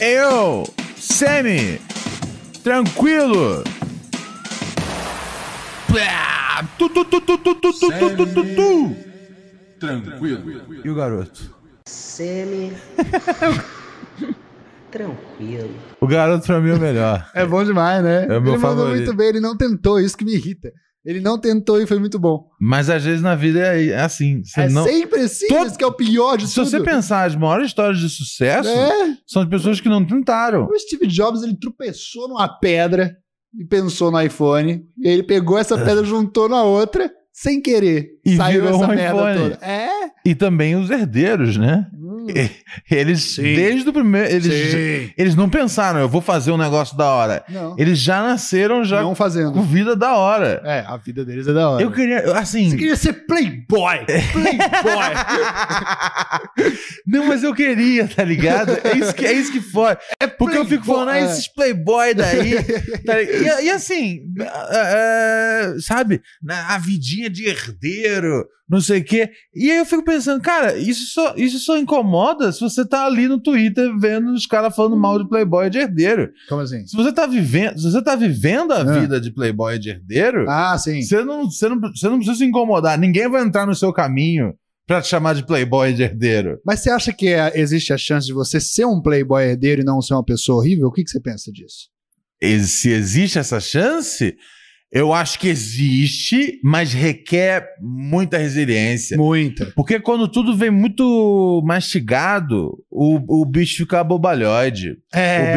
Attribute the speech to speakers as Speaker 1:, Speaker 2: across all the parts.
Speaker 1: Eu, Semi, tranquilo. Plá, tu, tu, tu, tu, tu, tu, tu, tu, tu, tu, tu.
Speaker 2: Tranquilo.
Speaker 1: E o garoto?
Speaker 3: Semi. Tranquilo.
Speaker 1: O garoto pra mim é o melhor.
Speaker 4: É bom demais, né?
Speaker 1: É o meu
Speaker 4: ele mandou
Speaker 1: favorito.
Speaker 4: muito bem, ele não tentou, isso que me irrita. Ele não tentou e foi muito bom.
Speaker 1: Mas às vezes na vida é é assim. Você
Speaker 4: é
Speaker 1: não...
Speaker 4: sempre assim,
Speaker 1: Todo-
Speaker 4: isso que é o pior de
Speaker 1: Se
Speaker 4: tudo.
Speaker 1: você pensar, as maiores histórias de sucesso
Speaker 4: É,
Speaker 1: são de pessoas que não tentaram.
Speaker 4: o Steve Jobs, ele tropeçou numa pedra e pensou no iPhone. E ele pegou essa pedra, juntou na outra, sem querer.
Speaker 1: E
Speaker 4: saiu
Speaker 1: virou
Speaker 4: essa
Speaker 1: um
Speaker 4: merda
Speaker 1: iPhone.
Speaker 4: toda. É?
Speaker 1: E também os herdeiros, né?
Speaker 4: Hum.
Speaker 1: Eles,
Speaker 4: Sim.
Speaker 1: desde o primeiro. Eles, eles não pensaram, eu vou fazer um negócio da hora.
Speaker 4: Não,
Speaker 1: Eles já nasceram já
Speaker 4: não
Speaker 1: com
Speaker 4: fazendo.
Speaker 1: vida da hora.
Speaker 4: É, a vida deles é da hora.
Speaker 1: Eu queria. eu, Assim.
Speaker 4: Você queria ser playboy. Playboy.
Speaker 1: Não, mas eu queria, tá ligado? É isso que, é isso que foda. É porque eu fico
Speaker 4: playboy,
Speaker 1: falando, ah,
Speaker 4: é.
Speaker 1: esses playboy daí. tá ligado? e, e assim, é, é, sabe? Na, a vidinha de herdeiro, não sei o quê. E aí eu fico pensando, cara, isso só, isso só incomoda se você tá ali no Twitter vendo os caras falando mal de playboy e de herdeiro.
Speaker 4: Como assim?
Speaker 1: Se você tá vivendo, se você tá vivendo a
Speaker 4: Ah.
Speaker 1: vida de playboy e de herdeiro,
Speaker 4: Ah, sim.
Speaker 1: você não, você, não, você não precisa se incomodar. Ninguém vai entrar no seu caminho pra te chamar de playboy e de herdeiro.
Speaker 4: Mas você acha que é- existe a chance de você ser um playboy herdeiro e não ser uma pessoa horrível? O que, que você pensa disso?
Speaker 1: Ex- se existe essa chance, eu acho que existe, mas requer muita resiliência.
Speaker 4: Muita.
Speaker 1: Porque quando tudo vem muito mastigado, o, o bicho fica bobalhoide.
Speaker 4: É.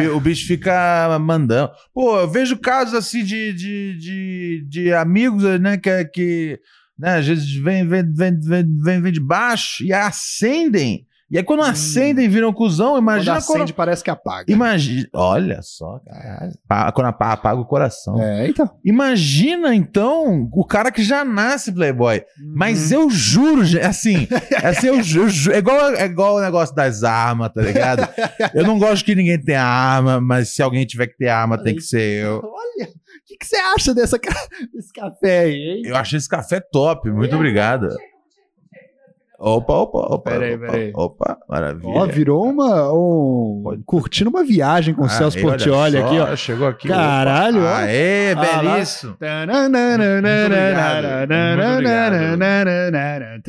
Speaker 1: O, bi- o bicho fica mandando. Pô, eu vejo casos assim de, de, de, de amigos, né, que, que né, às vezes vem, vem, vem, vem, vem, vem de baixo e acendem. E aí quando acendem, viram um cuzão. Imagina
Speaker 4: Hum. Quando acende, parece que apaga.
Speaker 1: Imagina. Olha só, cara. Pa- Quando apa- apaga o coração.
Speaker 4: É, então.
Speaker 1: Imagina, então, o cara que já nasce playboy.
Speaker 4: Uhum.
Speaker 1: Mas eu juro, gente, assim, assim eu, ju- eu ju- é, igual, é igual o negócio das armas, tá ligado? Eu não gosto que ninguém tenha arma, mas se alguém tiver que ter arma, tem que ser eu.
Speaker 4: Olha, o que, que você acha dessa, ca- desse café aí, hein?
Speaker 1: Eu achei esse café top, muito obrigado. Opa, opa, opa.
Speaker 4: Peraí,
Speaker 1: opa,
Speaker 4: peraí.
Speaker 1: Opa, maravilha.
Speaker 4: Ó, virou uma. Um, curtindo uma viagem com o Celso
Speaker 1: Ah, Aí, olha
Speaker 4: Portioli
Speaker 1: só,
Speaker 4: aqui, ó.
Speaker 1: Chegou aqui.
Speaker 4: Caralho, ó.
Speaker 1: opa. Aê,
Speaker 4: Ah, lá.
Speaker 1: belíssimo.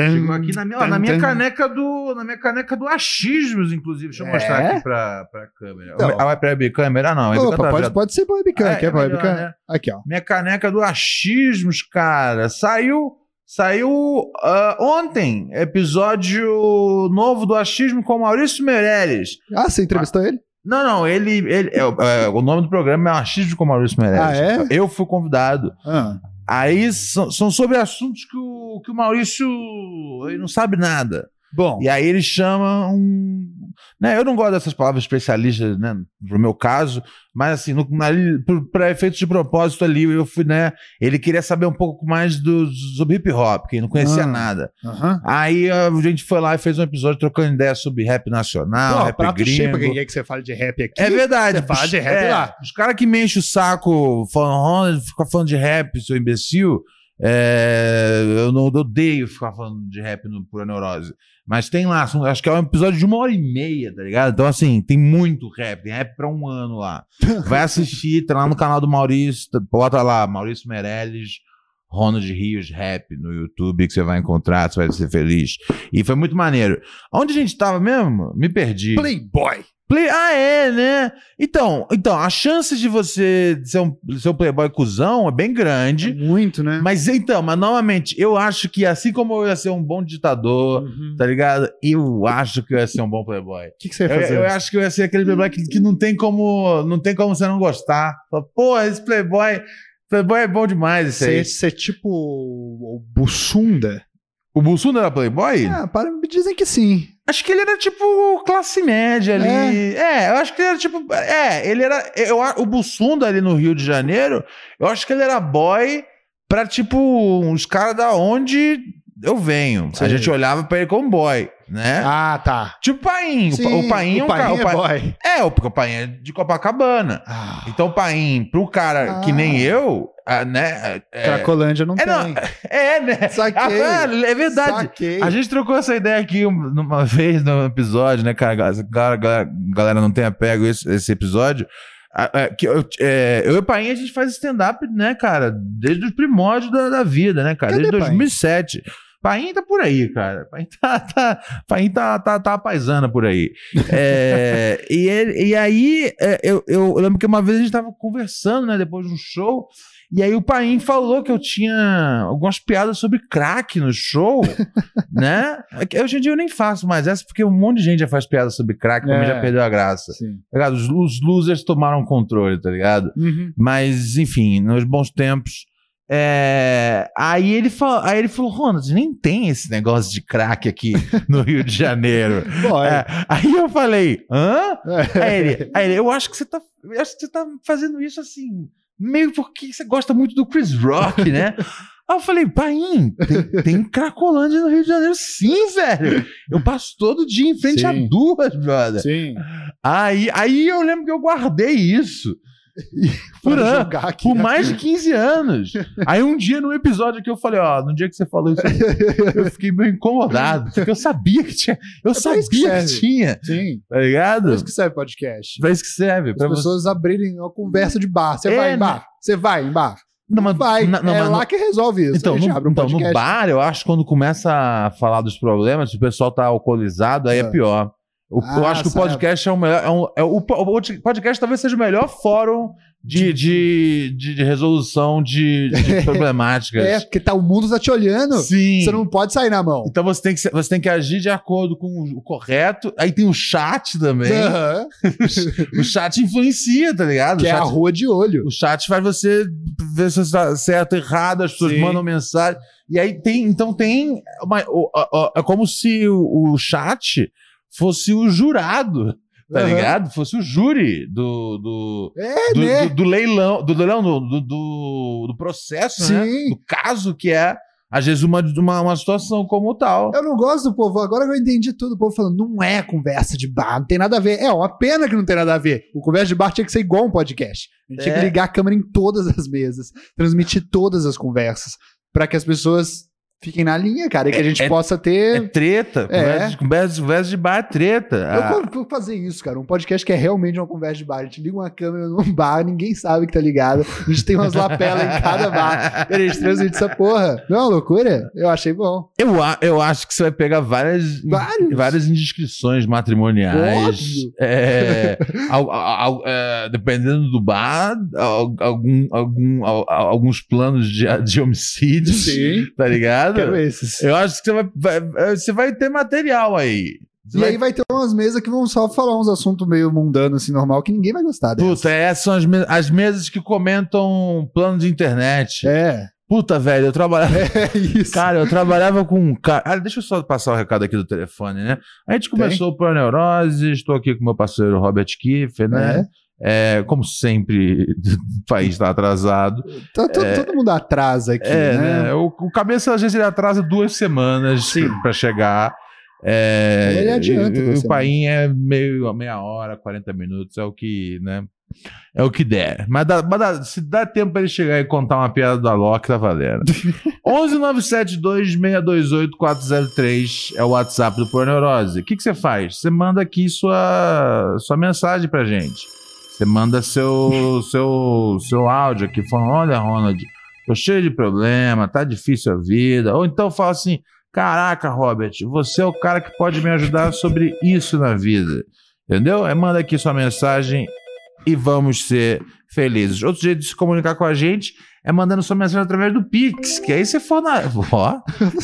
Speaker 1: Chegou aqui na minha, ó, na minha caneca do, na minha caneca do achismos, inclusive. Deixa eu
Speaker 4: É?
Speaker 1: mostrar aqui pra, pra câmera.
Speaker 4: Então.
Speaker 1: Ah, vai pra webcam? Ah, não. webcam
Speaker 4: Opa,
Speaker 1: tá
Speaker 4: pode,
Speaker 1: virada.
Speaker 4: pode ser pra webcam.
Speaker 1: Ah, é
Speaker 4: Quer pra
Speaker 1: melhor,
Speaker 4: webcam?
Speaker 1: né?
Speaker 4: Aqui, ó.
Speaker 1: Minha caneca do achismos, cara. Saiu, saiu ah, ontem episódio novo do achismo com Maurício Meirelles.
Speaker 4: Ah, você entrevistou ele?
Speaker 1: Não, não, ele. ele é, o- é, o nome do programa é Achismo com Maurício Meirelles.
Speaker 4: Ah,
Speaker 1: Eu fui convidado.
Speaker 4: Ah,
Speaker 1: Aí são, são sobre assuntos que o, que o Maurício ele não sabe nada.
Speaker 4: Bom.
Speaker 1: E aí ele chama um. Né, eu não gosto dessas palavras especialistas, né? Pro meu caso, mas assim, no- na- pro- pra efeitos de propósito ali, eu fui, né? Ele queria saber um pouco mais do, sobre hip hop, que ele não conhecia
Speaker 4: Ah.
Speaker 1: nada.
Speaker 4: Aham.
Speaker 1: Aí a gente foi lá e fez um episódio trocando ideia sobre rap nacional,
Speaker 4: Pô,
Speaker 1: rap
Speaker 4: prato cheio pra quem
Speaker 1: gringo.
Speaker 4: quer que você fale de rap aqui.
Speaker 1: É verdade.
Speaker 4: Você fala de rap
Speaker 1: É,
Speaker 4: lá.
Speaker 1: Os caras que me enchem o saco, falam, "Ah, fica falando de rap, seu imbecil. É, eu não eu odeio ficar falando de rap no Pura Neurose. Mas tem lá, são- acho que é um episódio de uma hora e meia, tá ligado? Então, assim, tem muito rap, tem rap pra um ano lá. Vai assistir, tá lá no canal do Maurício, tá- bota lá, Maurício Meirelles, Ronald Rios Rap no YouTube, que você vai encontrar, você vai ser feliz. E foi muito maneiro. Onde a gente tava mesmo? Me perdi.
Speaker 4: Playboy.
Speaker 1: Play- Ah, é, né? Então, então, a chance de você ser um, ser um playboy cuzão é bem grande.
Speaker 4: Muito, né?
Speaker 1: Mas então, mas novamente, eu acho que assim como eu ia ser um bom ditador,
Speaker 4: Uhum.
Speaker 1: tá ligado? Eu acho que eu ia ser um bom playboy.
Speaker 4: O que, que você
Speaker 1: Eu,
Speaker 4: vai fazer?
Speaker 1: eu acho que eu ia ser aquele playboy que, que não tem como, não tem como você não gostar. Fala, Pô, esse playboy, playboy é bom demais esse
Speaker 4: Você
Speaker 1: aí.
Speaker 4: você é tipo o o Bussunda?
Speaker 1: O Bolsonaro era playboy?
Speaker 4: Ah, para, me dizem que sim.
Speaker 1: Acho que ele era tipo classe média ali. É. eu acho que ele era tipo. É, ele era. Eu, a- o Bussunda ali no Rio de Janeiro, eu acho que ele era boy pra tipo uns caras da onde eu venho.
Speaker 4: Sim.
Speaker 1: A gente olhava pra ele como boy, né?
Speaker 4: Ah, tá.
Speaker 1: Tipo o Paim. O Pa-
Speaker 4: Sim,
Speaker 1: o Paim é um
Speaker 4: o Paim
Speaker 1: cara.
Speaker 4: é
Speaker 1: o Pa-
Speaker 4: boy.
Speaker 1: É, o porque o Paim é de Copacabana.
Speaker 4: Ah,
Speaker 1: Então o Paim, pro cara que
Speaker 4: Ah.
Speaker 1: nem eu, ah, né? É,
Speaker 4: Cracolândia não
Speaker 1: É,
Speaker 4: tem.
Speaker 1: não, é, né?
Speaker 4: Saquei.
Speaker 1: Ah, é verdade.
Speaker 4: Saquei.
Speaker 1: A gente trocou essa ideia aqui um- numa vez no episódio, né, cara? Essa Galera, galera, galera não tenha pego esse, esse episódio. Ah, ah, que eu, é, eu e o Paim, a gente faz stand-up, né, cara? Desde os primórdios da, da vida, né, cara?
Speaker 4: Cadê
Speaker 1: desde
Speaker 4: Paim?
Speaker 1: 2007. Paim tá por aí, cara. Paim tá, tá, Paim tá, tá, tá a paisana por aí. É, e, ele- e aí, é, eu, eu lembro que uma vez a gente tava conversando, né, depois de um show, e aí o Paim falou que eu tinha algumas piadas sobre crack no show, né? É que Hoje em dia eu nem faço mais essa, porque um monte de gente já faz piada sobre crack, pra mim
Speaker 4: É.
Speaker 1: já perdeu a graça.
Speaker 4: Sim.
Speaker 1: Tá ligado? Os, os losers tomaram o controle, tá ligado?
Speaker 4: Uhum.
Speaker 1: Mas, enfim, nos bons tempos. É, aí, ele fa- aí ele falou: Ronald, nem tem esse negócio de crack aqui no Rio de Janeiro.
Speaker 4: Boy.
Speaker 1: É, aí eu falei: hã?
Speaker 4: É.
Speaker 1: Aí ele, aí ele, eu acho que você tá. Eu acho que você tá fazendo isso assim, meio porque você gosta muito do Chris Rock, né? Aí eu falei, Paim, tem, tem Cracolândia no Rio de Janeiro, sim, velho. Eu passo todo dia em frente a
Speaker 4: Sim.
Speaker 1: duas, brother.
Speaker 4: Sim.
Speaker 1: Aí, aí eu lembro que eu guardei isso. E- Por
Speaker 4: Pra
Speaker 1: ano.
Speaker 4: jogar aqui. né?
Speaker 1: Por mais de 15 anos. Aí um dia no episódio que eu falei, ó, no dia que você falou isso, eu fiquei meio incomodado, porque eu sabia que tinha, eu
Speaker 4: pra
Speaker 1: sabia
Speaker 4: É isso que
Speaker 1: que
Speaker 4: serve.
Speaker 1: tinha,
Speaker 4: Sim.
Speaker 1: tá
Speaker 4: Por
Speaker 1: ligado?
Speaker 4: isso que serve podcast.
Speaker 1: Pra isso que serve, pra
Speaker 4: As
Speaker 1: você.
Speaker 4: pessoas abrirem uma conversa de bar. Você
Speaker 1: É,
Speaker 4: vai
Speaker 1: né?
Speaker 4: em bar? Você vai em bar?
Speaker 1: Não, mas,
Speaker 4: Vai.
Speaker 1: na- não,
Speaker 4: é
Speaker 1: mas
Speaker 4: lá
Speaker 1: no-
Speaker 4: que resolve isso.
Speaker 1: então,
Speaker 4: a gente
Speaker 1: no,
Speaker 4: abre um
Speaker 1: então, no
Speaker 4: podcast.
Speaker 1: bar, eu acho que quando começa a falar dos problemas, se o pessoal tá alcoolizado, aí é,
Speaker 4: Ah.
Speaker 1: pior. O- eu
Speaker 4: Ah,
Speaker 1: acho que o
Speaker 4: sabe.
Speaker 1: podcast é o melhor. é um- é o, po- o podcast talvez seja o melhor fórum de, de, de, de resolução de, de problemáticas.
Speaker 4: É, porque tá, o mundo tá te olhando.
Speaker 1: Sim.
Speaker 4: Você não pode sair na mão.
Speaker 1: Então você tem, que, ser- você tem que agir de acordo com o correto. Aí tem o chat também.
Speaker 4: Aham.
Speaker 1: O chat influencia, tá ligado?
Speaker 4: Que
Speaker 1: o
Speaker 4: é a
Speaker 1: chat
Speaker 4: rua de olho.
Speaker 1: O chat faz você ver se está certo, errado, as pessoas
Speaker 4: Sim.
Speaker 1: mandam mensagem. E aí tem. Então tem. uma- o- o- o- é como se o, o chat fosse o jurado, tá
Speaker 4: Aham.
Speaker 1: ligado? Fosse o júri do. do
Speaker 4: É,
Speaker 1: do,
Speaker 4: né?
Speaker 1: do- do leilão, do leilão, do, do, do- do processo, né?
Speaker 4: Sim.
Speaker 1: Do caso que é, às vezes, uma, uma, uma situação como tal.
Speaker 4: Eu não gosto do povo. Agora que eu entendi tudo. O povo falando, não é conversa de bar, não tem nada a ver. É uma pena que não tem nada a ver. O conversa de bar tinha que ser igual um podcast. A gente tinha
Speaker 1: É.
Speaker 4: que ligar a câmera em todas as mesas, transmitir todas as conversas, pra que as pessoas fiquem na linha, cara, e que a gente
Speaker 1: é-
Speaker 4: possa
Speaker 1: É
Speaker 4: ter.
Speaker 1: treta, conversa, de- conversa, conversa de bar é treta.
Speaker 4: Eu
Speaker 1: Ah,
Speaker 4: vou- vou fazer isso, cara. Um podcast que é realmente uma conversa de bar. A gente liga uma câmera num bar, ninguém sabe que tá ligado. A gente
Speaker 1: Ah.
Speaker 4: tem umas lapelas em cada bar. E a gente transmite essa porra. Não é uma loucura? Eu achei bom.
Speaker 1: Eu, a- eu acho que você vai pegar várias,
Speaker 4: Vários.
Speaker 1: várias indiscrições matrimoniais.
Speaker 4: Óbvio.
Speaker 1: É, al- al- é, dependendo do bar, al- algum- algum- al- al- alguns planos de, de homicídios, tá ligado?
Speaker 4: Quero esses.
Speaker 1: Eu acho que você vai, vai- você vai ter material aí. Você
Speaker 4: E
Speaker 1: vai-
Speaker 4: aí vai ter umas mesas que vão só falar uns assuntos meio mundano, assim, normal, que ninguém vai gostar né? dela.
Speaker 1: Puta, É, essas são as, me- as mesas que comentam plano de internet.
Speaker 4: É,
Speaker 1: Puta, velho, eu trabalhava
Speaker 4: é isso.
Speaker 1: Cara, eu trabalhava com um cara. Ah, deixa eu só passar o recado aqui do telefone, né? A gente começou o Pro Neurose, estou aqui com meu parceiro Robert Kiffer, né? É, como sempre, o país está atrasado.
Speaker 4: Tá- tá- Todo mundo atrasa aqui,
Speaker 1: É,
Speaker 4: né?
Speaker 1: né? O, o cabeça, às vezes, ele atrasa duas semanas para chegar. É,
Speaker 4: Ele adianta
Speaker 1: e- e
Speaker 4: duas
Speaker 1: o painho é meio meia hora, 40 minutos, é o que, né? É o que der. Mas, dá- mas dá- se dá tempo pra ele chegar e contar uma piada da Loki, tá valendo. 11972-628-403 é o WhatsApp do Porneurose. O que, que você faz? Você manda aqui sua, sua mensagem pra gente. Você manda seu, seu, seu áudio aqui falando: olha, Ronald, tô cheio de problema, tá difícil a vida. Ou então fala assim: caraca, Robert, você é o cara que pode me ajudar sobre isso na vida. Entendeu? Aí manda aqui sua mensagem e vamos ser felizes. Outro jeito de se comunicar com a gente é mandando sua mensagem através do Pix, que aí você forna... Ó,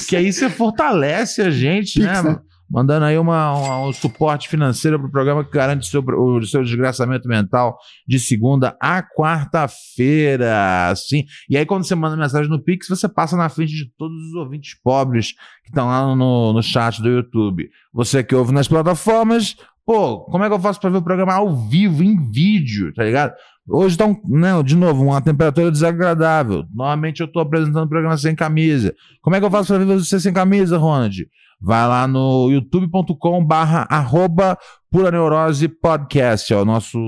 Speaker 1: que aí você fortalece a gente,
Speaker 4: Pix,
Speaker 1: né?
Speaker 4: né?
Speaker 1: Mandando aí uma, uma- um suporte financeiro para o programa que garante seu- o seu desgraçamento mental de segunda a quarta-feira. Assim. E aí, quando você manda mensagem no Pix, você passa na frente de todos os ouvintes pobres que estão lá no, no chat do YouTube. Você que ouve nas plataformas Pô, como é que eu faço pra ver o programa ao vivo, em vídeo, tá ligado? Hoje tá um, não, de novo, uma temperatura desagradável. Normalmente eu tô apresentando o programa sem camisa. Como é que eu faço pra ver você sem camisa, Ronald? Vai lá no youtube.com barra arroba Pura Neurose Podcast, é o nosso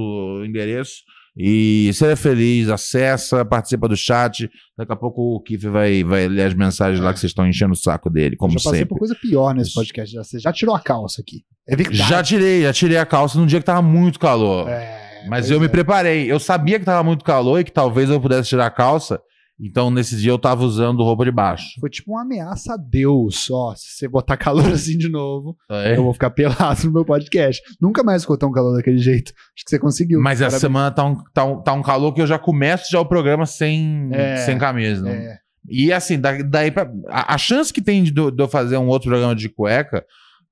Speaker 1: endereço. E seja feliz, acessa, participa do chat. Daqui a pouco o Kiff vai, vai ler as mensagens lá que vocês estão enchendo o saco dele, como
Speaker 4: já passei
Speaker 1: sempre.
Speaker 4: por coisa pior nesse podcast. Já, você já tirou a calça aqui. É verdade.
Speaker 1: Já tirei, já tirei a calça num dia que tava muito calor.
Speaker 4: É,
Speaker 1: Mas
Speaker 4: pois
Speaker 1: eu me
Speaker 4: é.
Speaker 1: preparei. Eu sabia que tava muito calor e que talvez eu pudesse tirar a calça. Então, nesse dia, eu tava usando roupa de baixo.
Speaker 4: Foi tipo uma ameaça a Deus, ó. Se você botar calor assim de novo,
Speaker 1: É.
Speaker 4: eu vou ficar pelado no meu podcast. Nunca mais ficou tão calor daquele jeito. Acho que você conseguiu.
Speaker 1: Mas essa
Speaker 4: Parabéns.
Speaker 1: semana tá um, tá, um, tá um calor que eu já começo já o programa sem,
Speaker 4: É.
Speaker 1: sem camisa. né?
Speaker 4: É,
Speaker 1: E assim, da- daí pra, a, a chance que tem de, eu- de eu fazer um outro programa de cueca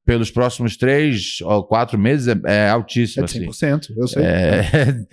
Speaker 1: pelos próximos três ou quatro meses é, é
Speaker 4: é
Speaker 1: altíssima.
Speaker 4: de
Speaker 1: assim.
Speaker 4: 100%. Eu sei.
Speaker 1: É,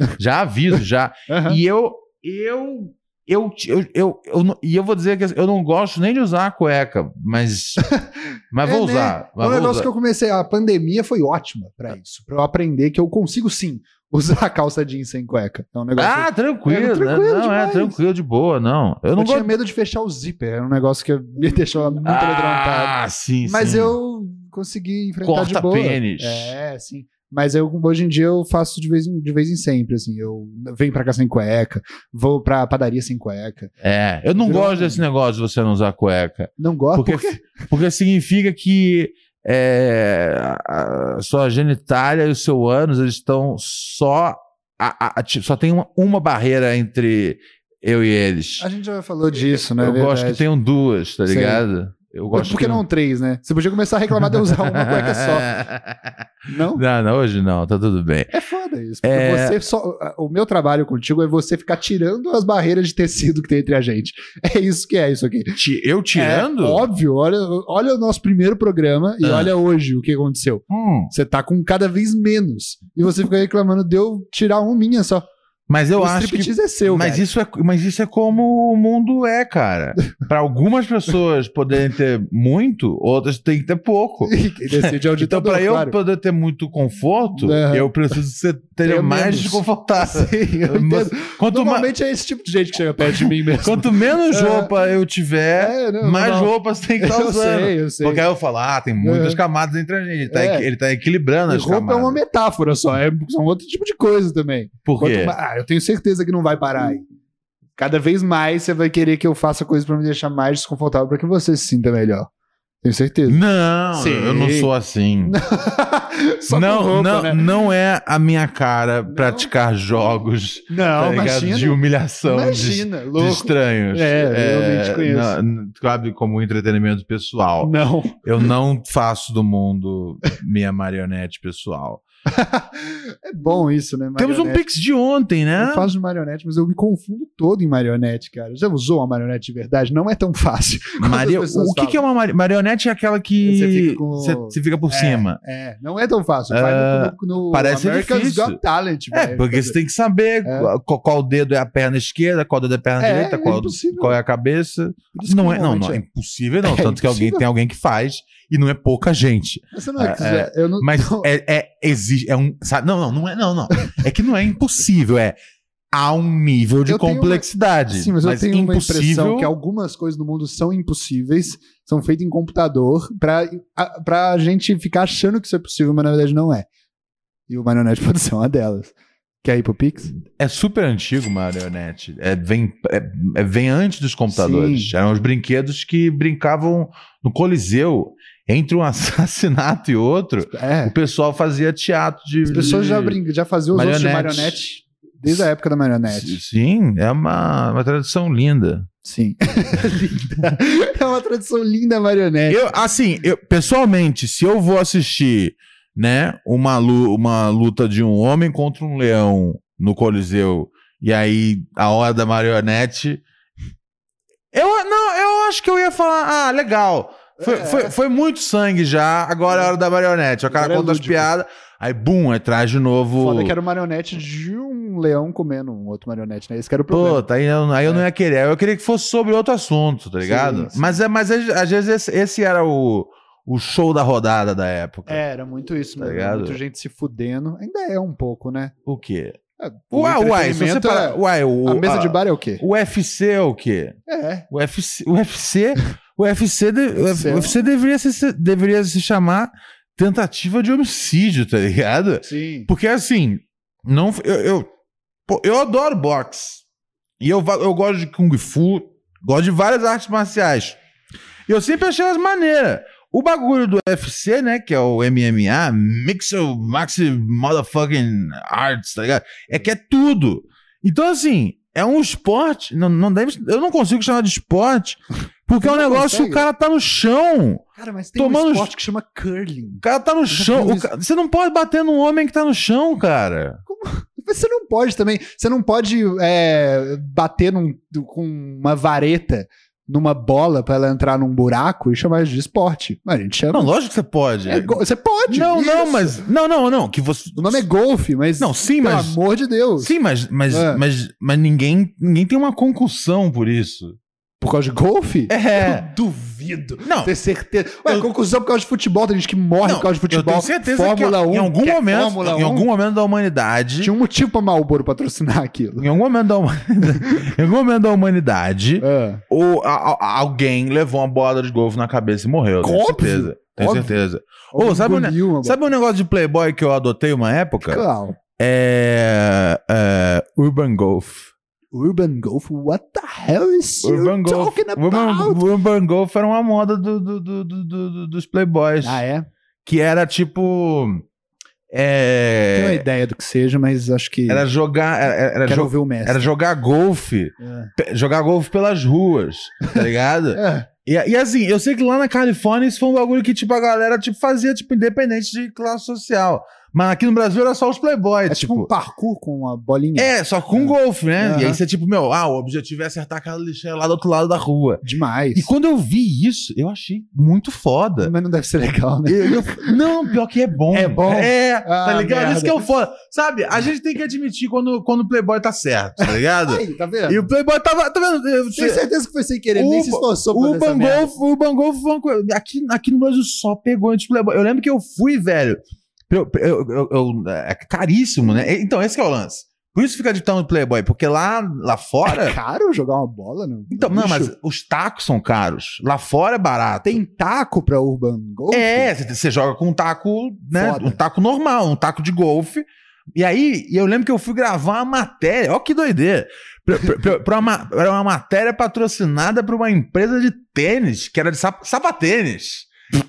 Speaker 1: já aviso, já.
Speaker 4: Aham.
Speaker 1: E eu, eu, eu, eu, eu, eu não- e eu vou dizer que eu não gosto nem de usar a cueca, mas, mas
Speaker 4: É,
Speaker 1: vou
Speaker 4: né?
Speaker 1: usar.
Speaker 4: É
Speaker 1: Mas Ah.
Speaker 4: um
Speaker 1: vou
Speaker 4: negócio
Speaker 1: usar.
Speaker 4: que eu comecei. A pandemia foi ótima pra isso. Pra eu aprender que eu consigo sim usar a calça jeans sem cueca. É um negócio.
Speaker 1: Ah, tranquilo,
Speaker 4: É,
Speaker 1: né?
Speaker 4: tranquilo
Speaker 1: não é
Speaker 4: demais.
Speaker 1: tranquilo de boa, não. Eu
Speaker 4: eu
Speaker 1: não
Speaker 4: tinha
Speaker 1: gosto.
Speaker 4: medo de fechar o zíper. Era um negócio que me deixou muito amedrontado.
Speaker 1: Ah, sim,
Speaker 4: Mas
Speaker 1: sim.
Speaker 4: eu consegui enfrentar
Speaker 1: Corta
Speaker 4: de boa.
Speaker 1: pênis.
Speaker 4: É, sim. Mas eu, hoje em dia, eu faço de vez em, de vez em sempre, assim. Eu venho pra cá sem cueca, vou pra padaria sem cueca.
Speaker 1: É, eu não
Speaker 4: Virou
Speaker 1: gosto
Speaker 4: um- Ah,
Speaker 1: desse negócio de você não usar cueca.
Speaker 4: Não gosto.
Speaker 1: Porque, porque significa que é, a a sua genitália e o seu ânus eles estão só. a- a- a- tipo, só tem uma, uma barreira entre eu e eles.
Speaker 4: A gente já falou disso, né?
Speaker 1: eu gosto
Speaker 4: verdade.
Speaker 1: que tenham duas, tá
Speaker 4: Sim.
Speaker 1: ligado? Eu gosto
Speaker 4: Por que
Speaker 1: que
Speaker 4: não três, né? Você podia começar a reclamar de eu usar uma cueca só. Não?
Speaker 1: Não, não, hoje não, tá tudo bem.
Speaker 4: É foda isso. Porque
Speaker 1: É.
Speaker 4: você só. O meu trabalho contigo é você ficar tirando as barreiras de tecido que tem entre a gente. É isso que é isso aqui.
Speaker 1: Ti- Eu tirando?
Speaker 4: É óbvio, olha, olha o nosso primeiro programa e
Speaker 1: Ah.
Speaker 4: olha hoje o que aconteceu.
Speaker 1: Hum,
Speaker 4: Você tá com cada vez menos. E você fica reclamando de eu tirar uma minha só.
Speaker 1: mas eu
Speaker 4: o
Speaker 1: acho que.
Speaker 4: striptease é seu,
Speaker 1: mas,
Speaker 4: cara.
Speaker 1: isso é, mas isso é como o mundo é, cara. Pra algumas pessoas poderem ter muito, outras têm que ter pouco.
Speaker 4: Quem decide é o
Speaker 1: Então,
Speaker 4: ditador,
Speaker 1: pra eu
Speaker 4: claro.
Speaker 1: poder ter muito conforto,
Speaker 4: Aham.
Speaker 1: eu preciso ser, ter
Speaker 4: Ter
Speaker 1: mais
Speaker 4: menos.
Speaker 1: desconfortável.
Speaker 4: Sim, eu entendo.
Speaker 1: Quanto, ma-
Speaker 4: Normalmente é esse tipo de gente que chega perto de mim mesmo.
Speaker 1: quanto menos
Speaker 4: É.
Speaker 1: roupa eu tiver,
Speaker 4: É, não,
Speaker 1: mais
Speaker 4: não.
Speaker 1: roupas tem que estar
Speaker 4: Eu
Speaker 1: usando.
Speaker 4: sei, eu sei.
Speaker 1: Porque aí eu falo, ah, tem muitas
Speaker 4: É.
Speaker 1: camadas entre a gente. Ele tá,
Speaker 4: É.
Speaker 1: equi- ele tá equilibrando
Speaker 4: E
Speaker 1: as
Speaker 4: roupa é
Speaker 1: camadas.
Speaker 4: uma metáfora só, é um outro tipo de coisa também.
Speaker 1: Por
Speaker 4: Quanto
Speaker 1: quê?
Speaker 4: ma- ah, eu tenho certeza que não vai parar aí. Cada vez mais você vai querer que eu faça coisa pra me deixar mais desconfortável pra que você se sinta melhor. Tenho certeza.
Speaker 1: Não,
Speaker 4: Sim.
Speaker 1: eu não sou assim.
Speaker 4: Só
Speaker 1: não,
Speaker 4: com roupa,
Speaker 1: não,
Speaker 4: né?
Speaker 1: não é a minha cara praticar jogos tá
Speaker 4: Não,
Speaker 1: ligado?
Speaker 4: imagina.
Speaker 1: de humilhação de,
Speaker 4: imagina,
Speaker 1: de
Speaker 4: louco.
Speaker 1: estranhos.
Speaker 4: É, eu nem te conheço.
Speaker 1: não- não- Sabe, como entretenimento pessoal.
Speaker 4: Não.
Speaker 1: Eu não faço do mundo minha marionete pessoal.
Speaker 4: É bom isso, né?
Speaker 1: Temos um
Speaker 4: marionete?
Speaker 1: pix de ontem, né?
Speaker 4: Eu faço de marionete, mas eu me confundo todo em marionete, cara. Já usou uma marionete de verdade? Não é tão fácil.
Speaker 1: Maria...
Speaker 4: Quantas pessoas
Speaker 1: O que, que é uma mari- marionete? É aquela que
Speaker 4: Você fica com-
Speaker 1: você- você fica por
Speaker 4: É.
Speaker 1: cima.
Speaker 4: É, não é tão fácil. Vai
Speaker 1: Ah,
Speaker 4: no, no, no
Speaker 1: parece
Speaker 4: America's
Speaker 1: difícil.
Speaker 4: Got Talent,
Speaker 1: É,
Speaker 4: velho.
Speaker 1: porque você tem que saber
Speaker 4: Né? É.
Speaker 1: qual, qual dedo é a perna esquerda, qual dedo é a perna
Speaker 4: É,
Speaker 1: direita,
Speaker 4: é
Speaker 1: qual,
Speaker 4: impossível.
Speaker 1: qual é a cabeça.
Speaker 4: Por isso que
Speaker 1: Não é, não, não,
Speaker 4: normalmente
Speaker 1: é impossível não.
Speaker 4: É
Speaker 1: Tanto que alguém,
Speaker 4: impossível.
Speaker 1: tem alguém que faz e não é pouca gente.
Speaker 4: Mas você não é,
Speaker 1: É,
Speaker 4: que quiser, eu não,
Speaker 1: Mas
Speaker 4: não-
Speaker 1: é, é, exige, é um, sabe, não, não, não é, não, não. É que não é impossível, é há um nível de
Speaker 4: Eu tenho uma-
Speaker 1: complexidade.
Speaker 4: Sim, mas, eu tenho uma impressão
Speaker 1: impossível
Speaker 4: que é algumas coisas no mundo são impossíveis, são feitas em computador, pra a, pra gente ficar achando que isso é possível, mas na verdade não é. E o marionete pode ser uma delas. Quer ir pro Pix?
Speaker 1: é super antigo marionete. É, vem, é, é- vem antes dos computadores. Eram os brinquedos que brincavam no Coliseu. Entre um assassinato e outro,
Speaker 4: É.
Speaker 1: O pessoal fazia teatro de.
Speaker 4: As pessoas
Speaker 1: de-
Speaker 4: já, brincam, já faziam os outros de
Speaker 1: Marionete.
Speaker 4: marionete desde a época da marionete.
Speaker 1: Sim, é uma, uma tradição linda.
Speaker 4: Sim. linda. É uma tradição linda a marionete.
Speaker 1: Eu, assim, eu, pessoalmente, se eu vou assistir né, uma, lu- uma luta de um homem contra um leão no Coliseu, e aí a hora da marionete. Eu, não, eu acho que eu ia falar, ah, legal. Foi,
Speaker 4: É.
Speaker 1: foi, foi muito sangue já, agora é a hora da marionete. O cara
Speaker 4: Agora é
Speaker 1: conta as
Speaker 4: lúdico.
Speaker 1: piadas, aí, bum, aí traz de novo.
Speaker 4: Foda que era o marionete de um leão comendo um outro marionete, né? Esse que era o problema. É.
Speaker 1: Puta, aí eu, aí eu não ia querer. Eu queria que fosse sobre outro assunto, tá ligado?
Speaker 4: Sim, sim.
Speaker 1: Mas, é, mas é- às vezes esse, esse era o, o show da rodada da época.
Speaker 4: É, era muito isso,
Speaker 1: Tá
Speaker 4: mano.
Speaker 1: ligado?
Speaker 4: Muita gente se fudendo. Ainda é um pouco, né?
Speaker 1: O quê?
Speaker 4: É,
Speaker 1: Uai, uai, se você
Speaker 4: entretenimento
Speaker 1: parar-
Speaker 4: é-
Speaker 1: uai, o,
Speaker 4: A mesa
Speaker 1: a-
Speaker 4: de bar é o quê?
Speaker 1: o UFC é o quê?
Speaker 4: É.
Speaker 1: O UFC, o UFC, o UFC, de- o F-
Speaker 4: Sei lá.
Speaker 1: o UFC deveria, se, deveria se chamar tentativa de homicídio, tá ligado?
Speaker 4: Sim.
Speaker 1: Porque assim, não, eu, eu, pô, eu adoro boxe. E eu, va- eu gosto de Kung Fu, gosto de várias artes marciais. E eu sempre achei elas maneiras. O bagulho do UFC, né, que é o MMA, Mixo Maxi Motherfucking Arts, tá ligado? É que é tudo. Então, assim, é um esporte. Não, não deve, eu não consigo chamar de esporte, porque é um
Speaker 4: Não
Speaker 1: negócio que
Speaker 4: consegue?
Speaker 1: o cara tá no chão.
Speaker 4: Cara, mas tem
Speaker 1: Tomando
Speaker 4: um
Speaker 1: os-
Speaker 4: esporte que chama curling.
Speaker 1: O cara tá no chão. o ca- você não pode bater num homem que tá no chão, cara.
Speaker 4: Mas você não pode também. Você não pode é, bater num- com uma vareta numa bola pra ela entrar num buraco e chamar isso de esporte. Mas a gente chama.
Speaker 1: Não, lógico que você pode.
Speaker 4: É go- você pode.
Speaker 1: não, não,
Speaker 4: isso.
Speaker 1: mas. Não, não, não. Que você.
Speaker 4: O nome é golfe, mas.
Speaker 1: Não, sim,
Speaker 4: pelo
Speaker 1: mas-
Speaker 4: amor de Deus.
Speaker 1: Sim, mas, mas,
Speaker 4: É.
Speaker 1: mas, mas ninguém, ninguém tem uma concussão por isso.
Speaker 4: Por causa de golfe?
Speaker 1: É.
Speaker 4: Eu duvido.
Speaker 1: Não.
Speaker 4: Ter certeza. Ué,
Speaker 1: Eu-
Speaker 4: conclusão por causa de futebol, tem gente que morre
Speaker 1: Não,
Speaker 4: por causa de
Speaker 1: Eu
Speaker 4: futebol.
Speaker 1: tenho certeza
Speaker 4: Fórmula
Speaker 1: que
Speaker 4: 1,
Speaker 1: em algum
Speaker 4: que é
Speaker 1: momento,
Speaker 4: Fórmula
Speaker 1: em
Speaker 4: 1.
Speaker 1: algum momento da humanidade,
Speaker 4: Tinha um motivo pra Malboro patrocinar aquilo.
Speaker 1: em algum momento da humanidade, em algum momento da humanidade,
Speaker 4: Ah,
Speaker 1: ou a- a- alguém levou uma bola de golfe na cabeça e morreu, tenho
Speaker 4: Óbvio,
Speaker 1: certeza. Tenho
Speaker 4: óbvio.
Speaker 1: certeza. Ô,
Speaker 4: alguém
Speaker 1: sabe o ne-
Speaker 4: engoliu uma
Speaker 1: Sabe um negócio de playboy que eu adotei uma época?
Speaker 4: Claro.
Speaker 1: É, é, Urban Golf.
Speaker 4: Urban Golf, what the hell is
Speaker 1: Urban
Speaker 4: you
Speaker 1: Golf.
Speaker 4: talking about?
Speaker 1: Urban, Urban Golf era uma moda do- do- do- do- do- do- dos playboys.
Speaker 4: Ah, é?
Speaker 1: que era tipo. é,
Speaker 4: Tenho uma ideia do que seja, mas acho que
Speaker 1: era jogar. Era, era- era
Speaker 4: quero
Speaker 1: jo-
Speaker 4: ouvir o mestre.
Speaker 1: era jogar golfe. pe- Jogar golfe pelas ruas, tá ligado?
Speaker 4: É.
Speaker 1: e, e assim, eu sei que lá na Califórnia isso foi um bagulho que, tipo, a galera tipo, fazia, tipo, independente de classe social. Mas aqui no Brasil era só os playboys,
Speaker 4: É tipo
Speaker 1: tipo.
Speaker 4: um parkour com uma bolinha
Speaker 1: É, só com golfe, né? E aí
Speaker 4: Aham.
Speaker 1: você, tipo, meu, ah, o objetivo é acertar aquela lixeira lá do outro lado da rua.
Speaker 4: demais.
Speaker 1: E quando eu vi isso, eu achei muito foda.
Speaker 4: Mas não deve ser legal, né?
Speaker 1: Eu- eu- não, pior que é bom.
Speaker 4: É bom?
Speaker 1: É, tá
Speaker 4: Ah,
Speaker 1: ligado?
Speaker 4: merda.
Speaker 1: Isso que eu foda. Sabe, a gente tem que admitir quando, quando o Playboy tá certo, tá ligado?
Speaker 4: Aí, tá vendo?
Speaker 1: e o Playboy tava. Tá vendo? Eu-
Speaker 4: Tenho certeza que foi sem querer, nem se
Speaker 1: Uba-
Speaker 4: esforçou pra
Speaker 1: O
Speaker 4: fazer essa merda.
Speaker 1: Bangolf, o Bangolf foi uma coisa. Aqui, aqui no Brasil só pegou antes do Playboy. Eu lembro que eu fui, velho. eu- eu- eu- eu- é caríssimo, né? Então, esse que é o lance. Por isso fica de tal no Playboy, porque lá, lá
Speaker 4: É
Speaker 1: fora.
Speaker 4: caro jogar uma bola, não?
Speaker 1: Então, não, mas os tacos são caros. Lá fora é barato.
Speaker 4: Tem taco pra Urban Golf?
Speaker 1: É, você- você joga com um taco, né?
Speaker 4: Foda.
Speaker 1: Um taco normal, um taco de golfe. E aí, e eu lembro que eu fui gravar uma matéria, ó que doideira. Pra, pra- pra- pra uma, era uma matéria patrocinada por uma empresa de tênis, que era de sap, sapatênis.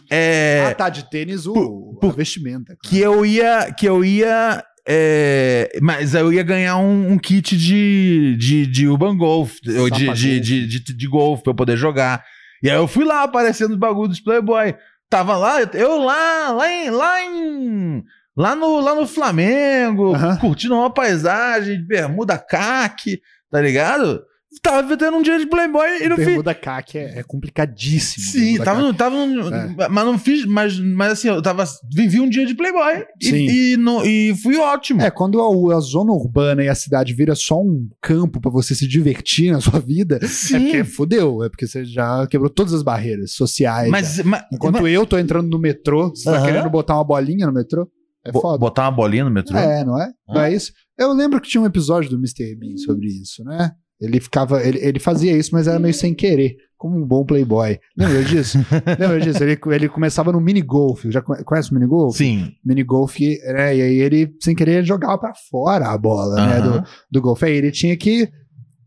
Speaker 1: É,
Speaker 4: Ah, tá, de tênis o, é
Speaker 1: por-
Speaker 4: a vestimenta. cara.
Speaker 1: que eu ia. Que eu ia. é, mas eu ia ganhar um, um kit de, de, de Urban Golf, ou de, de,
Speaker 4: Sapagolfe.
Speaker 1: de, de, de golfe pra eu poder jogar. E aí eu fui lá aparecendo os bagulho dos Playboy. Tava lá, eu- eu lá, lá em. Lá, em, lá, no, lá no Flamengo,
Speaker 4: Aham.
Speaker 1: curtindo uma paisagem, de bermuda caque, tá ligado? Tava vivendo um dia de Playboy e não fiz.
Speaker 4: Bermuda caque é, é complicadíssimo.
Speaker 1: Sim, É.
Speaker 4: bermuda
Speaker 1: tava,
Speaker 4: caque.
Speaker 1: no, tava no- Mas não fiz. Mas, mas assim, eu tava. Vivi um dia de Playboy. e-
Speaker 4: Sim.
Speaker 1: E, no- e fui ótimo.
Speaker 4: É, quando a, a zona urbana e a cidade vira só um campo pra você se divertir na sua vida, é
Speaker 1: Sim.
Speaker 4: porque fodeu, é porque você já quebrou todas as barreiras sociais. né?
Speaker 1: mas, mas,
Speaker 4: Enquanto eu tô entrando no metrô, você tá
Speaker 1: Aham.
Speaker 4: querendo botar uma bolinha no metrô? É
Speaker 1: bo-
Speaker 4: foda.
Speaker 1: Botar uma bolinha no metrô.
Speaker 4: É, não é? Não
Speaker 1: Ah.
Speaker 4: é isso? Eu lembro que tinha um episódio do Mr. Bean sobre isso, né? Ele ficava, ele, ele fazia isso, mas era meio sem querer, como um bom playboy. Lembra disso? Lembra disso? Ele, ele começava no mini golf. Já conhe- conhece o mini golf?
Speaker 1: Sim.
Speaker 4: Mini golf, né? E aí ele, sem querer, jogava pra fora a bola, né?
Speaker 1: Aham.
Speaker 4: Do, do golfe. Aí ele tinha que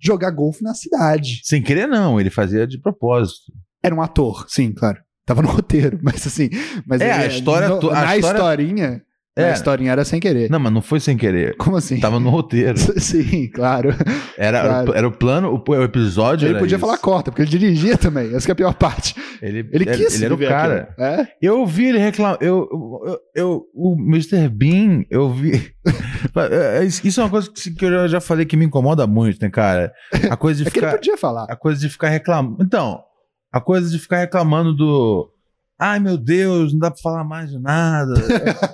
Speaker 4: jogar golfe na cidade.
Speaker 1: Sem querer, não. Ele fazia de propósito.
Speaker 4: Era um ator, sim, claro. Tava no roteiro, mas assim. Mas
Speaker 1: É,
Speaker 4: ele-
Speaker 1: a história
Speaker 4: no-
Speaker 1: to- a
Speaker 4: na
Speaker 1: história-
Speaker 4: historinha.
Speaker 1: É.
Speaker 4: Na historinha era sem querer.
Speaker 1: Não, Tá. mas não foi sem querer.
Speaker 4: Como assim?
Speaker 1: Tava no roteiro.
Speaker 4: Sim, claro.
Speaker 1: Era, era, o-
Speaker 4: Claro.
Speaker 1: era o plano, o, o episódio.
Speaker 4: Ele
Speaker 1: era
Speaker 4: podia
Speaker 1: isso.
Speaker 4: falar corta, porque ele dirigia também. Essa que é a pior parte.
Speaker 1: Ele,
Speaker 4: Ele
Speaker 1: era-
Speaker 4: quis
Speaker 1: Ele era o
Speaker 4: viver
Speaker 1: cara.
Speaker 4: aquilo. É?
Speaker 1: Eu vi ele reclamar. Eu, eu, eu- o Mr. Bean, eu vi. É, é, Isso é uma coisa que se- que eu já- já falei que me incomoda muito, né, cara? A coisa de
Speaker 4: É que ele
Speaker 1: ficar.
Speaker 4: podia falar.
Speaker 1: A coisa de ficar reclamando. Então, a coisa de ficar reclamando do. Ai, meu Deus, não dá pra falar mais de nada.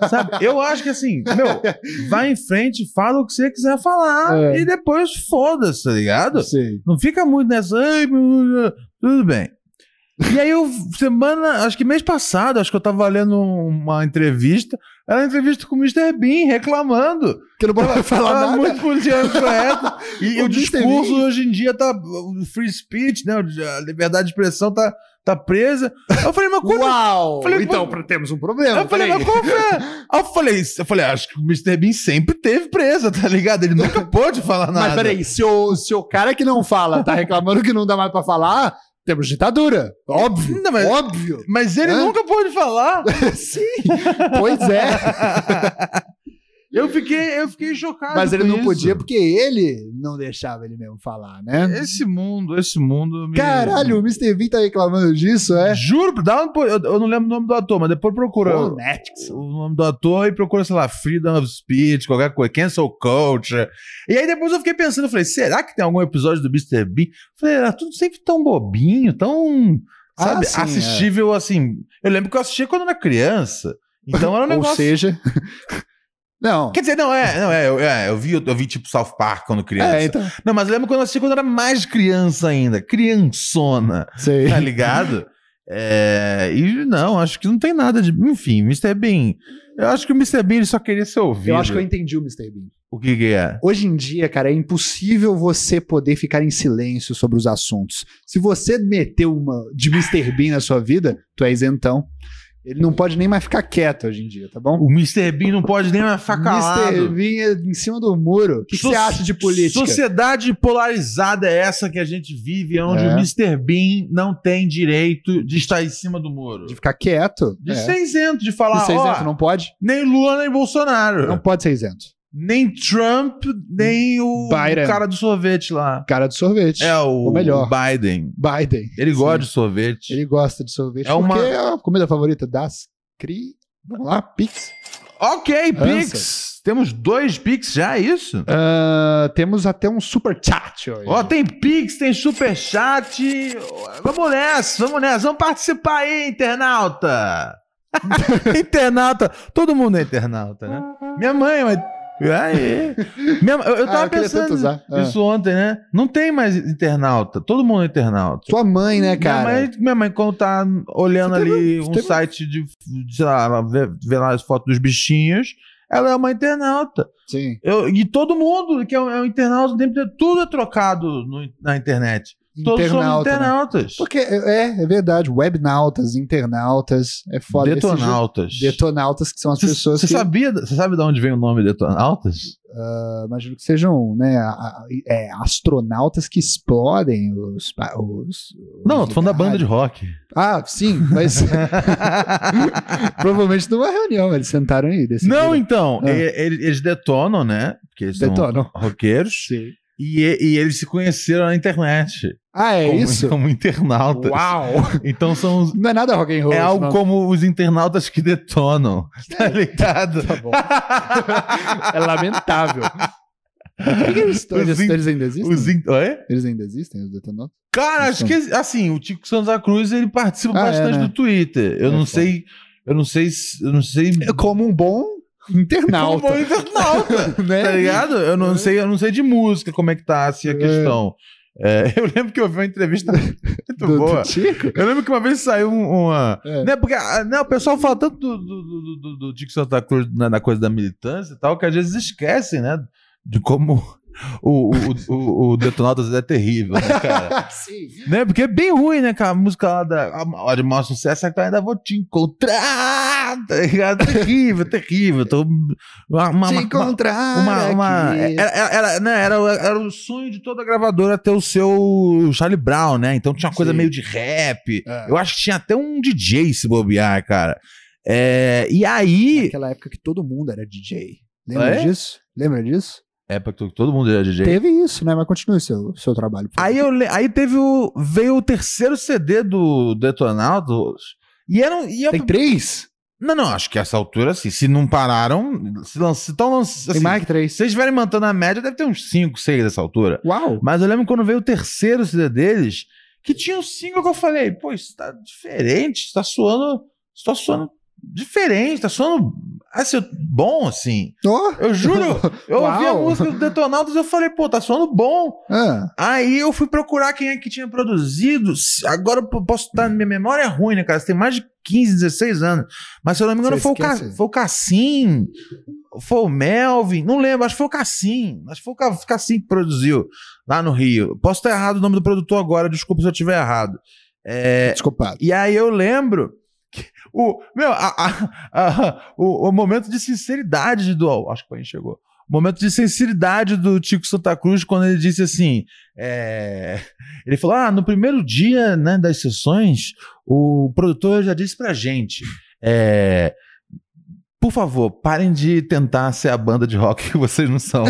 Speaker 1: Sabe? Eu acho que assim, meu, vai em frente, fala o que você quiser falar
Speaker 4: É.
Speaker 1: e depois foda-se, tá ligado?
Speaker 4: Não sei.
Speaker 1: Não fica muito nessa. Ai, meu Deus", é", Tudo bem. E aí, eu, semana, acho que mês passado, acho que eu tava lendo uma entrevista. Era uma entrevista com o Mr. Bean reclamando.
Speaker 4: Que não pode falar
Speaker 1: Tava
Speaker 4: nada.
Speaker 1: muito politicamente correto. E o,
Speaker 4: O Mr.
Speaker 1: discurso
Speaker 4: Bean.
Speaker 1: hoje em dia tá. O free speech, né? A liberdade de expressão tá, tá presa. Aí Eu falei, mas quando.
Speaker 4: Uau!
Speaker 1: Falei,
Speaker 4: então,
Speaker 1: pô-
Speaker 4: temos um problema.
Speaker 1: eu falei, mas
Speaker 4: peraí.
Speaker 1: qual que é? Aí eu falei, eu falei, acho que o Mr. Bean sempre teve presa, tá ligado? Ele nunca pôde falar nada.
Speaker 4: Mas peraí, se o, se o cara que não fala tá reclamando que não dá mais pra falar, temos ditadura. Óbvio.
Speaker 1: Não, mas-
Speaker 4: Óbvio.
Speaker 1: Mas ele
Speaker 4: Hã?
Speaker 1: nunca pôde falar.
Speaker 4: Sim. Pois é.
Speaker 1: Eu fiquei, eu fiquei chocado.
Speaker 4: Mas ele
Speaker 1: com
Speaker 4: não
Speaker 1: isso.
Speaker 4: podia porque ele não deixava ele mesmo falar, né?
Speaker 1: Esse mundo, esse mundo.
Speaker 4: É.
Speaker 1: Me...
Speaker 4: Caralho, o Mr. V tá reclamando disso, é?
Speaker 1: Juro, dá um, eu, eu não lembro o nome do ator, mas depois procura
Speaker 4: Pô,
Speaker 1: o-
Speaker 4: né?
Speaker 1: o nome do ator e procura, sei lá, Freedom of Speech, qualquer coisa, Cancel Culture. E aí depois eu fiquei pensando, eu falei, será que tem algum episódio do Mr. Bean? Eu falei, era tudo sempre tão bobinho, tão,
Speaker 4: Ah,
Speaker 1: sabe,
Speaker 4: sim,
Speaker 1: assistível assim. Eu lembro que eu assistia quando eu era criança. Então era um
Speaker 4: Ou
Speaker 1: negócio.
Speaker 4: seja. Não.
Speaker 1: Quer dizer, não, é, não, é, eu, é, eu vi, eu vi tipo South Park quando criança.
Speaker 4: É, então.
Speaker 1: Não, mas eu lembro quando eu assisti quando eu era mais criança ainda. Criançona,
Speaker 4: Sei.
Speaker 1: tá ligado? É, e não, acho que não tem nada de. Enfim, Mr. Bean. Eu acho que o Mr. Bean ele só queria ser ouvido.
Speaker 4: Eu acho que eu entendi o Mr. Bean.
Speaker 1: O que, que é?
Speaker 4: Hoje em dia, cara, é impossível você poder ficar em silêncio sobre os assuntos. Se você meteu uma de Mr. Bean na sua vida, tu é isentão. Ele não pode nem mais ficar quieto hoje em dia, tá bom?
Speaker 1: O Mr. Bean não pode nem mais ficar
Speaker 4: Mr.
Speaker 1: calado.
Speaker 4: Bean é em cima do muro. O que, que
Speaker 1: So-
Speaker 4: você acha de política?
Speaker 1: Sociedade polarizada é essa que a gente vive, onde
Speaker 4: É.
Speaker 1: o Mr. Bean não tem direito de estar em cima do muro.
Speaker 4: De ficar quieto?
Speaker 1: De
Speaker 4: É.
Speaker 1: ser isento, de
Speaker 4: De
Speaker 1: falar,
Speaker 4: ser
Speaker 1: ó,
Speaker 4: isento, não pode?
Speaker 1: nem Lula, nem Bolsonaro.
Speaker 4: Não pode ser isento.
Speaker 1: Nem Trump, nem o
Speaker 4: Biden.
Speaker 1: o cara do sorvete lá.
Speaker 4: Cara de sorvete.
Speaker 1: É o,
Speaker 4: Ou melhor.
Speaker 1: o Biden.
Speaker 4: Biden.
Speaker 1: Ele
Speaker 4: Sim.
Speaker 1: gosta de sorvete.
Speaker 4: Ele gosta de sorvete.
Speaker 1: É uma-
Speaker 4: Porque é a comida favorita das cri... Vamos lá, Pix.
Speaker 1: Ok,
Speaker 4: Ânsia.
Speaker 1: Pix. Temos dois Pix já, é isso?
Speaker 4: Ah, temos até um super chat hoje.
Speaker 1: Ó, tem Pix, tem Superchat. Vamos nessa, vamos nessa. Vamos participar aí, internauta. internauta. Todo mundo é internauta, né? Minha mãe, mas... Aí. Minha- eu, eu
Speaker 4: Ah,
Speaker 1: tava
Speaker 4: eu queria tanto
Speaker 1: pensando
Speaker 4: usar. Ah.
Speaker 1: isso ontem, né? Não tem mais internauta. Todo mundo é internauta.
Speaker 4: Sua mãe, né, cara?
Speaker 1: Minha mãe, minha mãe quando tá olhando
Speaker 4: Você
Speaker 1: ali
Speaker 4: você
Speaker 1: um
Speaker 4: teve-
Speaker 1: site de, de, sei lá, ela vê, vê lá as fotos dos bichinhos, ela é uma internauta.
Speaker 4: Sim.
Speaker 1: Eu, e todo mundo que é um, é um internauta, o tempo inteiro, tudo é trocado no- na internet. Todos somos
Speaker 4: Internauta, né?
Speaker 1: internautas.
Speaker 4: Porque é, é verdade, webnautas, internautas, é foda. Esse jogo-
Speaker 1: Detonautas.
Speaker 4: Detonautas, que são as
Speaker 1: Cê-
Speaker 4: pessoas
Speaker 1: cê
Speaker 4: que.
Speaker 1: sabia, você sabe de onde vem o nome Detonautas?
Speaker 4: ah, imagino que sejam, né, a- a- é, astronautas que explodem os. pa- os-
Speaker 1: Não, eu
Speaker 4: os
Speaker 1: tô falando da banda de rock.
Speaker 4: lugares. Ah, sim, mas provavelmente numa reunião, eles sentaram aí.
Speaker 1: Não,
Speaker 4: decidiram.
Speaker 1: então,
Speaker 4: Ah.
Speaker 1: e- ele- eles detonam, né? Porque eles
Speaker 4: Detonam.
Speaker 1: são roqueiros.
Speaker 4: Sim.
Speaker 1: E, e eles se conheceram na internet.
Speaker 4: Ah, é
Speaker 1: como,
Speaker 4: isso?
Speaker 1: Como internautas.
Speaker 4: Uau!
Speaker 1: Então são os-
Speaker 4: Não é nada rock and roll.
Speaker 1: é
Speaker 4: esse
Speaker 1: algo
Speaker 4: nome.
Speaker 1: como os internautas que detonam, tá ligado?
Speaker 4: Tá bom. É lamentável. Por que eles,
Speaker 1: Os
Speaker 4: eles,
Speaker 1: in-
Speaker 4: eles ainda existem?
Speaker 1: Os in- Oi?
Speaker 4: Eles ainda existem, os detonautas?
Speaker 1: Cara, acho que assim, o Tico Santa Cruz ele participa
Speaker 4: Ah, é,
Speaker 1: bastante
Speaker 4: né?
Speaker 1: do Twitter. Eu
Speaker 4: É,
Speaker 1: não
Speaker 4: pô.
Speaker 1: sei, eu não sei, se- eu não sei
Speaker 4: Como um bom
Speaker 1: como
Speaker 4: internauta.
Speaker 1: é o internauta,
Speaker 4: né?
Speaker 1: tá ligado? Eu não sei, eu não sei de música como é que tá assim, a
Speaker 4: É.
Speaker 1: questão. É, eu lembro que eu vi uma entrevista muito
Speaker 4: Do,
Speaker 1: boa.
Speaker 4: do Tico?
Speaker 1: Eu lembro que uma vez saiu um- uma.
Speaker 4: É.
Speaker 1: Né, porque ah, né, o pessoal fala tanto do, do, do, do, do Dick Santa Cruz na, na coisa da militância e tal, que às vezes esquecem, né? De como o, o, o, o Detonautas é terrível, né, cara?
Speaker 4: Sim.
Speaker 1: né? Porque é bem ruim, né, cara? A música lá da. A, a de maior sucesso é que eu ainda vou te encontrar, tá ligado? Terrível, terrível. Tô, uma, uma,
Speaker 4: Te
Speaker 1: uma-
Speaker 4: encontrar
Speaker 1: uma, uma-
Speaker 4: aqui.
Speaker 1: era, era- era, né, era, o- era o sonho de toda gravadora ter o seu Charlie Brown, né? Então tinha uma coisa
Speaker 4: Sim.
Speaker 1: meio de rap.
Speaker 4: É.
Speaker 1: Eu acho que tinha até um DJ se bobear, cara. É, e aí.
Speaker 4: Naquela época que todo mundo era DJ. Lembra
Speaker 1: É?
Speaker 4: disso? Lembra disso?
Speaker 1: É, porque todo mundo era DJ.
Speaker 4: Teve isso, né? Mas continue seu, seu trabalho. por
Speaker 1: Aí,
Speaker 4: favor.
Speaker 1: eu, le- aí teve o, veio o terceiro CD do Detonaudos. E era um- e eu-
Speaker 4: Tem três?
Speaker 1: Não, não, acho que essa altura, assim, se não pararam, se lan- se estão lançando.
Speaker 4: Tem mais que três.
Speaker 1: se vocês estiverem mantendo a média, deve ter uns 5, 6 dessa altura.
Speaker 4: Uau!
Speaker 1: Mas eu lembro quando veio o terceiro CD deles, que tinha um single que eu falei, pô, isso tá diferente, isso tá soando, isso tá soando diferente, tá soando Assim, bom, assim.
Speaker 4: Ó,
Speaker 1: Eu juro, eu ouvi a
Speaker 4: Uau.
Speaker 1: música do Detonautas e eu falei, pô, tá soando bom.
Speaker 4: ah,
Speaker 1: Aí eu fui procurar quem é que tinha produzido. Se- Agora eu posso estar. Minha memória é ruim, né, cara? Você tem mais de 15, 16 anos. Mas se eu não me engano,
Speaker 4: Você
Speaker 1: foi o, Ca-
Speaker 4: esquece.
Speaker 1: foi o Cassim. Foi o Melvin. Não lembro, acho que foi o Cassim. Acho que foi o Ca- Cassim que produziu lá no Rio. Posso estar errado o nome do produtor agora, desculpa se eu estiver errado. É,
Speaker 4: desculpado.
Speaker 1: e aí eu lembro. que O, meu, a- a- a- o, o momento de sinceridade do. ó, Acho que o Paim chegou. O momento de sinceridade do Tico Santa Cruz quando ele disse assim. é, ele falou: Ah, no primeiro dia né, das sessões, o produtor já disse pra gente. é, por favor, parem de tentar ser a banda de rock que vocês não são.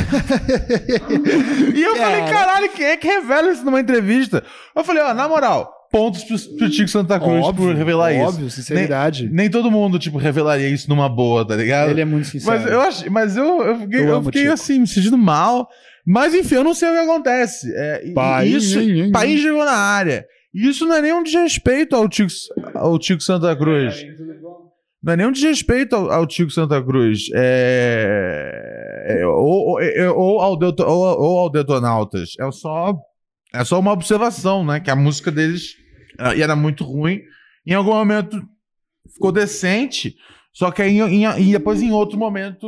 Speaker 1: E eu falei, caralho, quem é que revela isso numa entrevista? Eu falei, ó, na moral, pontos pro, pro Tico Santa Cruz por revelar Tá isso.
Speaker 4: Óbvio, sinceridade.
Speaker 1: Nem todo mundo, tipo, revelaria isso numa boa, tá ligado?
Speaker 4: Ele é muito sincero.
Speaker 1: mas eu, achei, mas eu, eu fiquei,
Speaker 4: Eu
Speaker 1: eu
Speaker 4: amo
Speaker 1: fiquei,
Speaker 4: Tico.
Speaker 1: assim, me sentindo mal. Mas enfim, eu não sei o que acontece. É, e- e
Speaker 4: Pai, né?
Speaker 1: isso,
Speaker 4: hein, hein,
Speaker 1: país chegou na área. E isso não é nenhum desrespeito ao Tico, ao Tico Santa Cruz. Não é nenhum desrespeito ao, ao Tico Santa Cruz. É... é, Ou, ou, é, ou ao Deto- ou- ou ao Detonautas. É só, é só uma observação, né? Que a música deles ah, era muito ruim. Em algum momento ficou decente. Só que aí, em- e depois em outro momento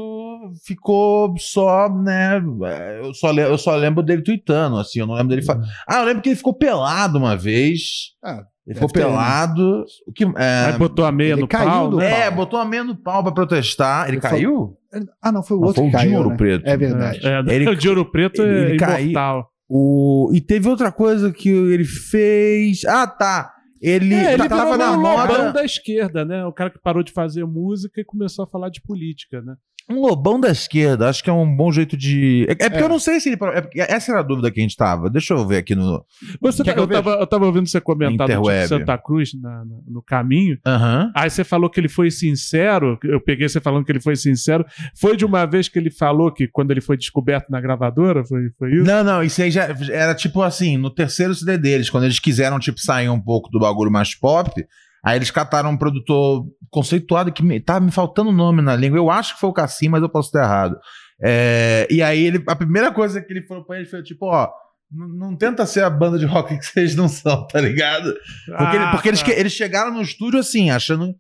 Speaker 1: ficou só, né? Eu só, le- eu só lembro dele tweetando, assim, eu não lembro dele falando. Ah, eu lembro que ele ficou pelado uma vez.
Speaker 4: Ah,
Speaker 1: ele ficou
Speaker 4: deve ter, né?
Speaker 1: pelado. O que, é,
Speaker 5: Aí botou a meia
Speaker 4: Ele
Speaker 5: no
Speaker 4: caiu
Speaker 5: pau.
Speaker 4: do-
Speaker 5: né?
Speaker 1: é, botou a meia no pau pra protestar. Ele,
Speaker 4: Ele
Speaker 1: caiu?
Speaker 4: Ah, não, foi o
Speaker 1: Não,
Speaker 4: outro
Speaker 1: foi
Speaker 4: que
Speaker 1: o de
Speaker 4: caiu,
Speaker 1: Ouro
Speaker 4: né?
Speaker 1: Preto.
Speaker 4: É verdade.
Speaker 5: É,
Speaker 1: Ele-
Speaker 5: o de ouro preto
Speaker 1: ele
Speaker 5: é
Speaker 1: caiu.
Speaker 5: imortal.
Speaker 1: O... E teve outra coisa que ele fez. Ah, tá. Ele,
Speaker 5: É, ele
Speaker 1: tava
Speaker 5: virou
Speaker 1: na
Speaker 5: um lobão
Speaker 1: moda.
Speaker 5: da esquerda, né? O cara que parou de fazer música e começou a falar de política, né?
Speaker 1: Um lobão da esquerda, acho que é um bom jeito de. É, é porque
Speaker 4: É.
Speaker 1: eu não sei se ele. é porque essa era a dúvida que a gente tava. Deixa eu ver aqui no.
Speaker 5: Você
Speaker 1: Quer
Speaker 5: tá-
Speaker 1: que eu
Speaker 5: eu, tava, eu tava ouvindo você comentar do
Speaker 1: Interweb.
Speaker 5: Tico Santa Cruz na- na- no caminho.
Speaker 1: Aham.
Speaker 5: Aí você falou que ele foi sincero. Eu peguei você falando que ele foi sincero. Foi de uma vez que ele falou que quando ele foi descoberto na gravadora, foi, foi isso?
Speaker 1: Não, não, isso aí já era tipo assim, no terceiro CD deles, quando eles quiseram tipo sair um pouco do bagulho mais pop, aí eles cataram um produtor conceituado que me, tá me faltando nome na língua. Eu acho que foi o Cassim, mas eu posso estar errado. É, e aí ele, a primeira coisa que ele falou pra ele foi tipo, ó, n- não tenta ser a banda de rock que vocês não são, tá ligado? Porque, ele-
Speaker 5: Ah,
Speaker 1: porque eles,
Speaker 5: tá.
Speaker 1: que- eles chegaram no estúdio assim, achando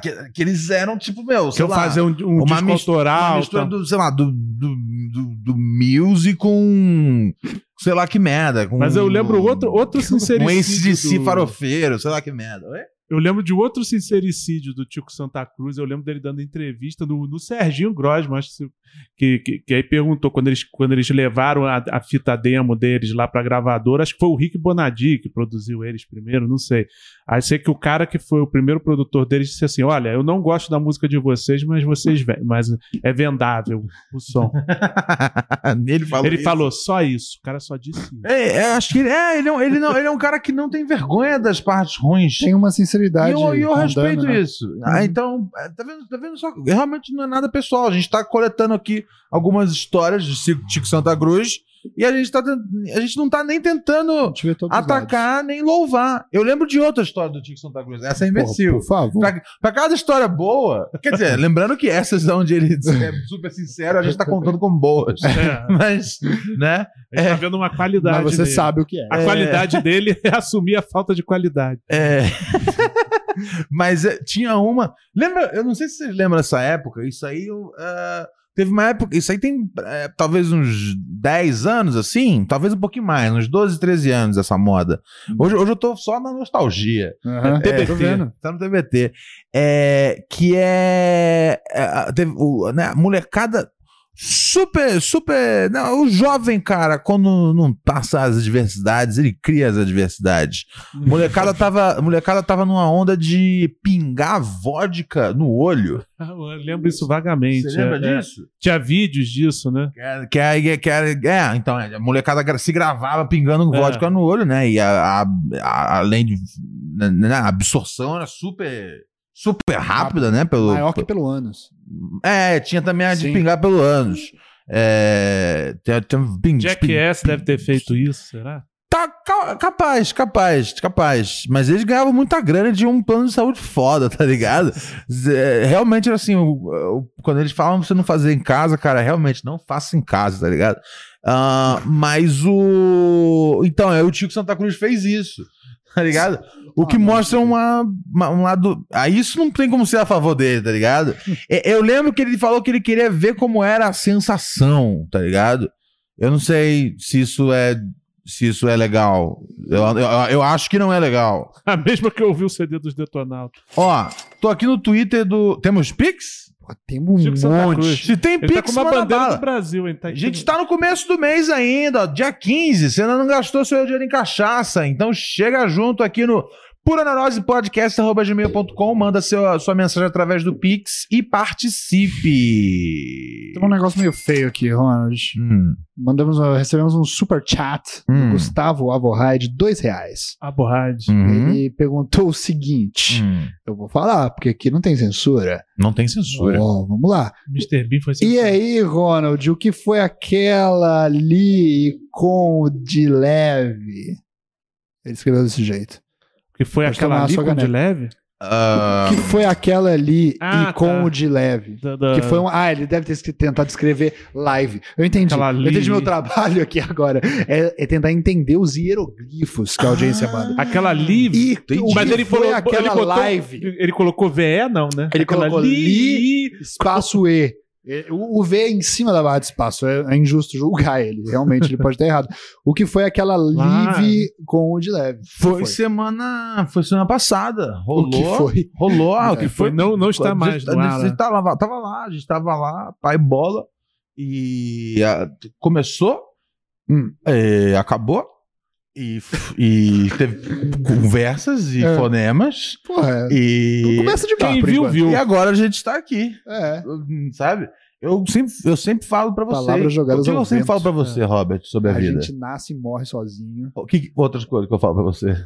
Speaker 1: que, que eles eram tipo, meu, sei
Speaker 5: Quer
Speaker 1: lá,
Speaker 5: fazer um, um
Speaker 1: uma
Speaker 5: disco
Speaker 1: mis- uma
Speaker 5: autoral.
Speaker 1: mistura
Speaker 5: tá?
Speaker 1: do, sei lá, do, do, do, do Muse com. sei lá que merda. com-
Speaker 5: Mas eu lembro outro, outro
Speaker 1: Um
Speaker 5: sincericídio.
Speaker 1: ACDC
Speaker 5: do-
Speaker 1: farofeiro, sei lá que merda. Oi?
Speaker 5: Eu lembro de outro sincericídio do Tico Santa Cruz. Eu lembro dele dando entrevista no, no Serginho Grosman, acho que, se- que, que, que aí perguntou quando eles, quando eles levaram a, a fita demo deles lá pra gravadora. Acho que foi o Rick Bonadi que produziu eles primeiro, não sei. Aí sei que o cara que foi o primeiro produtor deles disse assim: Olha, eu não gosto da música de vocês, mas vocês ve- mas é vendável o som.
Speaker 1: Ele falou.
Speaker 5: Ele
Speaker 1: isso.
Speaker 5: falou só isso. O cara só disse isso.
Speaker 1: É, é, acho que ele, é, ele, é um, ele, não, ele é um cara que não tem vergonha das partes ruins.
Speaker 4: Tem uma
Speaker 1: E
Speaker 4: sinceridade.
Speaker 1: eu, e eu
Speaker 4: rondando,
Speaker 1: respeito
Speaker 4: né?
Speaker 1: isso. Ah, então, é, tá vendo, tá vendo só? Realmente não é nada pessoal. A gente tá coletando aqui algumas histórias de Cico- Tico Santa Cruz e a gente, tá, tent- a gente não tá nem tentando
Speaker 4: Deixa eu ver todos os
Speaker 1: atacar nem louvar. Eu lembro de outra história do Tico Santa Cruz. Essa é
Speaker 4: lados. Porra,
Speaker 1: imbecil.
Speaker 4: por favor.
Speaker 1: Pra, pra cada história boa, quer dizer, lembrando que essas onde ele é super sincero, a gente tá contando como boas.
Speaker 5: É,
Speaker 1: Mas, né?
Speaker 5: ele tá vendo uma qualidade.
Speaker 4: É. Mas você
Speaker 5: nele.
Speaker 4: sabe o que é.
Speaker 5: A
Speaker 1: É.
Speaker 5: qualidade dele é assumir a falta de qualidade.
Speaker 1: É. Mas é, tinha uma. Lembra? Eu não sei se vocês lembram dessa época. Isso aí eu, ah, teve uma época. Isso aí tem eh, talvez uns 10 anos, assim, talvez um pouquinho mais, uns 12, 13 anos essa moda. Hoje, hoje eu tô só na nostalgia.
Speaker 4: Aham.
Speaker 1: TBT.
Speaker 4: É, Tô vendo.
Speaker 1: Tá no TBT. É, que é. é, a- teve o- né, a molecada super, super. né, o jovem, cara, quando não passa as adversidades, ele cria as adversidades. Molecada tava, molecada tava numa onda de pingar vodka no olho.
Speaker 5: Ah, Eu lembro isso vagamente. é, é.
Speaker 1: disso?
Speaker 5: Tinha vídeos disso, né?
Speaker 1: Que, é- que, é- que é, é, então, a molecada gra- se gravava pingando
Speaker 5: É.
Speaker 1: vodka no olho, né? E a, a- a- além de. né, né, a absorção era super. Super rápida, né? Pelo,
Speaker 4: Maior que pelo ânus.
Speaker 1: É, tinha também a de
Speaker 4: Sim.
Speaker 1: pingar pelo ânus. É, tem, tem, ping- ping-
Speaker 5: Jackass deve ter feito isso, será?
Speaker 1: Tá ca- capaz, capaz, capaz. Mas eles ganhavam muita grana de um plano de saúde foda, tá ligado? Zé, Realmente, assim, o- o- quando eles falam pra você não fazer em casa, cara, realmente não faça em casa, tá ligado? Ah, mas o. Então, é o Tico Santa Cruz fez isso, tá ligado? O que
Speaker 4: Ah, não,
Speaker 1: mostra uma, uma- um lado. Aí isso não tem como ser a favor dele, tá ligado? É, Eu lembro que ele falou que ele queria ver como era a sensação, tá ligado? Eu não sei se isso é se isso é legal. Eu, eu, eu acho que não é legal.
Speaker 5: A mesma que eu ouvi o CD dos Detonautas.
Speaker 1: Ó, tô aqui no Twitter do. Temos Pix?
Speaker 4: Pô, tem um
Speaker 5: Chico Santa
Speaker 4: monte.
Speaker 5: Cruz.
Speaker 1: Se tem
Speaker 5: Ele
Speaker 1: Pix,
Speaker 5: tá com uma
Speaker 1: manda
Speaker 5: bandeira
Speaker 1: bala.
Speaker 5: do Brasil, hein? Tá
Speaker 1: A gente tá no começo do mês ainda, ó, dia 15. Você ainda não gastou seu dinheiro em cachaça, então chega junto aqui no Pura Neurose Podcast, arroba gmail.com, manda seu, sua mensagem através do Pix e participe.
Speaker 4: Tem um negócio meio feio aqui, Ronald.
Speaker 1: Hum,
Speaker 4: Mandamos, uma- recebemos um super chat
Speaker 1: Hum.
Speaker 4: do Gustavo Avorrai de dois reais.
Speaker 5: A borrade.
Speaker 1: uhum,
Speaker 4: Ele perguntou o seguinte:
Speaker 1: hum.
Speaker 4: eu vou falar, porque aqui não tem censura.
Speaker 1: Não tem censura.
Speaker 4: Ó, vamos lá.
Speaker 5: Mr. Bean foi
Speaker 4: E
Speaker 5: sensacional.
Speaker 4: aí, Ronald, o que foi aquela ali com o de leve? Ele escreveu desse jeito.
Speaker 5: Que foi
Speaker 4: Pode
Speaker 5: aquela
Speaker 4: tomar
Speaker 5: ali
Speaker 4: sua
Speaker 5: com de
Speaker 4: caneca.
Speaker 5: leve?
Speaker 1: Ah,
Speaker 4: O que foi aquela ali
Speaker 5: Ah,
Speaker 4: e com
Speaker 5: tá.
Speaker 4: o de leve?
Speaker 5: Da- da-
Speaker 4: Que foi um. Ah, ele deve ter escri- tentado escrever live. Eu entendi.
Speaker 5: Aquela
Speaker 4: Eu entendi
Speaker 5: ali.
Speaker 4: meu trabalho aqui agora. É, é tentar entender os hieroglifos que a audiência manda.
Speaker 5: Aquela ali.
Speaker 4: E o
Speaker 5: Ah, Mas
Speaker 4: que
Speaker 5: ele
Speaker 4: foi
Speaker 5: falou
Speaker 4: aquela
Speaker 5: ele botou-
Speaker 4: live.
Speaker 5: Ele colocou VE, não, né?
Speaker 4: Ele
Speaker 5: Aquela
Speaker 4: colocou
Speaker 5: li-
Speaker 4: Espaço E. É, O o V é em cima da barra de espaço. É é injusto julgar ele. Realmente, ele pode estar errado. O que foi aquela live com o de leve?
Speaker 1: foi,
Speaker 4: Foi.
Speaker 1: semana. Foi semana passada.
Speaker 4: O que
Speaker 1: Rolou.
Speaker 4: foi?
Speaker 1: Rolou. ah, o que
Speaker 5: É,
Speaker 1: foi?
Speaker 5: foi- não- não está mais
Speaker 1: A
Speaker 5: no ar,
Speaker 1: gente
Speaker 5: né?
Speaker 1: tava, lá- tava lá, a gente tava lá, pai bola. E ah, começou,
Speaker 4: Hum.
Speaker 1: eh, acabou. E, f- e teve conversas e
Speaker 4: É. fonemas.
Speaker 1: fonemas.
Speaker 4: Porra, é.
Speaker 1: E,
Speaker 4: começa de baixo.
Speaker 5: Quem
Speaker 4: por
Speaker 5: viu,
Speaker 4: enquanto.
Speaker 5: viu.
Speaker 1: e agora a gente tá aqui.
Speaker 4: É.
Speaker 1: Sabe? Eu sempre, eu sempre falo pra você.
Speaker 4: Palavras jogadas
Speaker 1: o que
Speaker 4: ao
Speaker 1: eu sempre
Speaker 4: vento.
Speaker 1: falo pra você, Robert, sobre a,
Speaker 4: A
Speaker 1: vida?
Speaker 4: gente nasce e morre sozinho.
Speaker 1: O que, que- outras coisas que eu falo pra você?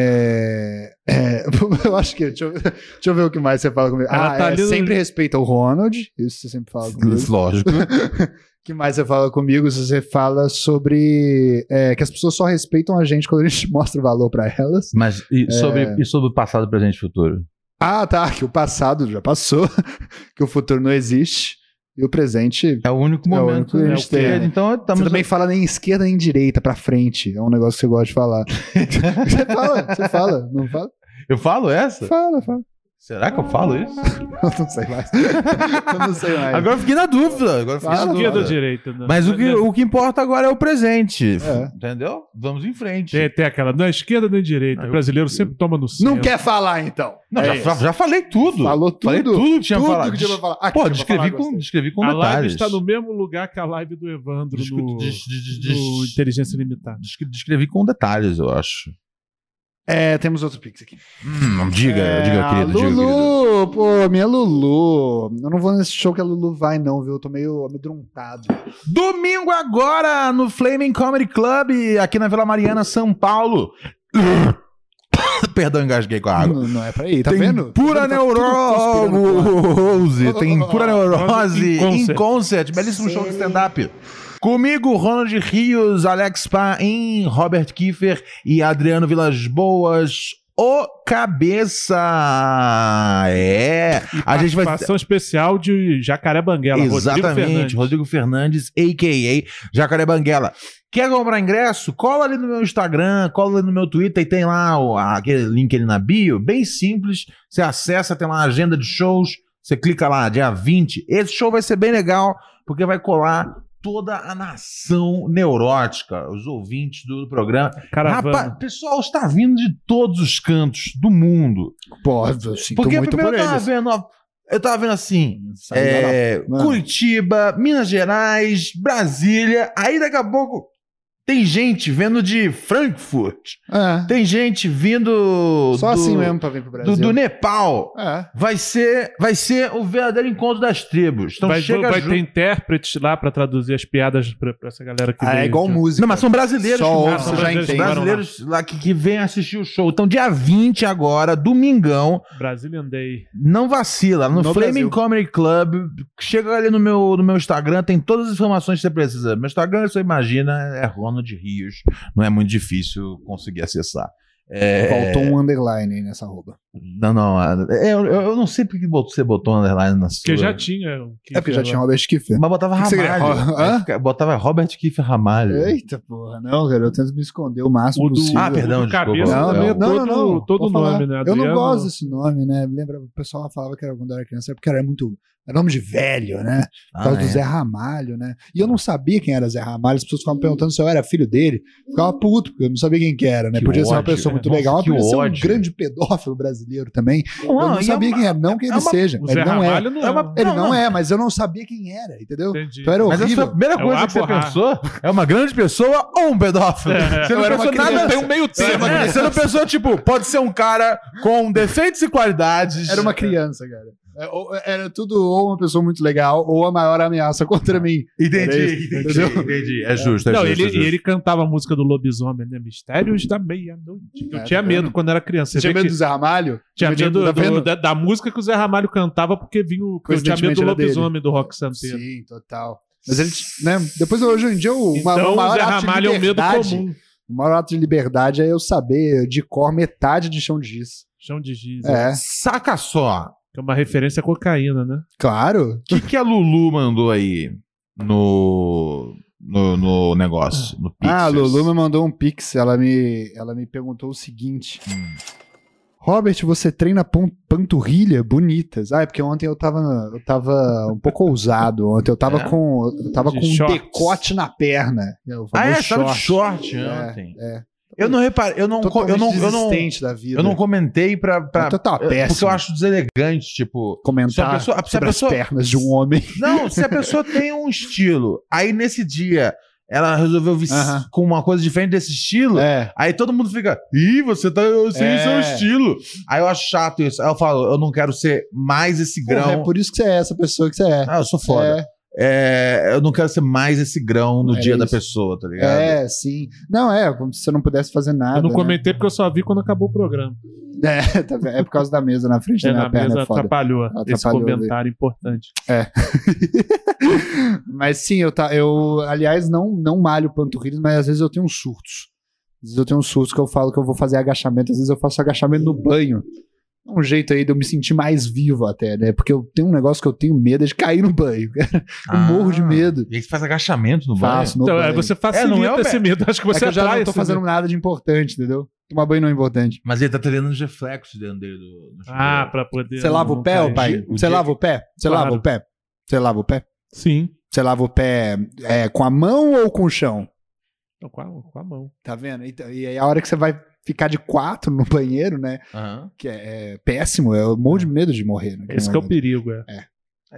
Speaker 4: É, é, eu acho que. Deixa eu, deixa eu ver o que mais você fala comigo.
Speaker 5: Ela
Speaker 4: ah,
Speaker 5: tá
Speaker 4: é,
Speaker 5: ali no-
Speaker 4: sempre respeita o Ronald. Isso você sempre fala comigo.
Speaker 1: Lógico.
Speaker 4: O que mais você fala comigo? Você fala sobre é, que as pessoas só respeitam a gente quando a gente mostra valor pra elas.
Speaker 1: Mas
Speaker 4: É.
Speaker 1: e sobre, e sobre o passado, presente e futuro?
Speaker 4: Ah, tá. Que o passado já passou, que o futuro não existe e o presente.
Speaker 1: É o único
Speaker 4: É o
Speaker 1: momento.
Speaker 4: único que a gente
Speaker 1: que-
Speaker 4: tem, né?
Speaker 1: Então
Speaker 4: Você
Speaker 1: estamos.
Speaker 4: também fala nem esquerda nem direita, pra frente. É um negócio que você gosta de falar. você fala, você fala, não fala?
Speaker 1: Eu falo essa?
Speaker 4: Fala, fala.
Speaker 1: Será que eu falo isso?
Speaker 4: Eu não sei mais. Eu não sei mais.
Speaker 1: Agora eu fiquei na dúvida. Agora eu fiquei na
Speaker 4: É. Fala,
Speaker 5: Esquerda
Speaker 1: dúvida.
Speaker 5: ou direita? né? não.
Speaker 1: Mas o que, o que importa agora é o presente.
Speaker 4: É.
Speaker 1: Entendeu? Vamos em frente.
Speaker 5: Tem, tem aquela, não é esquerda nem direita.
Speaker 1: Não,
Speaker 5: o brasileiro sempre toma no centro.
Speaker 4: Ah, Não quer falar, então.
Speaker 1: Não,
Speaker 4: É
Speaker 1: já,
Speaker 4: isso.
Speaker 1: já- já falei tudo.
Speaker 4: Falou tudo.
Speaker 1: Falei tudo que tinha
Speaker 4: Tudo
Speaker 1: falado.
Speaker 4: que tinha pra falar. Ah,
Speaker 1: Pô,
Speaker 4: que tinha pra
Speaker 1: descrevi
Speaker 4: falar,
Speaker 1: com,
Speaker 4: gostei.
Speaker 1: descrevi com
Speaker 5: A live
Speaker 1: detalhes.
Speaker 5: está no mesmo lugar que a live do Evandro
Speaker 1: Discu-
Speaker 5: no,
Speaker 1: des- des- des-
Speaker 5: no Inteligência Limitada.
Speaker 1: descre- Descrevi com detalhes, eu acho.
Speaker 4: É, temos outro pix aqui.
Speaker 1: Hum, diga,
Speaker 4: É,
Speaker 1: diga,
Speaker 4: a
Speaker 1: querido.
Speaker 4: Lulu,
Speaker 1: Diga, querido.
Speaker 4: pô, minha Lulu. Eu não vou nesse show que a Lulu vai, não, viu? Eu tô meio amedrontado.
Speaker 1: Domingo agora no Flaming Comedy Club, aqui na Vila Mariana, São Paulo. Perdão, engasguei com a água.
Speaker 4: Não, não é pra ir, tá
Speaker 1: Ah, tem
Speaker 4: vendo?
Speaker 1: Pura
Speaker 4: Tá vendo? Tá tudo conspirando pro ar.
Speaker 1: neurose, tem pura neurose
Speaker 5: Em concert.
Speaker 1: em concert, belíssimo show de stand-up. Comigo, Ronald Rios, Alex Paim, Robert Kiefer e Adriano Vilas Boas. O cabeça! É! A gente vai
Speaker 5: Participação especial de Jacaré Banguela.
Speaker 1: Exatamente, Rodrigo Fernandes, a.k.a. Jacaré Banguela. Quer comprar ingresso? Cola ali no meu Instagram, cola ali no meu Twitter e tem lá o- aquele link ali na bio, bem simples. Você acessa, tem lá a agenda de shows, você clica lá, dia 20. Esse show vai ser bem legal, porque vai colar toda a nação neurótica, os ouvintes do programa.
Speaker 5: Caravana.
Speaker 1: Rapaz, pessoal está vindo de todos os cantos do mundo.
Speaker 4: Pô, eu sinto
Speaker 1: Porque
Speaker 4: muito
Speaker 1: primeiro
Speaker 4: por
Speaker 1: eu tava
Speaker 4: eles.
Speaker 1: vendo, ó, eu tava vendo assim,
Speaker 4: Sabe,
Speaker 1: é,
Speaker 4: Mano.
Speaker 1: Curitiba, Minas Gerais, Brasília. Aí daqui a pouco tem gente vindo de Frankfurt.
Speaker 4: lá. É,
Speaker 1: Tem gente vindo
Speaker 4: Só
Speaker 1: do,
Speaker 4: assim mesmo pra vir pro
Speaker 1: do,
Speaker 4: Brasil.
Speaker 1: do Nepal.
Speaker 4: É.
Speaker 1: Vai ser, vai ser o verdadeiro encontro das tribos. Então
Speaker 5: vai
Speaker 1: chega
Speaker 5: vai
Speaker 1: junto.
Speaker 5: ter intérpretes lá pra traduzir as piadas pra, pra essa galera que
Speaker 4: Ah,
Speaker 5: veio
Speaker 4: é igual
Speaker 5: de-
Speaker 4: música.
Speaker 1: Não, mas são brasileiros
Speaker 4: Só
Speaker 1: que
Speaker 5: ouço,
Speaker 1: moram,
Speaker 5: já
Speaker 1: são
Speaker 5: entendo.
Speaker 1: brasileiros lá que, que vêm assistir o show. Então, dia 20 agora, domingão,
Speaker 5: Brazilian Day.
Speaker 1: Não vacila, no,
Speaker 4: No
Speaker 1: Flaming
Speaker 4: Brasil.
Speaker 1: Comedy Club. Chega ali no meu, no meu Instagram, tem todas as informações que você precisa. Meu Instagram, você imagina, é Ronald zona de rios, não é muito difícil conseguir acessar. É,
Speaker 4: Faltou um underline aí nessa arroba.
Speaker 1: Não, não. a- é, Eu, eu não sei porque botou- você botou um underline na sua.
Speaker 5: Porque já tinha. o que
Speaker 4: É porque já
Speaker 5: que
Speaker 4: tinha Robert Kiefer.
Speaker 1: Mas botava
Speaker 4: Que que você queria?
Speaker 1: Ramalho.
Speaker 4: Ro- hã?
Speaker 1: Fica- Botava Robert Kiefer Ramalho.
Speaker 4: Eita porra, não, cara, eu tento me esconder o máximo
Speaker 5: O do-
Speaker 4: possível.
Speaker 1: Ah, perdão,
Speaker 5: o do
Speaker 1: desculpa.
Speaker 5: cabeça
Speaker 1: Não,
Speaker 5: também é
Speaker 1: não,
Speaker 5: todo, todo
Speaker 4: vou falar.
Speaker 5: nome, né?
Speaker 4: Eu não
Speaker 5: Adriano?
Speaker 4: gosto desse nome, né? Lembra, o pessoal falava que era quando eu era criança, porque era muito. Era nome de velho, né? Por
Speaker 1: Ah,
Speaker 4: causa do
Speaker 1: é.
Speaker 4: Zé Ramalho, né? E eu não sabia quem era Zé Ramalho, as pessoas ficavam perguntando se eu era filho dele. Ficava puto, porque eu não sabia quem que era, né?
Speaker 1: Que
Speaker 4: podia ser uma
Speaker 1: ódio,
Speaker 4: pessoa
Speaker 1: né?
Speaker 4: muito
Speaker 1: Nossa,
Speaker 4: legal, mas
Speaker 1: que
Speaker 4: podia ser
Speaker 1: ódio.
Speaker 4: um grande pedófilo brasileiro também.
Speaker 1: Não,
Speaker 4: eu não
Speaker 1: e é
Speaker 4: sabia
Speaker 1: uma-
Speaker 4: quem era, não que
Speaker 1: é
Speaker 4: ele
Speaker 1: uma-
Speaker 4: seja.
Speaker 5: O
Speaker 4: Ele
Speaker 5: Zé
Speaker 4: não é.
Speaker 5: Ramalho não
Speaker 1: É
Speaker 5: é.
Speaker 1: uma-
Speaker 5: não.
Speaker 4: Ele
Speaker 1: Não,
Speaker 4: não,
Speaker 1: não.
Speaker 4: é, mas eu não sabia quem era, entendeu?
Speaker 5: Entendi.
Speaker 4: Então era
Speaker 1: Mas essa foi a
Speaker 4: horrível.
Speaker 1: primeira
Speaker 5: É o
Speaker 1: coisa que você
Speaker 5: aborrar.
Speaker 1: pensou? É uma grande pessoa ou um pedófilo?
Speaker 5: É.
Speaker 1: Você
Speaker 4: Eu
Speaker 1: não
Speaker 4: era
Speaker 1: pensou
Speaker 4: uma criança.
Speaker 1: nada.
Speaker 4: Tem
Speaker 1: um meio
Speaker 4: termo
Speaker 1: Você,
Speaker 4: aqui.
Speaker 1: não pensou, tipo, pode ser um cara com defeitos e qualidades.
Speaker 4: Era uma criança, cara. É, ou- Era tudo ou uma pessoa muito legal, ou a maior ameaça
Speaker 5: É.
Speaker 4: contra mim. Era isso,
Speaker 1: Entendi, entendi,
Speaker 4: entendeu?
Speaker 1: entendi. É justo, é
Speaker 5: Não,
Speaker 1: justo.
Speaker 5: ele,
Speaker 1: é justo.
Speaker 5: e ele cantava a música do lobisomem, né? Mistérios da meia-noite. Eu
Speaker 4: É,
Speaker 5: tinha
Speaker 4: tá
Speaker 5: medo
Speaker 4: vendo?
Speaker 5: quando era criança.
Speaker 4: Você
Speaker 5: Você
Speaker 4: tinha
Speaker 5: vê
Speaker 4: medo
Speaker 5: que-
Speaker 4: do Zé Ramalho?
Speaker 5: tinha
Speaker 4: Tinha
Speaker 5: medo
Speaker 4: medo- tá
Speaker 5: do-
Speaker 4: vendo?
Speaker 5: da, da música que o Zé Ramalho cantava porque vinha o. porque Eu tinha medo do
Speaker 4: Coincidentemente era dele.
Speaker 5: lobisomem do rock santeiro.
Speaker 4: Sim, total. Mas ele, né? Depois hoje em dia, o ma-
Speaker 5: Então
Speaker 4: o
Speaker 5: o
Speaker 4: maior
Speaker 5: Zé
Speaker 4: ato de
Speaker 5: Ramalho é um medo
Speaker 4: liberdade-
Speaker 5: comum.
Speaker 4: O maior ato de liberdade é eu saber de cor metade de chão de giz.
Speaker 5: Chão de giz. né?
Speaker 4: É,
Speaker 1: Saca só.
Speaker 5: Que é uma referência à cocaína, né?
Speaker 1: O
Speaker 4: claro.
Speaker 1: que, que a Lulu mandou aí no, no, no negócio? No Pixels?
Speaker 4: Ah, a Lulu me mandou um pix. Ela me, ela me perguntou o seguinte:
Speaker 1: Hum.
Speaker 4: Robert, você treina pon- panturrilha bonitas? Ah, é porque ontem eu tava, eu tava um pouco ousado. Ontem eu tava
Speaker 1: É?
Speaker 4: com, eu tava
Speaker 5: De
Speaker 4: com um
Speaker 5: shorts.
Speaker 4: decote na perna. É, o
Speaker 1: Ah, é?
Speaker 4: famoso
Speaker 1: Tava de
Speaker 4: short.
Speaker 1: short
Speaker 4: É,
Speaker 1: ontem.
Speaker 4: é.
Speaker 1: Eu não reparei, eu não, co- eu
Speaker 4: Totalmente
Speaker 1: não, eu não,
Speaker 4: desistente da vida.
Speaker 1: eu não comentei pra. pra
Speaker 4: É total,
Speaker 1: eu- porque eu
Speaker 4: péssimo.
Speaker 1: acho deselegante, tipo. Se a
Speaker 4: comentar
Speaker 1: pessoa- se a
Speaker 4: sobre
Speaker 1: pessoa-
Speaker 4: as pernas de um homem.
Speaker 1: Não, se a pessoa tem um estilo, aí nesse dia ela resolveu vir
Speaker 4: Aham.
Speaker 1: com uma coisa diferente desse estilo.
Speaker 4: É.
Speaker 1: Aí todo mundo fica, ih, você tá sem
Speaker 4: É.
Speaker 1: seu estilo. Aí eu acho chato isso. Aí eu falo, eu não quero ser mais esse grão.
Speaker 4: Porra, é por isso que você é essa pessoa que você é.
Speaker 1: Ah, eu sou foda.
Speaker 4: É.
Speaker 1: É, eu não quero ser mais esse grão no
Speaker 4: Era
Speaker 1: dia da
Speaker 4: isso.
Speaker 1: pessoa, tá ligado?
Speaker 4: É, sim. Não, é, como se você não pudesse fazer nada.
Speaker 5: eu não
Speaker 4: né?
Speaker 5: comentei porque eu só vi quando acabou o programa.
Speaker 4: É, tá vendo? É por causa da mesa na frente,
Speaker 5: É,
Speaker 4: né?
Speaker 5: na
Speaker 4: a perna
Speaker 5: mesa
Speaker 4: é foda.
Speaker 5: atrapalhou, esse
Speaker 4: Atrapalhou,
Speaker 5: comentário importante.
Speaker 4: Mas sim, eu, tá, eu aliás, não, não malho panturrilhas, mas às vezes eu tenho uns surtos. Às vezes eu tenho uns surtos que eu falo que eu vou fazer agachamento, às vezes eu faço agachamento no banho. É Um jeito aí de eu me sentir mais vivo até, né? Porque eu tenho um negócio que eu tenho medo é de cair no banho. cara. Eu morro de medo.
Speaker 1: E aí você faz agachamento Ah. no banho.
Speaker 4: Faço no
Speaker 5: Então,
Speaker 4: banho.
Speaker 5: é, você facilita
Speaker 1: não é o
Speaker 5: esse
Speaker 1: pé.
Speaker 5: medo. Acho que
Speaker 4: é
Speaker 5: você
Speaker 4: que eu já
Speaker 5: atrai
Speaker 4: não tô
Speaker 5: esse
Speaker 4: fazendo
Speaker 5: medo.
Speaker 4: nada de importante, entendeu? Tomar banho não é importante.
Speaker 1: Mas ele tá treinando os reflexos dentro dele. Do, do
Speaker 5: Ah,
Speaker 1: chuveiro.
Speaker 5: pra poder.
Speaker 4: um- Você lava o
Speaker 5: não
Speaker 4: pé,
Speaker 5: cair.
Speaker 4: ô pai?
Speaker 1: O
Speaker 4: Você
Speaker 1: dia-
Speaker 4: lava o pé? Você
Speaker 5: Claro.
Speaker 4: lava o pé? Você lava o pé?
Speaker 5: Sim.
Speaker 4: Você lava o pé é, com a mão ou com o chão?
Speaker 5: Então, Com a, com a mão.
Speaker 4: Tá vendo? Então, e aí a hora que você vai ficar de quatro no banheiro, né?
Speaker 1: Aham.
Speaker 4: Que é, é péssimo, é um monte de medo de morrer. Né?
Speaker 5: Esse que é o perigo, é.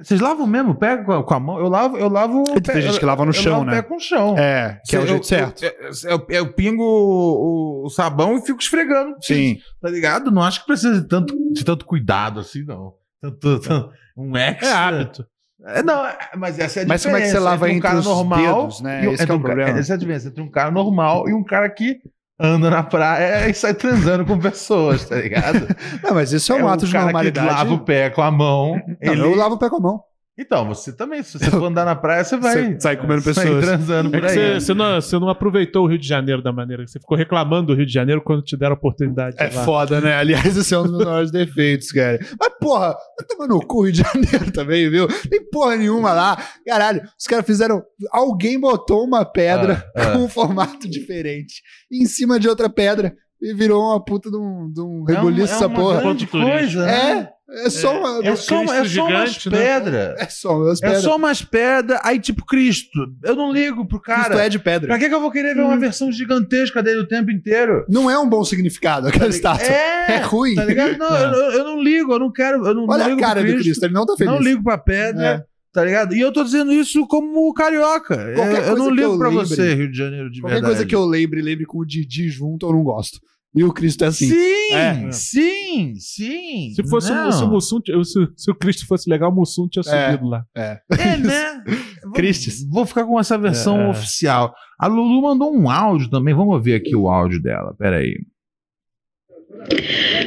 Speaker 1: Vocês lavam mesmo o pé com a, com a mão? Eu lavo, eu lavo. o pé-
Speaker 4: Tem gente que lava no
Speaker 1: eu- eu
Speaker 4: chão,
Speaker 1: lavo o
Speaker 4: né?
Speaker 1: pé com o chão.
Speaker 4: É, que é o
Speaker 1: Eu-
Speaker 4: jeito
Speaker 1: eu- é,
Speaker 4: certo.
Speaker 1: Eu, eu- eu pingo o, o- o sabão e fico esfregando.
Speaker 4: Sim.
Speaker 1: Tá ligado? Não acho que precisa de tanto, de tanto cuidado assim, não. Tanto, tanto- um
Speaker 5: É
Speaker 1: extra.
Speaker 5: hábito.
Speaker 1: É, não, é- mas essa é a
Speaker 4: Mas
Speaker 1: diferença.
Speaker 4: como é que você lava
Speaker 1: entre
Speaker 4: entre os dedos, né?
Speaker 1: e um-
Speaker 4: Esse que
Speaker 1: entre
Speaker 4: é o
Speaker 1: um ca-
Speaker 4: problema.
Speaker 1: Essa é a diferença entre um cara normal e um cara que anda na praia é, e sai transando com pessoas, tá ligado?
Speaker 4: Não, mas isso é um
Speaker 1: o
Speaker 4: ato de
Speaker 1: cara
Speaker 4: normalidade.
Speaker 1: que lava o pé com a mão.
Speaker 4: Não,
Speaker 1: ele-
Speaker 4: Eu lavo o pé com a mão.
Speaker 1: Então, você também. Se você for andar na praia, você vai.
Speaker 4: Você sai comendo
Speaker 1: sai
Speaker 4: pessoas.
Speaker 1: transando por
Speaker 5: É que
Speaker 1: aí.
Speaker 5: você, você não, você não aproveitou o Rio de Janeiro da maneira que você ficou reclamando do Rio de Janeiro quando te deram a oportunidade. de
Speaker 4: É
Speaker 5: ir lá.
Speaker 4: foda, né? Aliás, esse é um dos meus maiores defeitos, cara. Mas, porra, vai tomar no cu Rio de Janeiro também, viu? Tem porra nenhuma lá. Caralho, os caras fizeram. Alguém botou uma pedra
Speaker 1: Ah, ah.
Speaker 4: com um formato diferente em cima de outra pedra e virou uma puta de um, de
Speaker 1: É
Speaker 4: um rebuliço essa porra.
Speaker 1: grande
Speaker 5: Ponto turístico.
Speaker 1: coisa, né?
Speaker 4: É, é só uma.
Speaker 1: É só, é
Speaker 5: Cristo
Speaker 1: só umas
Speaker 5: gigante, né?
Speaker 1: pedras.
Speaker 4: É só uma
Speaker 1: É
Speaker 4: pedra.
Speaker 1: só umas pedras. Aí, tipo, Cristo. Eu não ligo pro
Speaker 4: Cristo
Speaker 1: cara.
Speaker 4: é Hum. de pedra.
Speaker 1: Pra que, que eu vou querer ver uma versão gigantesca dele o tempo inteiro?
Speaker 4: Não é um bom significado aquela estátua. É,
Speaker 1: Tá É,
Speaker 4: ruim. É.
Speaker 1: tá ligado? Não, eu, eu- eu não ligo, eu não quero, eu não
Speaker 4: Olha
Speaker 1: ligo
Speaker 4: a cara
Speaker 1: pro
Speaker 4: do Cristo, ele não tá feliz.
Speaker 1: não ligo pra pedra,
Speaker 4: É.
Speaker 1: tá ligado? E eu tô dizendo isso como carioca. Eu-
Speaker 4: Qualquer
Speaker 1: eu,
Speaker 4: coisa
Speaker 1: não
Speaker 4: que
Speaker 1: ligo
Speaker 4: eu
Speaker 1: pra
Speaker 4: lembre.
Speaker 1: você, Rio de Janeiro, de
Speaker 4: Qualquer
Speaker 1: verdade.
Speaker 4: coisa que eu lembre, lembre com o Didi junto, eu não gosto. E o Cristo é assim.
Speaker 1: Sim,
Speaker 5: É.
Speaker 1: sim, sim.
Speaker 5: Se fosse
Speaker 1: Não.
Speaker 5: um, se o Mussum, t- se, se o Cristo fosse legal, o Mussum tinha
Speaker 4: É.
Speaker 5: subido lá.
Speaker 1: É, né? Vou-
Speaker 4: Cristes.
Speaker 1: Vou ficar com essa versão
Speaker 5: É.
Speaker 1: oficial. A Lulu mandou um áudio também. Vamos ouvir aqui o áudio dela. Peraí.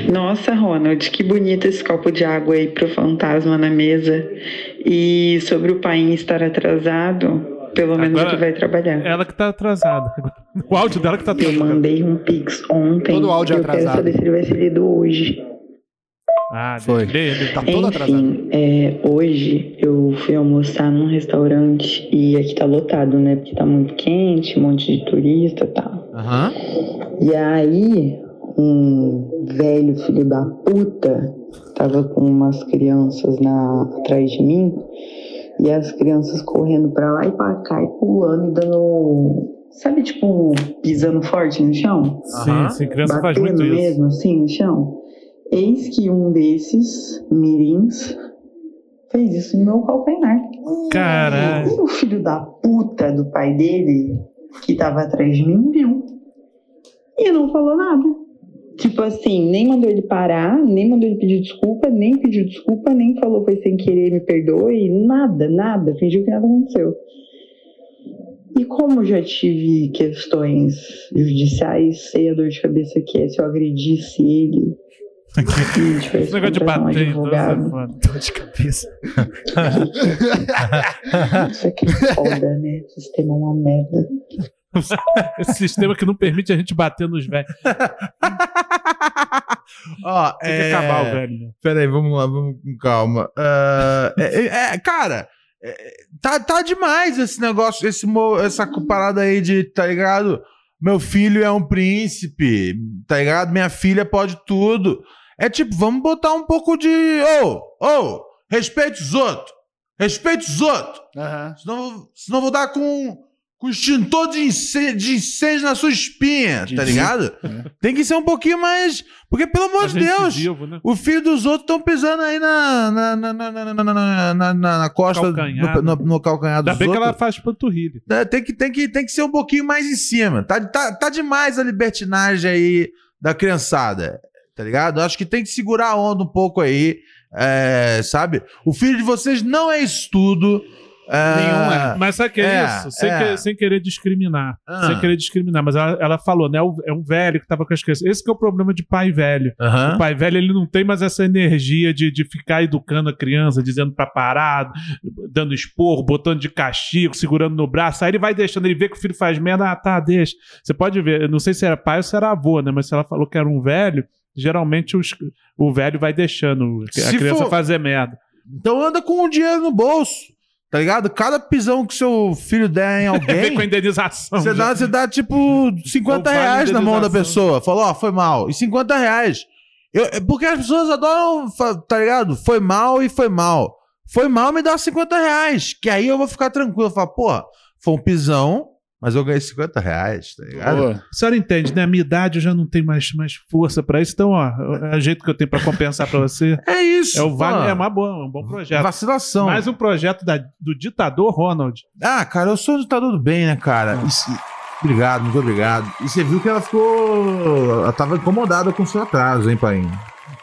Speaker 6: É. Nossa, Ronald, que bonito esse copo de água aí pro fantasma na mesa. E sobre o pai estar atrasado, pelo menos
Speaker 5: Agora-
Speaker 4: é
Speaker 6: ele vai trabalhar.
Speaker 5: Ela que tá atrasada. O áudio dela que tá
Speaker 6: Eu
Speaker 5: tocando.
Speaker 6: mandei um pix ontem.
Speaker 4: Todo áudio
Speaker 6: e eu quero
Speaker 4: atrasado.
Speaker 6: saber se ele vai ser lido hoje.
Speaker 5: Ah,
Speaker 4: Foi.
Speaker 5: Lê, lê.
Speaker 4: Tá todo atrasado.
Speaker 6: Enfim, é, hoje eu fui almoçar num restaurante e aqui tá lotado, né? Porque tá muito quente, um monte de turista e tal.
Speaker 1: Aham.
Speaker 6: E aí, um velho filho da puta tava com umas crianças na, atrás de mim e as crianças correndo pra lá e pra cá e pulando e dando. Sabe, tipo, pisando forte no chão?
Speaker 5: Sim, sim, criança faz
Speaker 6: batendo
Speaker 5: muito isso.
Speaker 6: mesmo, assim, no chão. Eis que um desses mirins fez isso no meu calcanhar.
Speaker 5: Caralho.
Speaker 6: E o filho da puta do pai dele, que tava atrás de mim, viu. E não falou nada. Tipo assim, nem mandou ele parar, nem mandou ele pedir desculpa, nem pediu desculpa, nem falou foi sem querer, me perdoe, nada, nada, fingiu que nada aconteceu. E como já tive questões judiciais, sei a dor de cabeça que é se eu agredisse ele. e tivesse
Speaker 5: Esse negócio
Speaker 6: que
Speaker 5: de
Speaker 6: contratar um
Speaker 5: bater, então,
Speaker 6: advogado.
Speaker 5: é foda.
Speaker 4: Dor de cabeça.
Speaker 6: Isso aqui é foda, né? O sistema é uma merda.
Speaker 5: Esse sistema que não permite a gente bater nos velhos.
Speaker 1: Ó,
Speaker 5: Tem
Speaker 1: é...
Speaker 5: que acabar o velho, né?
Speaker 1: Peraí, vamos lá, vamos com calma. Ah, é, é, é, cara, é, tá, tá demais esse negócio, esse, mo- essa co- parada aí de, tá ligado? Meu filho é um príncipe, tá ligado? Minha filha pode tudo. É tipo, vamos botar um pouco de. Ô, ô, respeite os outros! Respeite os outros!
Speaker 4: Aham.
Speaker 1: Senão, vou- senão vou dar com, com extintor de incê- de incêndio, na sua espinha, tá
Speaker 4: De-
Speaker 1: ligado?
Speaker 4: É.
Speaker 1: Tem que ser um pouquinho mais. Porque, pelo amor
Speaker 5: A
Speaker 1: de
Speaker 5: gente
Speaker 1: Deus,
Speaker 5: vivo, né?
Speaker 1: o filho dos outros estão pisando aí na, na, na, na, na, na, na- na- na- na costa,
Speaker 5: Calcanhar, né?
Speaker 1: no, no- no calcanhar
Speaker 5: Ainda
Speaker 1: dos
Speaker 5: bem que ela
Speaker 1: outros.
Speaker 5: faz panturrilha.
Speaker 1: É, Tem, que, tem, que, tem que ser um pouquinho mais em cima. Tá, tá, tá demais a libertinagem aí da criançada, tá ligado? Acho que tem que segurar a onda um pouco aí, é, sabe? O filho de vocês não é estudo. É,
Speaker 5: Nenhuma. Mas sabe o que é,
Speaker 1: é,
Speaker 5: isso? Sem,
Speaker 1: é.
Speaker 5: que- sem querer discriminar.
Speaker 1: Ah.
Speaker 5: Sem querer discriminar. Mas ela, ela falou, né? o- É um velho que tava com as crianças. Esse que é o problema de pai velho.
Speaker 1: Aham.
Speaker 5: O pai velho, ele não tem mais essa energia de, de ficar educando a criança, dizendo pra parar, dando esporro, botando de castigo, segurando no braço. Aí ele vai deixando, ele vê que o filho faz merda, ah, tá, deixa. Você pode ver, eu não sei se era pai ou se era avô, né? Mas se ela falou que era um velho, geralmente os- o velho vai deixando a
Speaker 1: Se
Speaker 5: criança
Speaker 1: for-
Speaker 5: fazer merda.
Speaker 1: Então anda com o dinheiro no bolso, tá ligado? Cada pisão que seu filho der em
Speaker 5: Vem
Speaker 1: alguém.
Speaker 5: com a indenização.
Speaker 1: Você
Speaker 5: já.
Speaker 1: dá, você dá tipo 50
Speaker 5: É o vale
Speaker 1: reais na mão da
Speaker 5: indenização.
Speaker 1: pessoa. Falou, ó, foi mal. E 50 reais. Eu- é porque as pessoas adoram, fa- tá ligado? Foi mal e foi mal. Foi mal, me dá 50 reais. Que aí eu vou ficar tranquilo. Eu falo, pô, foi um pisão, mas eu ganhei 50 reais, tá ligado?
Speaker 4: Boa.
Speaker 5: A senhora entende, né? A minha idade eu já não tenho mais, mais força pra isso. Então, ó, é o jeito que eu tenho pra compensar pra você.
Speaker 1: É isso.
Speaker 5: É o
Speaker 1: pô.
Speaker 5: Vale, é uma boa, é um bom projeto.
Speaker 1: Vacilação.
Speaker 5: Mais um projeto da- do ditador Ronald.
Speaker 1: Ah, cara, eu sou um ditador do bem, né, cara? Isso- Obrigado, muito obrigado. E você viu que ela ficou. Ela tava incomodada com o seu atraso, hein, pai?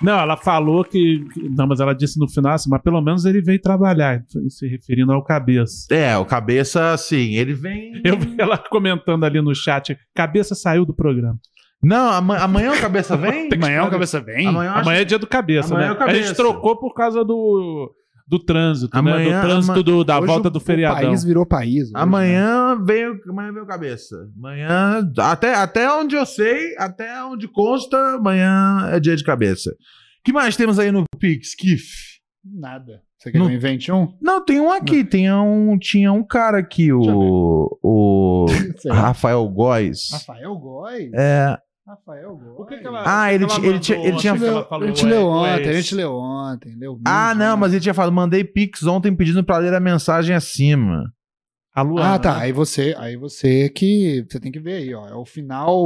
Speaker 5: Não, ela falou que. que- Não, mas ela disse no final assim, mas pelo menos ele veio trabalhar, então, se referindo ao cabeça.
Speaker 1: É, o cabeça, assim, ele vem.
Speaker 5: Eu vi ela comentando ali no chat: cabeça saiu do programa.
Speaker 1: Não, ama- amanhã o cabeça vem?
Speaker 5: é
Speaker 4: Amanhã o cabeça vem?
Speaker 1: Amanhã, eu acho-
Speaker 5: Amanhã é dia do cabeça,
Speaker 1: Amanhã
Speaker 5: né?
Speaker 1: é o cabeça.
Speaker 5: A gente trocou por causa do, do trânsito, né?
Speaker 1: Amanhã-
Speaker 5: Do trânsito
Speaker 1: ama-
Speaker 5: do- da
Speaker 4: Hoje
Speaker 5: volta
Speaker 4: o-
Speaker 5: do feriadão.
Speaker 4: O país virou país. hoje, né?
Speaker 1: amanhã vem, o- amanhã vem o cabeça. Amanhã, até, até onde eu sei, até onde consta, amanhã é dia de cabeça. que mais temos aí no Pix, Kif?
Speaker 4: Nada. Você quer
Speaker 1: Não-
Speaker 4: que eu invente um?
Speaker 1: Não, tem um aqui, tem um, tinha um cara aqui, o, o
Speaker 4: Sei lá.
Speaker 1: Rafael Góes.
Speaker 4: Rafael Góes?
Speaker 1: Ah. É,
Speaker 4: Rafael Góes.
Speaker 5: O que que ela-
Speaker 1: Ah,
Speaker 5: o que
Speaker 1: ele
Speaker 5: que ela
Speaker 1: ti- ele ti-
Speaker 5: mandou
Speaker 1: ele tinha-
Speaker 4: A
Speaker 5: ontem
Speaker 4: gente leu- a gente
Speaker 5: que ela falou, ué,
Speaker 4: leu
Speaker 5: ué,
Speaker 4: ontem, a
Speaker 5: esse-
Speaker 4: gente leu ontem, leu muito,
Speaker 1: Ah, não,
Speaker 4: né?
Speaker 1: mas ele tinha falado, mandei Pix ontem pedindo pra ler a mensagem acima.
Speaker 5: A Luana,
Speaker 4: Ah, tá.
Speaker 5: né?
Speaker 4: Aí você, aí você que. Você tem que ver aí, ó. É o final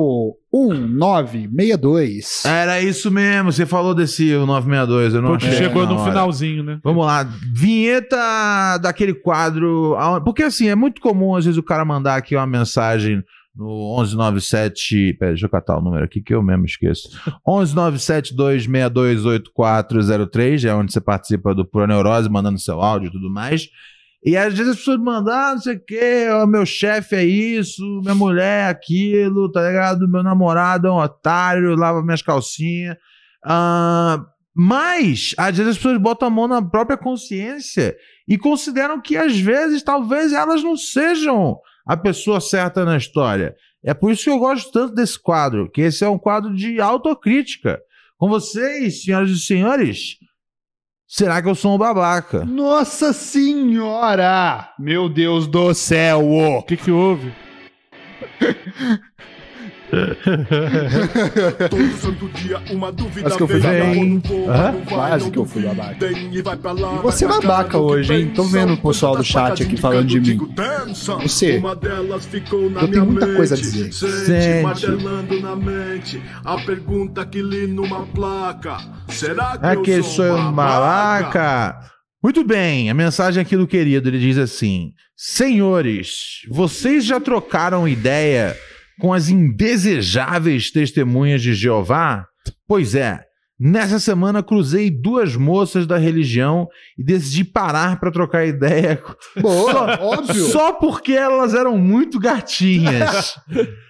Speaker 4: 1962.
Speaker 1: Era isso mesmo, você falou desse o 962, eu não
Speaker 5: Pô,
Speaker 1: achei.
Speaker 5: chegou
Speaker 1: na
Speaker 5: no
Speaker 1: hora.
Speaker 5: finalzinho, né?
Speaker 1: Vamos lá, vinheta daquele quadro. aonde- Porque assim, é muito comum às vezes o cara mandar aqui uma mensagem no 1197. Pera, deixa eu catar o número aqui que eu mesmo esqueço. 11972628403 é onde você participa do Pura Neurose, mandando seu áudio e tudo mais. E às vezes as pessoas mandam, ah, não sei o quê, ó, meu chefe é isso, minha mulher é aquilo, tá ligado? Meu namorado é um otário, lava minhas calcinhas. Ah, mas, às vezes, as pessoas botam a mão na própria consciência e consideram que, às vezes, talvez elas não sejam a pessoa certa na história. É por isso que eu gosto tanto desse quadro, que esse é um quadro de autocrítica. Com vocês, senhoras e senhores, será que eu sou um babaca?
Speaker 4: Nossa senhora! Meu Deus do céu!
Speaker 5: O que que houve?
Speaker 2: Todo santo dia uma dúvida
Speaker 4: Acho que eu fui
Speaker 2: vem.
Speaker 1: babaca.
Speaker 2: Eu não vou,
Speaker 1: Hã?
Speaker 2: não vai,
Speaker 4: Quase
Speaker 2: não
Speaker 4: que eu fui
Speaker 2: duvidem,
Speaker 4: babaca.
Speaker 2: e vai pra lá,
Speaker 4: E você é
Speaker 2: vai pra
Speaker 4: babaca
Speaker 2: cá, do que
Speaker 4: hoje, hein? Tô
Speaker 2: pensam,
Speaker 4: vendo o pessoal do
Speaker 2: tantas
Speaker 4: chat
Speaker 2: facas
Speaker 4: aqui falando de
Speaker 2: indicando,
Speaker 4: mim.
Speaker 2: digo, dança.
Speaker 4: Você.
Speaker 2: Uma delas ficou na
Speaker 4: Eu tenho
Speaker 2: minha
Speaker 4: muita
Speaker 2: mente.
Speaker 4: coisa a dizer.
Speaker 2: Sente,
Speaker 1: Sente.
Speaker 2: martelando na mente a pergunta que li numa placa. Será que
Speaker 1: É
Speaker 2: eu
Speaker 1: que
Speaker 2: sou
Speaker 1: sou um babaca? Muito bem, a mensagem aqui do querido, ele diz assim: Senhores, vocês já trocaram ideia com as indesejáveis testemunhas de Jeová? Pois é, nessa semana cruzei duas moças da religião e decidi parar para trocar ideia
Speaker 4: Boa, óbvio!
Speaker 1: só porque elas eram muito gatinhas.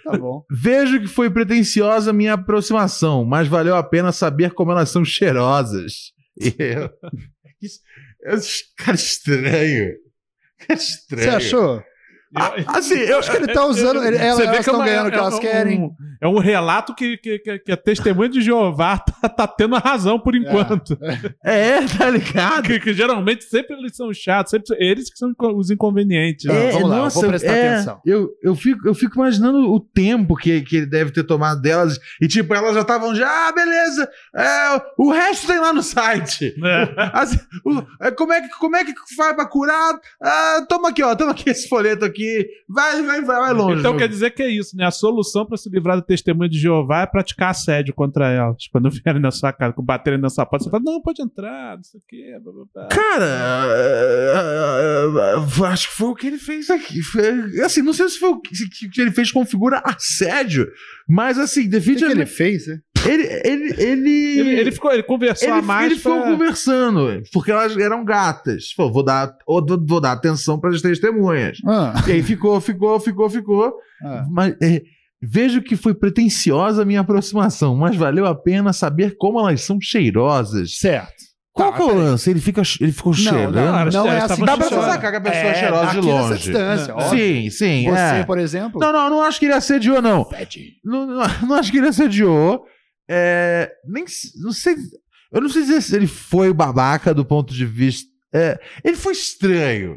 Speaker 4: Tá bom.
Speaker 1: Vejo que foi pretensiosa a minha aproximação, mas valeu a pena saber como elas são cheirosas. Eu. eu cara estranho. Cara
Speaker 4: Você
Speaker 1: estranho.
Speaker 4: achou?
Speaker 5: Eu-
Speaker 1: Ah, Assim, eu.
Speaker 4: Acho que ele tá usando. Ele, ela-
Speaker 5: Você vê
Speaker 4: elas
Speaker 5: que é
Speaker 4: estão
Speaker 5: uma-
Speaker 4: ganhando o que
Speaker 5: é
Speaker 4: elas
Speaker 5: um-
Speaker 4: querem.
Speaker 5: É um relato que, que, que, que a testemunha de Jeová tá, tá tendo a razão por enquanto.
Speaker 1: É, tá ligado?
Speaker 5: Que, que geralmente sempre eles são chatos, sempre são- eles que são inco- os inconvenientes.
Speaker 4: É,
Speaker 5: né?
Speaker 4: vamos lá, eu vou prestar atenção.
Speaker 1: Eu, eu, fico, eu fico imaginando o tempo que, que ele deve ter tomado delas. E, tipo, elas já estavam já, ah, beleza. é, o resto tem lá no site.
Speaker 5: É.
Speaker 1: Assim, o- é, como, é que, como é que faz pra curar? Ah, toma aqui, ó. Toma aqui esse folheto aqui. Vai, vai, vai, vai longe.
Speaker 5: Então
Speaker 1: meu
Speaker 5: quer dizer que é isso, né? A solução pra se livrar da testemunha de Jeová é praticar assédio contra elas. Quando vierem na sua casa, baterem na sua porta, você fala, não, pode entrar, não sei o quê. blá, blá, blá."
Speaker 1: Cara, eh, eh, eh, acho que foi o que ele fez aqui. Foi- Assim, não sei se foi o que, se- que ele fez configura assédio, mas assim,
Speaker 4: O que, que ele
Speaker 1: definitivamente
Speaker 4: fez? né?
Speaker 1: ele ele ele
Speaker 5: Ele, ele ficou, ele conversou a
Speaker 1: ele-
Speaker 5: mais.
Speaker 1: ele ficou
Speaker 5: pra-
Speaker 1: conversando, porque elas eram gatas. Falou, vou dar ou vou vou dar atenção para as testemunhas.
Speaker 4: Ah,
Speaker 1: E aí ficou, ficou, ficou, ficou.
Speaker 4: ah.
Speaker 1: Mas, eh, vejo que foi pretensiosa a minha aproximação, mas valeu a pena saber como elas são cheirosas.
Speaker 4: Certo.
Speaker 1: Qual
Speaker 4: Tá,
Speaker 1: que é o
Speaker 4: peraí.
Speaker 1: lance? Ele fica ele ficou cheirando.
Speaker 4: Não,
Speaker 5: Cara,
Speaker 4: não, não é
Speaker 5: tá
Speaker 4: assim. que
Speaker 5: bom.
Speaker 1: Dá pra você
Speaker 4: funciona.
Speaker 1: sacar que a pessoa é cheirosa de
Speaker 4: daqui dessa
Speaker 1: longe.
Speaker 4: distância,
Speaker 5: Não.
Speaker 4: óbvio.
Speaker 1: Sim, sim.
Speaker 4: Você,
Speaker 1: é.
Speaker 4: por exemplo.
Speaker 1: Não, não, não acho que ele assediou, não. Não, não- não acho que ele assediou. É, nem s- não sei. Eu não sei dizer se ele foi babaca do ponto de vista. é, ele foi estranho.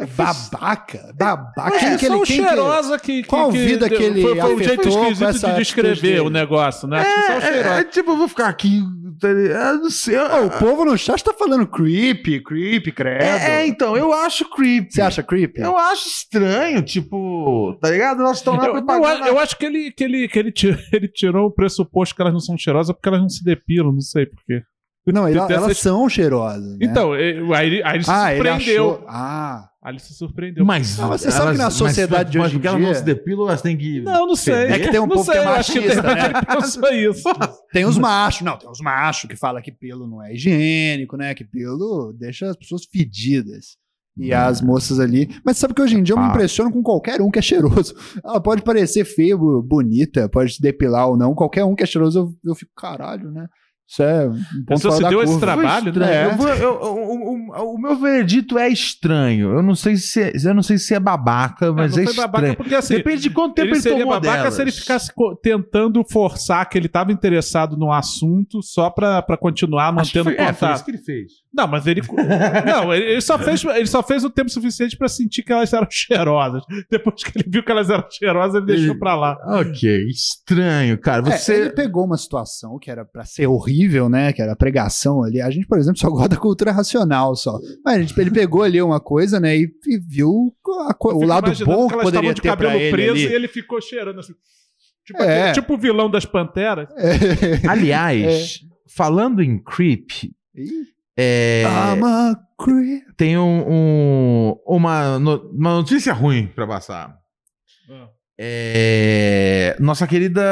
Speaker 1: É
Speaker 4: Babaca? Babaca?
Speaker 5: É,
Speaker 4: Quem que
Speaker 5: só
Speaker 4: ele-
Speaker 5: o
Speaker 4: quem que ele-
Speaker 5: cheirosa que, que-
Speaker 4: Qual
Speaker 5: que-
Speaker 4: vida que ele
Speaker 5: foi, foi um jeito
Speaker 4: afetou com
Speaker 5: esquisito
Speaker 4: essa
Speaker 5: de
Speaker 4: atitude
Speaker 5: descrever
Speaker 4: dele?
Speaker 5: o negócio, né? Acho que
Speaker 1: É,
Speaker 5: só o
Speaker 1: é,
Speaker 5: cheirosa.
Speaker 1: é, tipo, eu vou ficar aqui. tá ligado? Eu não sei. eu-
Speaker 4: Ah, o povo no chat tá falando creepy, creepy, credo.
Speaker 1: é, é, então, eu acho creepy.
Speaker 4: Você acha creepy?
Speaker 1: Eu acho estranho, tipo, tá ligado? Nós
Speaker 4: é
Speaker 1: estamos lá
Speaker 5: Eu, eu
Speaker 1: propagando.
Speaker 5: a- eu acho que, ele, que, ele, que ele, tirou, ele tirou o pressuposto que elas não são cheirosas porque elas não se depilam, não sei porquê.
Speaker 4: Não, ele-
Speaker 1: Então,
Speaker 5: Tem
Speaker 4: elas
Speaker 5: essas-
Speaker 4: são cheirosas. né?
Speaker 5: Então, ele- aí, ele- aí ele se
Speaker 4: ah, ele
Speaker 5: surpreendeu.
Speaker 4: achou. Ah,
Speaker 5: Aí ele se surpreendeu.
Speaker 1: Mas,
Speaker 4: Ah, mas você sabe que na sociedade de hoje em
Speaker 1: porque elas não
Speaker 4: dia-
Speaker 1: se depilam, elas têm que.
Speaker 5: Não, não sei.
Speaker 4: É que tem um
Speaker 5: não
Speaker 4: povo
Speaker 5: sei,
Speaker 4: que é
Speaker 5: eu acho que tem-
Speaker 4: machista, né?
Speaker 5: ele pensou isso.
Speaker 4: tem os machos. Não, tem os machos que falam que pelo não é higiênico, né? Que pelo deixa as pessoas fedidas.
Speaker 5: É.
Speaker 4: E as moças ali. Mas sabe que hoje em dia eu me
Speaker 1: Ah.
Speaker 4: impressiono com qualquer um que é cheiroso. Ela pode parecer feia, bo- bonita, pode se depilar ou não. Qualquer um que é cheiroso, eu, eu fico, caralho, né? Isso é um ponto
Speaker 5: Então
Speaker 4: fora
Speaker 5: se
Speaker 4: da
Speaker 5: deu esse
Speaker 4: curva.
Speaker 1: Foi
Speaker 5: trabalho,
Speaker 1: estranho.
Speaker 5: né?
Speaker 1: Eu vou- eu- eu- eu- o meu veredito é estranho. Eu não sei se é, eu não sei se é babaca, mas é,
Speaker 5: não foi
Speaker 1: estranho.
Speaker 5: babaca porque assim.
Speaker 1: Depende de quanto tempo
Speaker 5: Ele
Speaker 1: ele,
Speaker 5: seria
Speaker 1: tomou
Speaker 5: babaca
Speaker 1: delas.
Speaker 5: se ele ficasse co- tentando forçar que ele estava interessado no assunto só pra pra continuar
Speaker 1: Acho que
Speaker 5: mantendo
Speaker 1: foi- é, foi
Speaker 5: contato.
Speaker 1: isso que ele fez.
Speaker 5: Não, mas ele. não, ele ele só, fez, ele só fez o tempo suficiente pra sentir que elas eram cheirosas. Depois que ele viu que elas eram cheirosas, ele deixou
Speaker 1: Ele-
Speaker 5: pra lá.
Speaker 1: Ok, estranho, cara.
Speaker 4: É,
Speaker 1: Você
Speaker 4: ele pegou uma situação que era pra ser horrível, né? Que era a pregação ali. A gente, por exemplo, só gosta da cultura racional só. Mas a gente- ele pegou ali uma coisa, né? E, e viu a co-
Speaker 5: Eu
Speaker 4: o
Speaker 5: fico
Speaker 4: lado
Speaker 5: imaginando
Speaker 4: bom
Speaker 5: que
Speaker 4: que
Speaker 5: elas
Speaker 4: poderia
Speaker 5: estavam de
Speaker 4: ter pra
Speaker 5: cabelo
Speaker 4: ele
Speaker 5: preso
Speaker 4: ali.
Speaker 5: e ele ficou cheirando assim. Tipo,
Speaker 4: É.
Speaker 5: aquele- tipo o vilão das panteras.
Speaker 1: Aliás,
Speaker 5: É.
Speaker 1: falando em creep,
Speaker 4: Ih, tá
Speaker 1: é,
Speaker 5: Ah,
Speaker 4: I'm a creep.
Speaker 1: tem um, um- uma, no- uma notícia ruim pra passar. Ah, É, nossa querida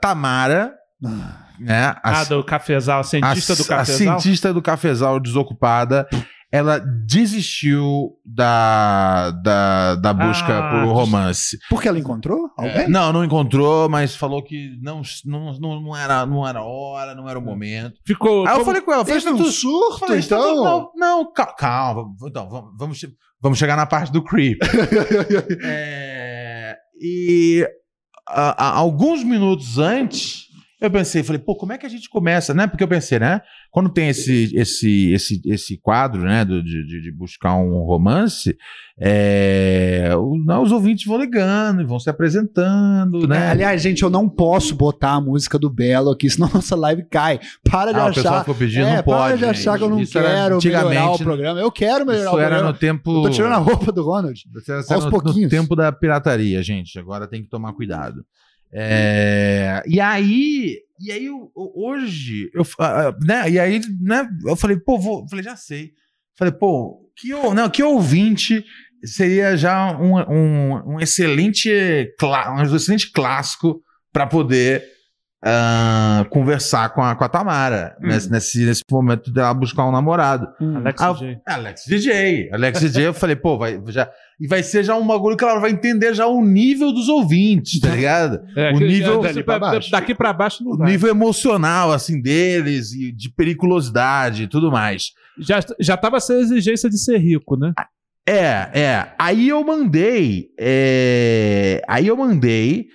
Speaker 1: Tamara,
Speaker 4: Ah,
Speaker 1: né?
Speaker 5: Ah,
Speaker 1: a
Speaker 5: do cafezal, a cientista Ah, do
Speaker 1: a, a
Speaker 5: cafezal.
Speaker 1: cientista do cafezal desocupada, ela desistiu da, da, da busca
Speaker 5: Ah,
Speaker 1: por romance.
Speaker 4: Porque ela
Speaker 1: É.
Speaker 4: encontrou alguém?
Speaker 1: Não, não encontrou, mas falou que não, não, não, não era, não era hora, não era o momento.
Speaker 5: Ficou.
Speaker 1: Aí Ah, eu
Speaker 5: como-
Speaker 1: falei com ela, falei,
Speaker 4: Teve um
Speaker 1: "Estatu-
Speaker 4: surto,
Speaker 1: falei, "Estatu-
Speaker 4: então?
Speaker 1: não, não, cal- calma, então, vamos, vamos, che- vamos chegar na parte do creep. É, e a- a- alguns minutos antes, eu pensei, falei, pô, como é que a gente começa, né? Porque eu pensei, né? Quando tem esse, esse, esse, esse quadro, né, do- de, de- de buscar um romance, é, o- não, os ouvintes vão ligando e vão se apresentando, né?
Speaker 4: É, Aliás, gente, eu não posso botar a música do Belo aqui, senão nossa live cai. Para de
Speaker 1: Ah, o pessoal
Speaker 4: achar.
Speaker 1: ficou pedindo,
Speaker 4: é,
Speaker 1: não
Speaker 4: para
Speaker 1: pode.
Speaker 4: de achar que eu não
Speaker 1: gente. Isso era
Speaker 4: quero melhorar o
Speaker 1: antigamente, né?
Speaker 4: programa. Eu quero melhorar o
Speaker 1: Isso era
Speaker 4: programa.
Speaker 1: no tempo.
Speaker 4: Eu tô tirando a roupa do Ronald.
Speaker 1: Isso era- isso era no-
Speaker 4: Aos
Speaker 1: no
Speaker 4: pouquinhos.
Speaker 1: tempo da pirataria, gente. Agora tem que tomar cuidado. É, e aí, e aí eu- eu- hoje, eu, ah, ah, né, e aí, né, eu falei, pô, vou, falei, já sei. Falei, pô, que, ou- não, que ouvinte seria já um, um, um excelente, clá- um excelente clássico para poder ah, conversar com a, com a Tamara
Speaker 4: Uhum.
Speaker 1: nesse, nesse, nesse momento dela buscar um namorado.
Speaker 5: Alex
Speaker 1: Ah,
Speaker 5: DJ.
Speaker 1: Alex DJ. Alex DJ, eu falei, pô, vai já. E vai ser já um bagulho que ela vai entender já o nível dos ouvintes, tá ligado?
Speaker 5: É,
Speaker 1: o
Speaker 5: que-
Speaker 1: nível-
Speaker 5: dali pra baixo. daqui pra baixo não
Speaker 1: O
Speaker 5: vai.
Speaker 1: nível emocional, assim, deles, e de periculosidade e tudo mais.
Speaker 5: Já, já tava sem a exigência de ser rico, né?
Speaker 1: Ah, É, é. Aí eu mandei. é, Aí eu mandei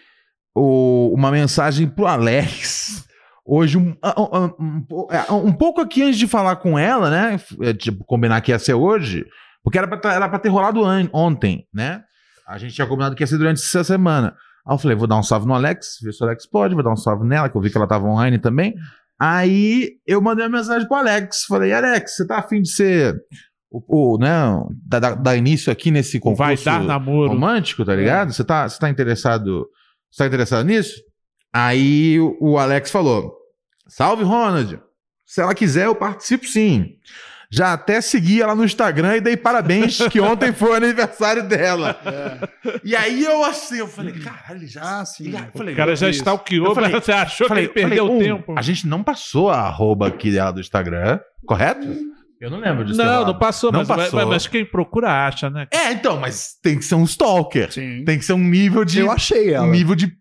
Speaker 1: o- uma mensagem pro Alex. Hoje, um, um, um- um po- é, um pouco aqui antes de falar com ela, né? f- é, Tipo, combinar que ia ser hoje, porque era pra, tá- era pra ter rolado an- ontem, né? A gente tinha combinado que ia ser durante essa semana. Aí eu falei, vou dar um salve no Alex, ver se o Alex pode, vou dar um salve nela, que eu vi que ela tava online também. Aí eu mandei uma mensagem pro Alex. Falei, Alex, você tá afim de ser. O, o, né, dar da, dar início aqui nesse concurso
Speaker 5: vai dar namoro.
Speaker 1: romântico,
Speaker 5: É.
Speaker 1: tá ligado? Você tá, você tá interessado, você tá interessado nisso? Aí o, o Alex falou: "Salve Ronald. Se ela quiser eu participo sim." Já até segui ela no Instagram e dei parabéns que ontem foi o aniversário dela. E aí eu assim, eu falei: "Caralho, já
Speaker 4: Ah, sim.
Speaker 1: ele- eu falei,
Speaker 5: É. o cara já
Speaker 1: isso.
Speaker 5: stalkeou,
Speaker 1: Eu falei-
Speaker 5: mas você achou
Speaker 1: Falei,
Speaker 5: que ele perdeu
Speaker 1: falei, um,
Speaker 5: tempo?
Speaker 1: A gente não passou a arroba aqui dela do Instagram, correto? Eu não lembro disso. ter
Speaker 5: Não, não
Speaker 1: rolado.
Speaker 5: passou,
Speaker 1: Não
Speaker 5: mas, mas-
Speaker 1: passou.
Speaker 5: mas quem procura acha, né?
Speaker 1: É, então, mas tem que ser um stalker.
Speaker 4: Sim.
Speaker 1: Tem que ser um nível de
Speaker 4: Eu achei ela.
Speaker 1: um nível de.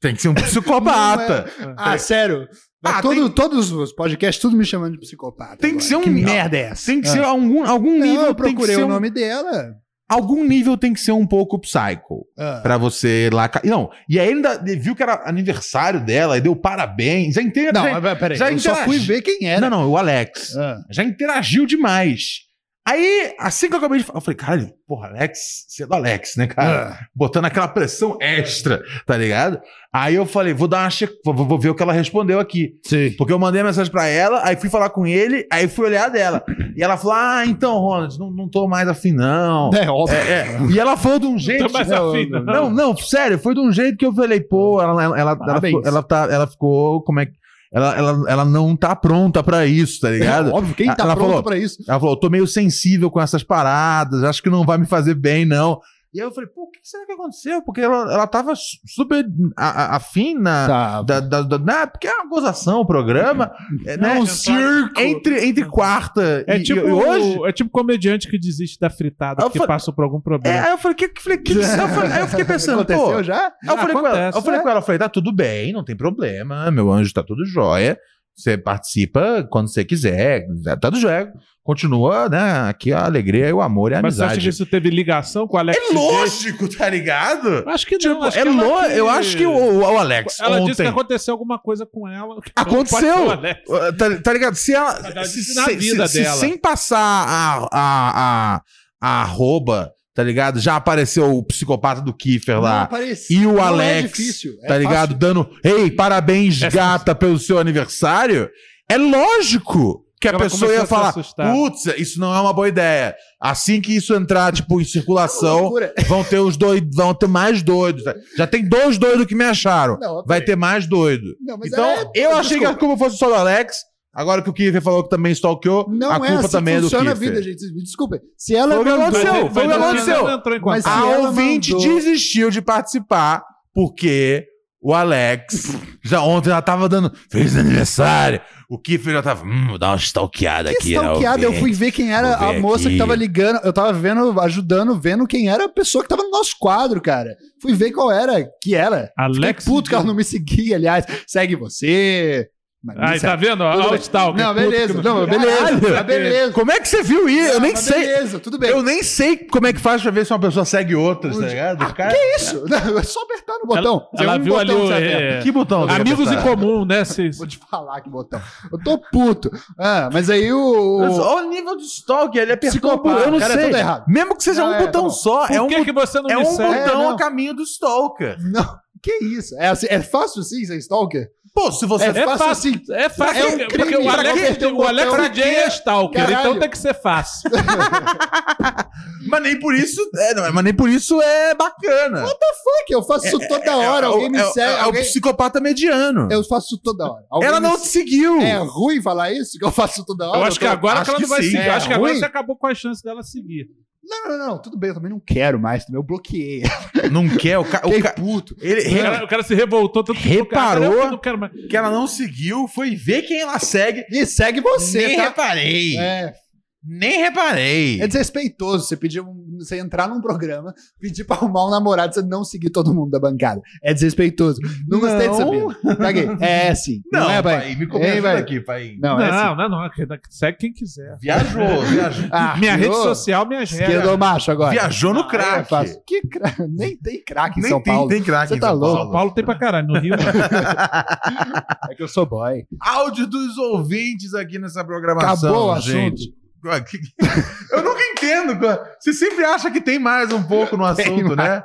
Speaker 1: Tem que ser um psicopata.
Speaker 4: Ah, sério.
Speaker 1: Ah,
Speaker 4: Todo- Todos os podcasts, tudo me chamando de psicopata.
Speaker 1: Tem que ser um-
Speaker 4: Que merda é essa?
Speaker 1: Tem que
Speaker 4: Ah.
Speaker 1: ser algum, algum
Speaker 4: Não,
Speaker 1: nível.
Speaker 4: eu
Speaker 1: tem que
Speaker 4: procurei
Speaker 1: ser
Speaker 4: o
Speaker 1: um-
Speaker 4: nome dela.
Speaker 1: Algum nível tem que ser um pouco psycho.
Speaker 4: Ah.
Speaker 1: Pra você lá. ca- Não, e aí ainda viu que era aniversário dela e deu parabéns. Já inteira.
Speaker 4: Não,
Speaker 1: já...
Speaker 4: mas peraí.
Speaker 1: já
Speaker 4: eu só
Speaker 1: interagi-
Speaker 4: fui ver quem
Speaker 1: não,
Speaker 4: era.
Speaker 1: não, o Alex.
Speaker 4: Ah.
Speaker 1: Já interagiu demais. Aí, assim que eu acabei de falar, eu falei, caralho, porra, Alex, você é do Alex, né, cara?
Speaker 4: Ah.
Speaker 1: Botando aquela pressão extra, tá ligado? Aí eu falei, vou dar uma che... vou, vou vou ver o que ela respondeu aqui.
Speaker 4: Sim.
Speaker 1: Porque eu mandei a mensagem pra ela, aí fui falar com ele, aí fui olhar a dela. E ela falou: Ah, então, Ronald, não, não tô mais afim, não.
Speaker 4: É óbvio. É
Speaker 1: É, é. E ela falou de um jeito.
Speaker 5: Tá mais
Speaker 4: não,
Speaker 5: afim, né?
Speaker 1: Não, não, sério, foi de um jeito que eu falei, pô, ela, ela, ela, ela,
Speaker 4: Parabéns.
Speaker 1: ficou, ela, tá, ela ficou. Como é que. Ela, ela, ela não tá pronta pra isso, tá ligado?
Speaker 4: Óbvio, quem tá
Speaker 1: Ela
Speaker 4: pronto
Speaker 1: falou-
Speaker 4: pra isso?
Speaker 1: Ela falou: tô meio sensível com essas paradas, acho que não vai me fazer bem, não. E aí eu falei, pô, o que será que aconteceu? Porque ela, ela tava su- super a- a- afim na,
Speaker 4: Tá.
Speaker 1: da, da, da- né, porque é uma gozação o programa. É,
Speaker 5: É
Speaker 1: né?
Speaker 5: um circo.
Speaker 1: Entre, entre quarta
Speaker 5: É
Speaker 1: e,
Speaker 5: tipo,
Speaker 1: e hoje.
Speaker 5: é tipo comediante que desiste da fritada
Speaker 1: Eu
Speaker 5: porque
Speaker 1: falei-
Speaker 5: passou por algum
Speaker 1: É,
Speaker 5: problema.
Speaker 1: aí eu falei, que, que, falei, que, que- eu falei- aí eu fiquei pensando, pô.
Speaker 4: Aconteceu
Speaker 1: Aí
Speaker 4: já?
Speaker 1: eu falei, com ela, eu
Speaker 5: Acontece,
Speaker 1: falei
Speaker 5: é.
Speaker 1: com ela, eu falei, tá tudo bem, não tem problema, meu anjo, tá tudo jóia. Você participa quando você quiser, tá tudo jóia. Continua, né? Aqui a alegria e o amor e a
Speaker 5: Mas você acha que
Speaker 1: É, amizade.
Speaker 5: isso teve ligação com o Alex?
Speaker 1: É lógico, tá ligado?
Speaker 5: Acho que não. acho
Speaker 1: é
Speaker 5: que ela
Speaker 1: lo... Eu acho que o, o Alex
Speaker 5: Ela disse que
Speaker 1: ontem.
Speaker 5: aconteceu alguma coisa com ela.
Speaker 1: Aconteceu.
Speaker 5: Pode né? ser o Alex.
Speaker 1: Uh, Tá, tá ligado? Se ela.
Speaker 5: Cada
Speaker 1: se-
Speaker 5: disse na
Speaker 1: se-
Speaker 5: vida
Speaker 1: se-
Speaker 5: dela.
Speaker 1: se sem passar a, a, a, a arroba, tá ligado? Já apareceu o psicopata do Kiefer
Speaker 4: Não
Speaker 1: lá.
Speaker 4: apareceu.
Speaker 1: E o
Speaker 4: Não é
Speaker 1: Alex,
Speaker 4: difícil, é
Speaker 1: tá ligado?
Speaker 4: fácil.
Speaker 1: Dando. Ei, parabéns,
Speaker 5: É
Speaker 1: gata, pelo seu aniversário. É lógico que a
Speaker 5: Ela
Speaker 1: pessoa
Speaker 5: começou a
Speaker 1: ia
Speaker 5: se
Speaker 1: falar.
Speaker 5: assustar.
Speaker 1: Putz, isso não é uma boa ideia. Assim que isso entrar, tipo, em circulação,
Speaker 4: É Loucura.
Speaker 1: vão ter os doidos, vão ter mais doidos. Já tem dois doidos que me acharam.
Speaker 4: Não,
Speaker 1: Vai ter mais doido.
Speaker 4: Não, mas
Speaker 1: Então,
Speaker 4: é-
Speaker 1: eu achei que
Speaker 4: desculpa.
Speaker 1: a culpa fosse só do Alex. Agora que o Kiefer falou que também stalkeou,
Speaker 4: Não
Speaker 1: a
Speaker 4: é
Speaker 1: culpa
Speaker 4: assim
Speaker 1: também
Speaker 4: que
Speaker 1: é do
Speaker 4: funciona
Speaker 1: Kiefer.
Speaker 4: a vida, gente. Me desculpa. Se ela é
Speaker 1: Foi o que
Speaker 4: mandou-
Speaker 1: aconteceu,
Speaker 5: Mas-
Speaker 1: foi o que
Speaker 5: mas ela
Speaker 1: aconteceu.
Speaker 5: não entrou em
Speaker 4: Mas-
Speaker 5: contato.
Speaker 1: A
Speaker 4: Se ela
Speaker 1: ouvinte
Speaker 4: mandou-
Speaker 1: desistiu de participar porque o Alex já ontem já tava dando feliz aniversário. O Kiefer já tava, hum, vou dar uma stalkeada
Speaker 4: Que
Speaker 1: aqui. né,
Speaker 4: stalkeada, eu
Speaker 1: ouvinte.
Speaker 4: fui ver quem era
Speaker 1: Vou ver
Speaker 4: a moça
Speaker 1: aqui.
Speaker 4: que tava ligando. Eu tava vendo, ajudando, vendo quem era a pessoa que tava no nosso quadro, cara. Fui ver qual era, que era. Fiquei
Speaker 5: Alex.
Speaker 4: puto que ela não me seguia, aliás. Segue você, Mas
Speaker 5: Aí, tá vendo?
Speaker 4: Tudo
Speaker 5: Olha o
Speaker 4: bem.
Speaker 5: Stalker.
Speaker 4: Não, beleza.
Speaker 1: Caralho.
Speaker 4: Não, beleza. tá beleza.
Speaker 1: Como é que você viu isso? Eu nem
Speaker 4: Mas
Speaker 1: sei.
Speaker 4: Beleza, tudo bem.
Speaker 1: Eu nem sei como é que faz pra ver se uma pessoa segue outra, tá
Speaker 4: Onde?
Speaker 1: ligado? Cara,
Speaker 4: Que isso? Não, é só apertar no botão.
Speaker 1: é
Speaker 5: ela
Speaker 4: Tem um
Speaker 5: viu ali
Speaker 4: botão
Speaker 5: o,
Speaker 4: que você aperta.
Speaker 5: é,
Speaker 1: que botão? tem que
Speaker 5: Amigos em
Speaker 1: apertar?
Speaker 5: comum, né? Se-
Speaker 4: Vou te falar que botão. Eu tô puto. Ah, mas aí o.
Speaker 1: Mas olha o nível de stalker, ele apertou por...
Speaker 4: Psicopata,
Speaker 1: Eu não
Speaker 4: cara, é
Speaker 1: sei.
Speaker 4: tudo errado.
Speaker 1: Mesmo que seja
Speaker 4: Não,
Speaker 1: um
Speaker 4: é, tá
Speaker 1: botão
Speaker 4: bom.
Speaker 1: só,
Speaker 5: Por
Speaker 1: é um,
Speaker 5: que, que você não
Speaker 1: é
Speaker 5: me
Speaker 1: um
Speaker 5: segue?
Speaker 1: botão
Speaker 4: É, não.
Speaker 1: a caminho do stalker.
Speaker 4: Não, que isso? É, assim, é fácil sim ser stalker?
Speaker 1: Pô, se você...
Speaker 4: É, fácil sim.
Speaker 5: É fácil.
Speaker 4: É um
Speaker 5: porque
Speaker 4: crime.
Speaker 5: o
Speaker 4: Pra quê?
Speaker 5: Alex,
Speaker 4: Tem um
Speaker 5: o Alex
Speaker 4: botão.
Speaker 5: J é stalker,
Speaker 4: Caralho.
Speaker 5: então tem que ser fácil.
Speaker 1: Mas nem por isso... É, não, mas nem por isso é bacana.
Speaker 4: Fuck, eu faço isso toda hora.
Speaker 1: é,
Speaker 4: alguém me
Speaker 1: é, é,
Speaker 4: segue.
Speaker 1: É, o
Speaker 4: alguém-
Speaker 1: psicopata mediano.
Speaker 4: Eu faço isso toda hora. Alguém
Speaker 1: Ela
Speaker 4: me
Speaker 1: não te seguiu.
Speaker 4: É ruim falar isso? Que eu faço toda hora?
Speaker 5: Eu acho
Speaker 4: tô-
Speaker 5: que agora
Speaker 1: acho
Speaker 5: que ela
Speaker 1: que
Speaker 5: não vai
Speaker 1: sim,
Speaker 5: seguir. Eu
Speaker 1: é
Speaker 5: acho que agora
Speaker 4: ruim.
Speaker 5: você acabou com a chance dela seguir.
Speaker 4: Não, não, não. Tudo bem, eu também não quero mais. Também eu bloqueei.
Speaker 1: Não quer, o cara...
Speaker 4: Fiquei puto. É.
Speaker 1: Ele,
Speaker 5: O cara, o cara se revoltou tanto que falou, cara,
Speaker 1: Reparou?
Speaker 5: eu não quero mais.
Speaker 1: que ela não seguiu, foi ver quem ela segue.
Speaker 4: E segue você,
Speaker 1: nem
Speaker 4: tá?
Speaker 1: reparei.
Speaker 4: É,
Speaker 1: Nem reparei.
Speaker 4: é desrespeitoso você pedir um- você entrar num programa, pedir pra arrumar um namorado, você não seguir todo mundo da bancada. É desrespeitoso. Não, gostei disso, Pedro. Caguei. É sim.
Speaker 1: Não,
Speaker 4: é, pai?
Speaker 1: pai, me
Speaker 4: Ei,
Speaker 1: comenta
Speaker 4: pai.
Speaker 1: aqui, pai.
Speaker 4: Não,
Speaker 5: Não,
Speaker 4: é assim.
Speaker 5: não, não, não. Segue quem quiser.
Speaker 1: Viajou, viajou.
Speaker 4: Ah,
Speaker 5: minha
Speaker 4: virou
Speaker 5: rede social, minha
Speaker 4: Esquerdo
Speaker 5: regras.
Speaker 4: ou macho agora?
Speaker 1: Viajou no
Speaker 4: É,
Speaker 1: crack.
Speaker 4: fácil. Que craque? Nem tem craque em
Speaker 1: Nem
Speaker 4: São
Speaker 1: tem,
Speaker 4: Paulo.
Speaker 1: tem crack
Speaker 4: Você
Speaker 1: em
Speaker 4: tá
Speaker 1: São
Speaker 4: louco?
Speaker 5: São Paulo tem pra caralho, no Rio. não.
Speaker 4: É que eu sou boy.
Speaker 1: Áudio dos ouvintes aqui nessa programação.
Speaker 4: Acabou o assunto.
Speaker 1: gente. Ué, que- Eu nunca entendo. cara. Você sempre acha que tem mais um pouco no assunto, né?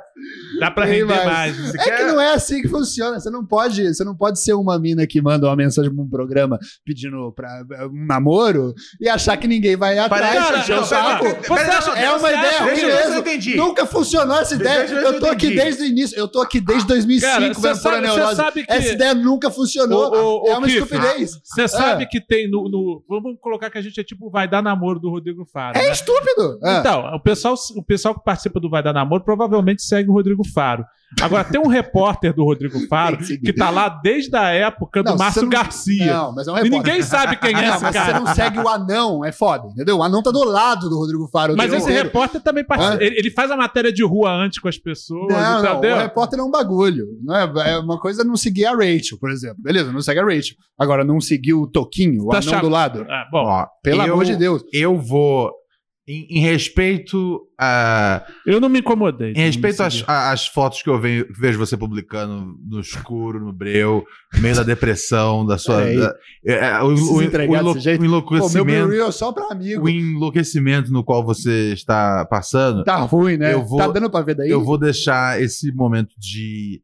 Speaker 5: Dá pra
Speaker 4: Tem
Speaker 5: render
Speaker 4: mais.
Speaker 5: mais.
Speaker 1: Você
Speaker 4: É que não é assim que funciona. Você não pode, você não pode ser uma mina que manda uma mensagem pra um programa pedindo pra um namoro e achar que ninguém vai atrás.
Speaker 1: Parece-
Speaker 4: encher o
Speaker 1: não, pera-
Speaker 4: saco.
Speaker 1: pera-
Speaker 5: Você acha-
Speaker 1: não,
Speaker 4: é uma
Speaker 5: você
Speaker 4: ideia
Speaker 5: acha-
Speaker 4: ruim
Speaker 1: Deixa eu ver se eu
Speaker 4: mesmo.
Speaker 1: entendi.
Speaker 4: Nunca funcionou essa ideia.
Speaker 1: Deixa eu ver se eu
Speaker 4: Eu tô aqui
Speaker 1: entendi.
Speaker 4: desde o início. Eu tô aqui desde 2005
Speaker 5: Cara, você
Speaker 4: vendo
Speaker 5: sabe- você
Speaker 4: Proneurose.
Speaker 5: sabe que-
Speaker 4: Essa ideia nunca funcionou.
Speaker 5: Ô, ô,
Speaker 4: é
Speaker 5: ô,
Speaker 4: uma
Speaker 5: Kiff,
Speaker 4: estupidez.
Speaker 5: Você
Speaker 4: Ah.
Speaker 5: sabe que tem no, no- Vamos colocar que a gente é tipo Vai Dar Namoro do Rodrigo Faro.
Speaker 4: É
Speaker 5: né?
Speaker 4: estúpido. Ah,
Speaker 5: Então, o pessoal, o pessoal que participa do Vai Dar Namoro provavelmente segue o Rodrigo Faro. Agora, tem um repórter do Rodrigo Faro
Speaker 4: Tem que seguir.
Speaker 5: que tá lá desde a época do
Speaker 4: Não,
Speaker 5: Márcio
Speaker 4: você não-
Speaker 5: Garcia.
Speaker 4: Não, mas é um
Speaker 5: e
Speaker 4: repórter.
Speaker 5: ninguém sabe quem é
Speaker 4: Não,
Speaker 5: esse
Speaker 4: mas você
Speaker 5: cara.
Speaker 4: não segue o anão, é foda, entendeu? O anão tá do lado do Rodrigo Faro. o
Speaker 5: Mas
Speaker 4: tempo
Speaker 5: esse
Speaker 4: inteiro.
Speaker 5: repórter também
Speaker 4: Hã?
Speaker 5: participa. Ele, ele faz a matéria de rua antes com as pessoas,
Speaker 4: Ah. Não, não,
Speaker 5: entendeu?
Speaker 4: o repórter é um bagulho. Não é, é uma coisa não seguir a Rachel, por exemplo. Beleza, não segue a Rachel. Agora, não seguir o Toquinho, o
Speaker 5: Tá
Speaker 4: anão
Speaker 5: chato.
Speaker 4: do lado.
Speaker 5: Ah, bom,
Speaker 1: Ó,
Speaker 4: Pelo
Speaker 1: eu-
Speaker 4: amor de Deus.
Speaker 1: Eu vou. Em, em respeito a.
Speaker 5: eu não me incomodei.
Speaker 1: Em respeito
Speaker 5: Não me
Speaker 1: às, a- às fotos que eu venho- que vejo você publicando no escuro, no breu, no meio da depressão, da sua.
Speaker 4: É,
Speaker 1: da- é, é, o,
Speaker 4: precisa
Speaker 1: o- o
Speaker 4: entregar
Speaker 1: enlou-
Speaker 4: desse jeito?
Speaker 1: o
Speaker 4: Pô, meu Be
Speaker 1: enlouquecimento,
Speaker 4: Real é só pra amigo.
Speaker 1: o enlouquecimento no qual você está passando,
Speaker 4: Tá ruim, né?
Speaker 1: Eu vou-
Speaker 4: Tá dando pra ver daí?
Speaker 1: eu vou deixar esse momento de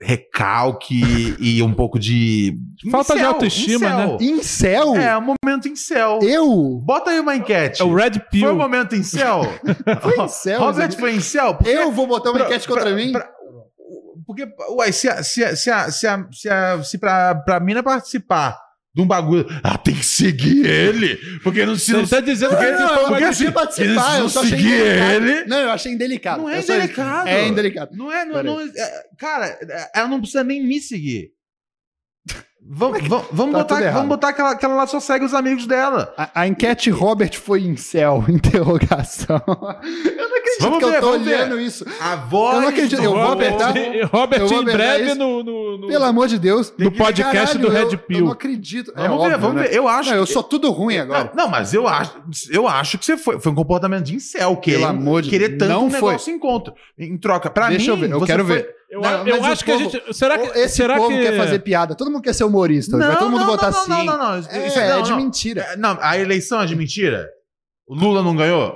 Speaker 1: recalque e um pouco de.
Speaker 5: Falta de
Speaker 1: Incel,
Speaker 5: autoestima, né?
Speaker 1: incel.
Speaker 4: Incel?
Speaker 1: É, um momento em céu.
Speaker 4: Eu?
Speaker 1: Bota aí uma enquete.
Speaker 5: É o Red
Speaker 1: Foi um
Speaker 5: Pill.
Speaker 1: momento em céu?
Speaker 4: Foi incel?
Speaker 1: Robert foi em céu?
Speaker 4: Eu vou botar uma
Speaker 1: Pra-
Speaker 4: enquete contra
Speaker 1: pra-
Speaker 4: mim?
Speaker 1: pra- Porque, uai, se, a, se, a, se, a, se, a, se, a, se pra, pra mina participar de um bagulho, ah, tem que seguir ele, porque não se não,
Speaker 5: Você tá dizendo
Speaker 1: porque,
Speaker 5: que
Speaker 4: não,
Speaker 1: porque,
Speaker 4: eu não
Speaker 1: assim,
Speaker 4: queria participar,
Speaker 1: se não
Speaker 4: eu só achei
Speaker 1: seguir
Speaker 4: indelicado.
Speaker 1: ele...
Speaker 4: Não, eu achei indelicado.
Speaker 1: Não é
Speaker 4: Eu só-
Speaker 1: indelicado.
Speaker 4: É indelicado.
Speaker 1: Não é, não,
Speaker 4: Peraí.
Speaker 1: não, é- cara, é- ela não precisa nem me seguir. Vamos, vamos, vamos,
Speaker 4: Tá tudo
Speaker 1: botar,
Speaker 4: errado.
Speaker 1: vamos botar que ela, que ela só segue os amigos dela.
Speaker 4: A, a enquete Robert foi incel, interrogação. Eu não acredito
Speaker 1: Vamos
Speaker 4: que
Speaker 1: ver,
Speaker 4: eu tô
Speaker 1: vamos ver.
Speaker 4: olhando isso.
Speaker 1: A voz.
Speaker 4: Eu não acredito,
Speaker 1: do
Speaker 4: eu vou
Speaker 1: Robert-
Speaker 4: apertar.
Speaker 5: Robert,
Speaker 4: Então, Eu vou né,
Speaker 5: em breve
Speaker 4: apertar isso.
Speaker 5: no, no, no-
Speaker 4: Pelo amor de Deus.
Speaker 5: no
Speaker 4: Caralho,
Speaker 5: podcast do Red
Speaker 4: eu,
Speaker 5: Pill.
Speaker 4: eu não acredito.
Speaker 1: Vamos
Speaker 4: é
Speaker 1: ver,
Speaker 4: óbvio,
Speaker 1: vamos
Speaker 4: né?
Speaker 1: ver. Eu acho
Speaker 4: Não, eu é,
Speaker 1: que-
Speaker 4: sou tudo ruim
Speaker 1: Não,
Speaker 4: agora.
Speaker 1: não, mas eu acho, eu acho que você foi. Foi um comportamento de incel, que
Speaker 4: Pelo amor de
Speaker 1: querer
Speaker 4: Deus,
Speaker 1: tanto
Speaker 4: não
Speaker 1: um
Speaker 4: foi.
Speaker 1: negócio em encontro. Em troca, pra
Speaker 4: Deixa
Speaker 1: mim,
Speaker 4: eu ver, eu
Speaker 1: você
Speaker 4: quero
Speaker 1: foi-
Speaker 4: ver.
Speaker 5: Eu,
Speaker 4: Não,
Speaker 5: eu
Speaker 4: mas
Speaker 5: acho
Speaker 4: o
Speaker 5: que a
Speaker 4: povo-
Speaker 5: gente. Será que.
Speaker 4: Esse
Speaker 5: será
Speaker 4: povo
Speaker 5: que...
Speaker 4: quer fazer piada. Todo mundo quer ser humorista. hoje, vai todo mundo votar
Speaker 1: não,
Speaker 4: sim.
Speaker 1: Não, não, não. Isso
Speaker 4: É,
Speaker 1: isso é,
Speaker 4: é
Speaker 1: não,
Speaker 4: de
Speaker 1: não.
Speaker 4: mentira.
Speaker 1: É, Não, a eleição é de mentira? O Lula não ganhou?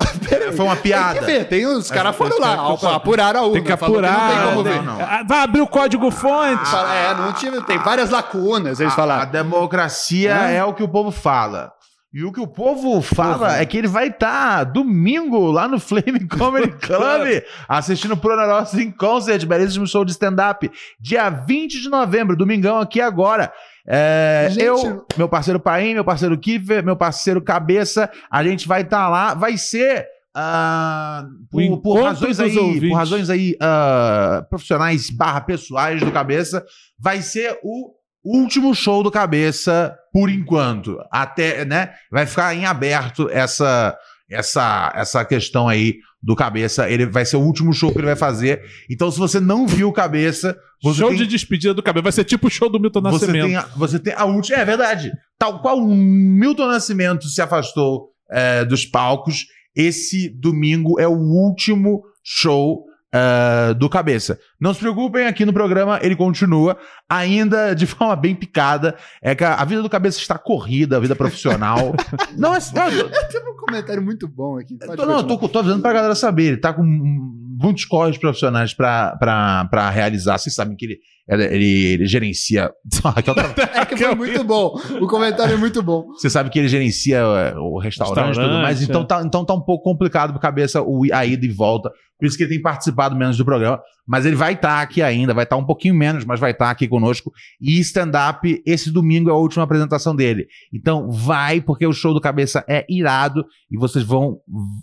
Speaker 1: foi uma
Speaker 4: Tem É que
Speaker 1: piada.
Speaker 4: ver, tem os caras
Speaker 1: É,
Speaker 4: foram
Speaker 1: os
Speaker 4: lá,
Speaker 1: caras que eu tô-
Speaker 4: apuraram a urna.
Speaker 5: Tem que
Speaker 4: falou
Speaker 5: apurar.
Speaker 4: não tem como
Speaker 1: né?
Speaker 4: ver.
Speaker 1: não.
Speaker 5: Ah, Vai abrir o código fonte.
Speaker 4: Fala, É, não tinha, tem várias lacunas,
Speaker 5: Ah.
Speaker 4: eles
Speaker 1: A, a
Speaker 4: falaram.
Speaker 1: democracia
Speaker 4: Ah.
Speaker 1: é o que o povo fala. E o que o povo fala é que ele vai estar domingo lá no Flame Comedy Club assistindo Pro Neurosis em Concert, belíssimo show de stand-up. Dia 20 de novembro, domingão aqui agora. É,
Speaker 4: Gente,
Speaker 1: eu, meu parceiro Paim, meu parceiro Kiffer, meu parceiro Cabeça, a gente vai estar lá. Vai ser ah,
Speaker 5: O
Speaker 1: por, por
Speaker 5: encontro
Speaker 1: razões
Speaker 5: dos
Speaker 1: aí, por
Speaker 5: ouvintes.
Speaker 1: razões aí ah, profissionais barra pessoais do Cabeça, vai ser o último show do Cabeça por enquanto. Até, né? Vai ficar em aberto essa essa, essa questão aí do Cabeça. Ele vai ser o último show que ele vai fazer. Então, se você não viu o Cabeça, você
Speaker 5: show
Speaker 1: tem,
Speaker 5: de despedida do cabelo. Vai ser tipo o show do Milton
Speaker 1: você
Speaker 5: Nascimento.
Speaker 1: tem, a, você tem a última. É verdade. Tal qual o Milton Nascimento se afastou é, dos palcos, esse domingo é o último show. é, do cabeça. Não se preocupem, aqui no programa ele continua, ainda de forma bem picada. É que a, a vida do cabeça está corrida, a vida profissional. não, é, não,
Speaker 4: Teve um comentário muito bom aqui. Pode
Speaker 1: Tô, não, eu
Speaker 4: continuar.
Speaker 1: tô, tô avisando pra galera saber. Ele tá com muitos corres profissionais pra, pra, pra realizar. Vocês sabem que ele, ele, ele gerencia. Raquel tá-
Speaker 4: É que foi muito bom. O comentário é muito bom.
Speaker 1: Você sabe que ele gerencia é, o restaurante e tudo
Speaker 5: Restaurante,
Speaker 1: mais,
Speaker 5: é.
Speaker 1: então tá, então tá um pouco complicado pra cabeça o, i- a ida e volta. Por isso que ele tem participado menos do programa. Mas ele vai estar aqui ainda, vai estar um pouquinho menos, mas vai estar aqui conosco. E stand-up, esse domingo é a última apresentação dele. Então vai, porque o show do cabeça é irado e vocês vão,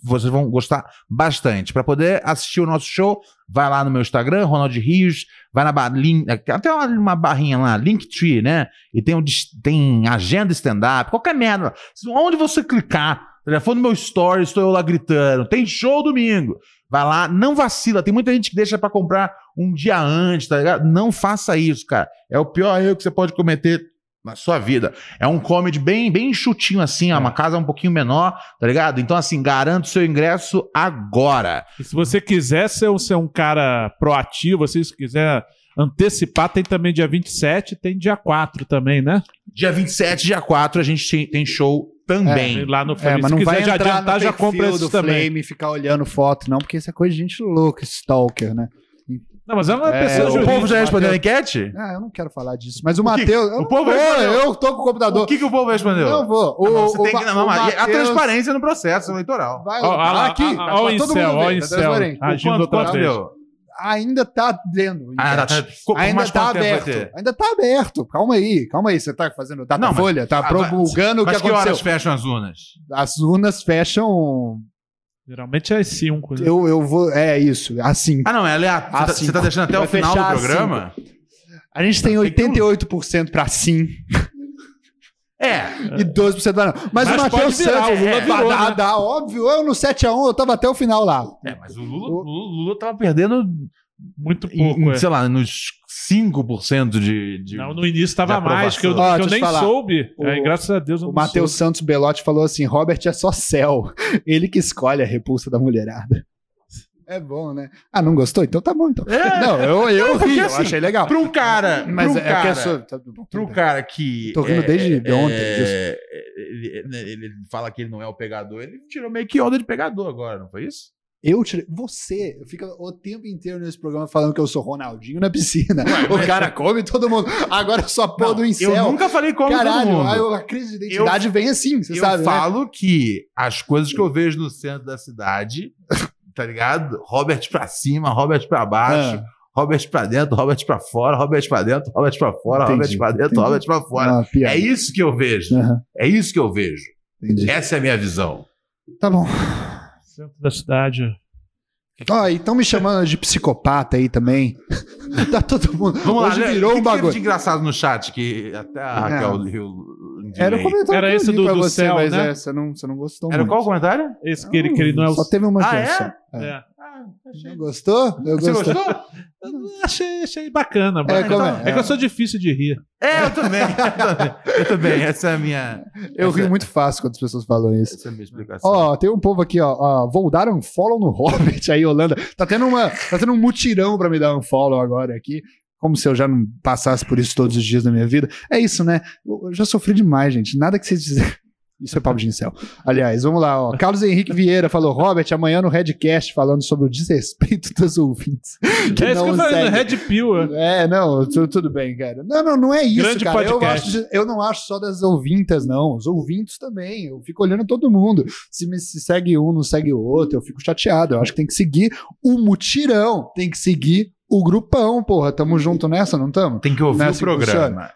Speaker 1: vocês vão gostar bastante. Pra poder assistir o nosso show, vai lá no meu Instagram, Ronald Rios, vai na barrinha, até uma, uma barrinha lá, Linktree, né? E tem, o dis- tem agenda stand-up, qualquer merda. Onde você clicar, telefone no meu story, estou eu lá gritando, tem show domingo. Vai lá, não vacila. Tem muita gente que deixa pra comprar um dia antes, tá ligado? Não faça isso, cara. É o pior erro que você pode cometer na sua vida. É um comedy bem, bem chutinho assim, é uma casa um pouquinho menor, tá ligado? Então, assim, garanto seu ingresso agora.
Speaker 5: E se você quiser ser, um- ser um cara proativo, assim, se quiser antecipar, tem também dia 27, tem dia 4 também, né?
Speaker 1: Dia 27, dia 4, a gente tem- tem show também.
Speaker 5: Lá no
Speaker 4: É,
Speaker 5: Flamengo.
Speaker 4: mas
Speaker 5: se
Speaker 4: não
Speaker 5: quiser
Speaker 4: vai
Speaker 5: já
Speaker 4: entrar
Speaker 5: adiantar,
Speaker 4: no
Speaker 5: já compra
Speaker 4: perfil
Speaker 5: esses
Speaker 4: do
Speaker 5: também.
Speaker 4: Flame e ficar olhando foto, não, porque isso é coisa de gente louca, stalker, né?
Speaker 5: Não, mas é uma
Speaker 4: É,
Speaker 5: pessoa
Speaker 4: o
Speaker 1: o
Speaker 5: jurídica.
Speaker 1: povo já respondeu a enquete?
Speaker 4: Ah, eu não quero falar disso. Mas o
Speaker 1: que-
Speaker 4: Matheus.
Speaker 1: o povo
Speaker 4: eu,
Speaker 1: respondeu.
Speaker 4: eu tô com o computador.
Speaker 1: O que, que o povo respondeu?
Speaker 4: Não vou. O,
Speaker 1: Ah, não, você
Speaker 4: o
Speaker 1: tem
Speaker 4: Ma-
Speaker 1: que. Não,
Speaker 4: o
Speaker 1: mas a
Speaker 4: Matheus-
Speaker 1: transparência no processo eleitoral.
Speaker 4: Vai
Speaker 5: Ó, ó
Speaker 4: lá,
Speaker 5: lá,
Speaker 4: aqui.
Speaker 5: ó, ó, ó, o
Speaker 4: pra todo
Speaker 5: incel,
Speaker 4: mundo
Speaker 5: ó, o
Speaker 4: ver, tá
Speaker 5: incel.
Speaker 4: transparente.
Speaker 5: Ah, Agindo outra vez.
Speaker 1: meu?
Speaker 4: Ainda tá dentro.
Speaker 1: Ah, tá,
Speaker 4: enquete.
Speaker 1: tá, ficou- por
Speaker 4: Ainda
Speaker 1: mais
Speaker 4: tá
Speaker 1: quanto tempo vai
Speaker 4: aberto.
Speaker 1: ter?
Speaker 4: Ainda tá aberto. Calma aí, calma aí. Você tá fazendo data
Speaker 1: Não, mas-
Speaker 4: folha, tá
Speaker 1: ah,
Speaker 4: promulgando o que
Speaker 1: Mas que,
Speaker 4: aconteceu.
Speaker 1: horas fecham as urnas?
Speaker 4: As urnas fecham.
Speaker 5: Geralmente é 5. Né?
Speaker 4: Eu, eu vou. É isso, assim.
Speaker 1: Ah, não, é aleatório.
Speaker 4: Ah,
Speaker 1: Você tá-
Speaker 4: sim.
Speaker 1: você tá deixando até
Speaker 4: Vai
Speaker 1: o final do
Speaker 4: fechar às
Speaker 1: programa?
Speaker 4: A gente tem
Speaker 1: Tem que ter um-
Speaker 4: 88% pra sim.
Speaker 1: É.
Speaker 4: e 12% pra não. Mas,
Speaker 5: Mas
Speaker 4: o Matheus
Speaker 5: pode virar,
Speaker 4: Santos.
Speaker 5: o Lula
Speaker 4: é,
Speaker 5: virou,
Speaker 4: dá,
Speaker 5: né?
Speaker 4: dá, óbvio. Eu no 7x1, eu tava até o final lá.
Speaker 1: É, mas o Lula, o Lula tava perdendo,
Speaker 5: Muito
Speaker 1: em-
Speaker 5: pouco,
Speaker 1: em,
Speaker 5: é.
Speaker 1: sei lá, nos 5% de. de...
Speaker 5: Não, no início tava
Speaker 1: de
Speaker 5: mais, que eu,
Speaker 4: aprovação.
Speaker 5: que
Speaker 4: Ó,
Speaker 5: eu
Speaker 4: deixa eu
Speaker 5: nem
Speaker 4: te falar.
Speaker 5: soube.
Speaker 4: O-
Speaker 5: Aí, graças a Deus eu
Speaker 4: O
Speaker 5: não
Speaker 4: Matheus
Speaker 5: soube.
Speaker 4: Santos Belotti falou assim: Robert é só céu. Ele que escolhe a repulsa da mulherada. É bom, né? Ah, não gostou? Então tá bom. Então.
Speaker 1: É.
Speaker 4: Não, eu, eu
Speaker 1: porque
Speaker 4: ri, eu
Speaker 1: assim,
Speaker 4: achei legal.
Speaker 1: Pra um cara. pra
Speaker 4: Mas é
Speaker 1: um
Speaker 4: porque
Speaker 1: cara,
Speaker 4: eu sou. tá-
Speaker 1: pra um cara que.
Speaker 4: Tô ouvindo
Speaker 1: é,
Speaker 4: desde
Speaker 1: é,
Speaker 4: ontem
Speaker 1: é, ele, ele fala que ele não é o pegador, ele tirou meio que onda de pegador agora, não foi isso?
Speaker 4: Eu tirei. Você fica o tempo inteiro nesse programa falando que eu sou Ronaldinho na piscina. o cara come todo mundo. Agora eu sou a porra do incel.
Speaker 1: eu nunca falei como todo
Speaker 4: Caralho,
Speaker 1: mundo.
Speaker 4: aí a crise de identidade vem assim, você
Speaker 1: eu
Speaker 4: sabe? né?
Speaker 1: falo que as coisas que eu vejo no centro da cidade, tá ligado? Robert pra cima, Robert pra baixo,
Speaker 4: Ah.
Speaker 1: Robert pra dentro, Robert pra fora, Robert pra dentro, Robert pra fora, Robert
Speaker 4: Entendi,
Speaker 1: pra dentro,
Speaker 4: entendi.
Speaker 1: Robert pra fora.
Speaker 4: Ah, piada.
Speaker 1: É isso que eu vejo.
Speaker 4: Aham,
Speaker 1: É isso que eu vejo.
Speaker 4: entendi.
Speaker 1: Essa é a minha visão.
Speaker 4: Tá bom.
Speaker 5: Centro da cidade.
Speaker 4: Ó, e estão me chamando de psicopata aí também. tá todo mundo.
Speaker 1: Vamos
Speaker 4: Hoje
Speaker 1: lá, Léo,
Speaker 4: virou
Speaker 1: o que que
Speaker 4: um
Speaker 1: teve
Speaker 4: bagulho.
Speaker 1: de engraçado no chat que até a Raquel
Speaker 4: Não.
Speaker 1: Rio
Speaker 4: Era o comentário
Speaker 5: Era
Speaker 4: que eu
Speaker 5: esse
Speaker 4: li
Speaker 5: do-
Speaker 4: pra
Speaker 5: do
Speaker 4: você,
Speaker 5: céu,
Speaker 4: mas
Speaker 5: né?
Speaker 4: é, você não, você não gostou
Speaker 1: Era
Speaker 4: muito.
Speaker 1: qual o comentário?
Speaker 5: Esse que ele, que ele não é o.
Speaker 4: Só teve uma
Speaker 1: Ah, é?
Speaker 4: versão.
Speaker 5: É.
Speaker 4: Não gostou? Eu
Speaker 1: Você
Speaker 4: gostei.
Speaker 1: gostou?
Speaker 5: Eu Achei, achei bacana.
Speaker 4: É,
Speaker 5: bacana.
Speaker 4: como
Speaker 5: É,
Speaker 4: é?
Speaker 5: que eu sou difícil de rir.
Speaker 1: É, eu também. Eu também. Eu também. Essa é a minha,
Speaker 4: Eu rio muito fácil quando as pessoas falam isso.
Speaker 1: essa é a minha explicação.
Speaker 4: Ó, tem um povo aqui, ó, ó. Vou dar um follow no Hobbit aí, Holanda. Tá tendo, uma, tá tendo um mutirão pra me dar um follow agora aqui. Como se eu já não passasse por isso todos os dias da minha vida. É isso, né? Eu eu já sofri demais, gente. Nada que vocês dizerem. Isso é papo de incel. Aliás, vamos lá, ó. Carlos Henrique Vieira falou: Robert, amanhã no Redcast falando sobre o desrespeito dos ouvintes. Que
Speaker 5: é isso
Speaker 4: não
Speaker 5: que eu falei do
Speaker 4: segue.
Speaker 5: Red Pill. é.
Speaker 4: É, não, tu- tudo bem, cara. Não, não, não é isso,
Speaker 5: Grande
Speaker 4: cara. Eu,
Speaker 5: podcast.
Speaker 4: acho de- eu não acho só das ouvintas, não. Os ouvintes também. Eu fico olhando todo mundo. Se me se segue um, não segue o outro, eu fico chateado. Eu acho que tem que seguir o mutirão. Tem que seguir o grupão, porra. Tamo junto nessa, não tamo?
Speaker 1: Tem que ouvir
Speaker 4: Nessa
Speaker 1: o programa.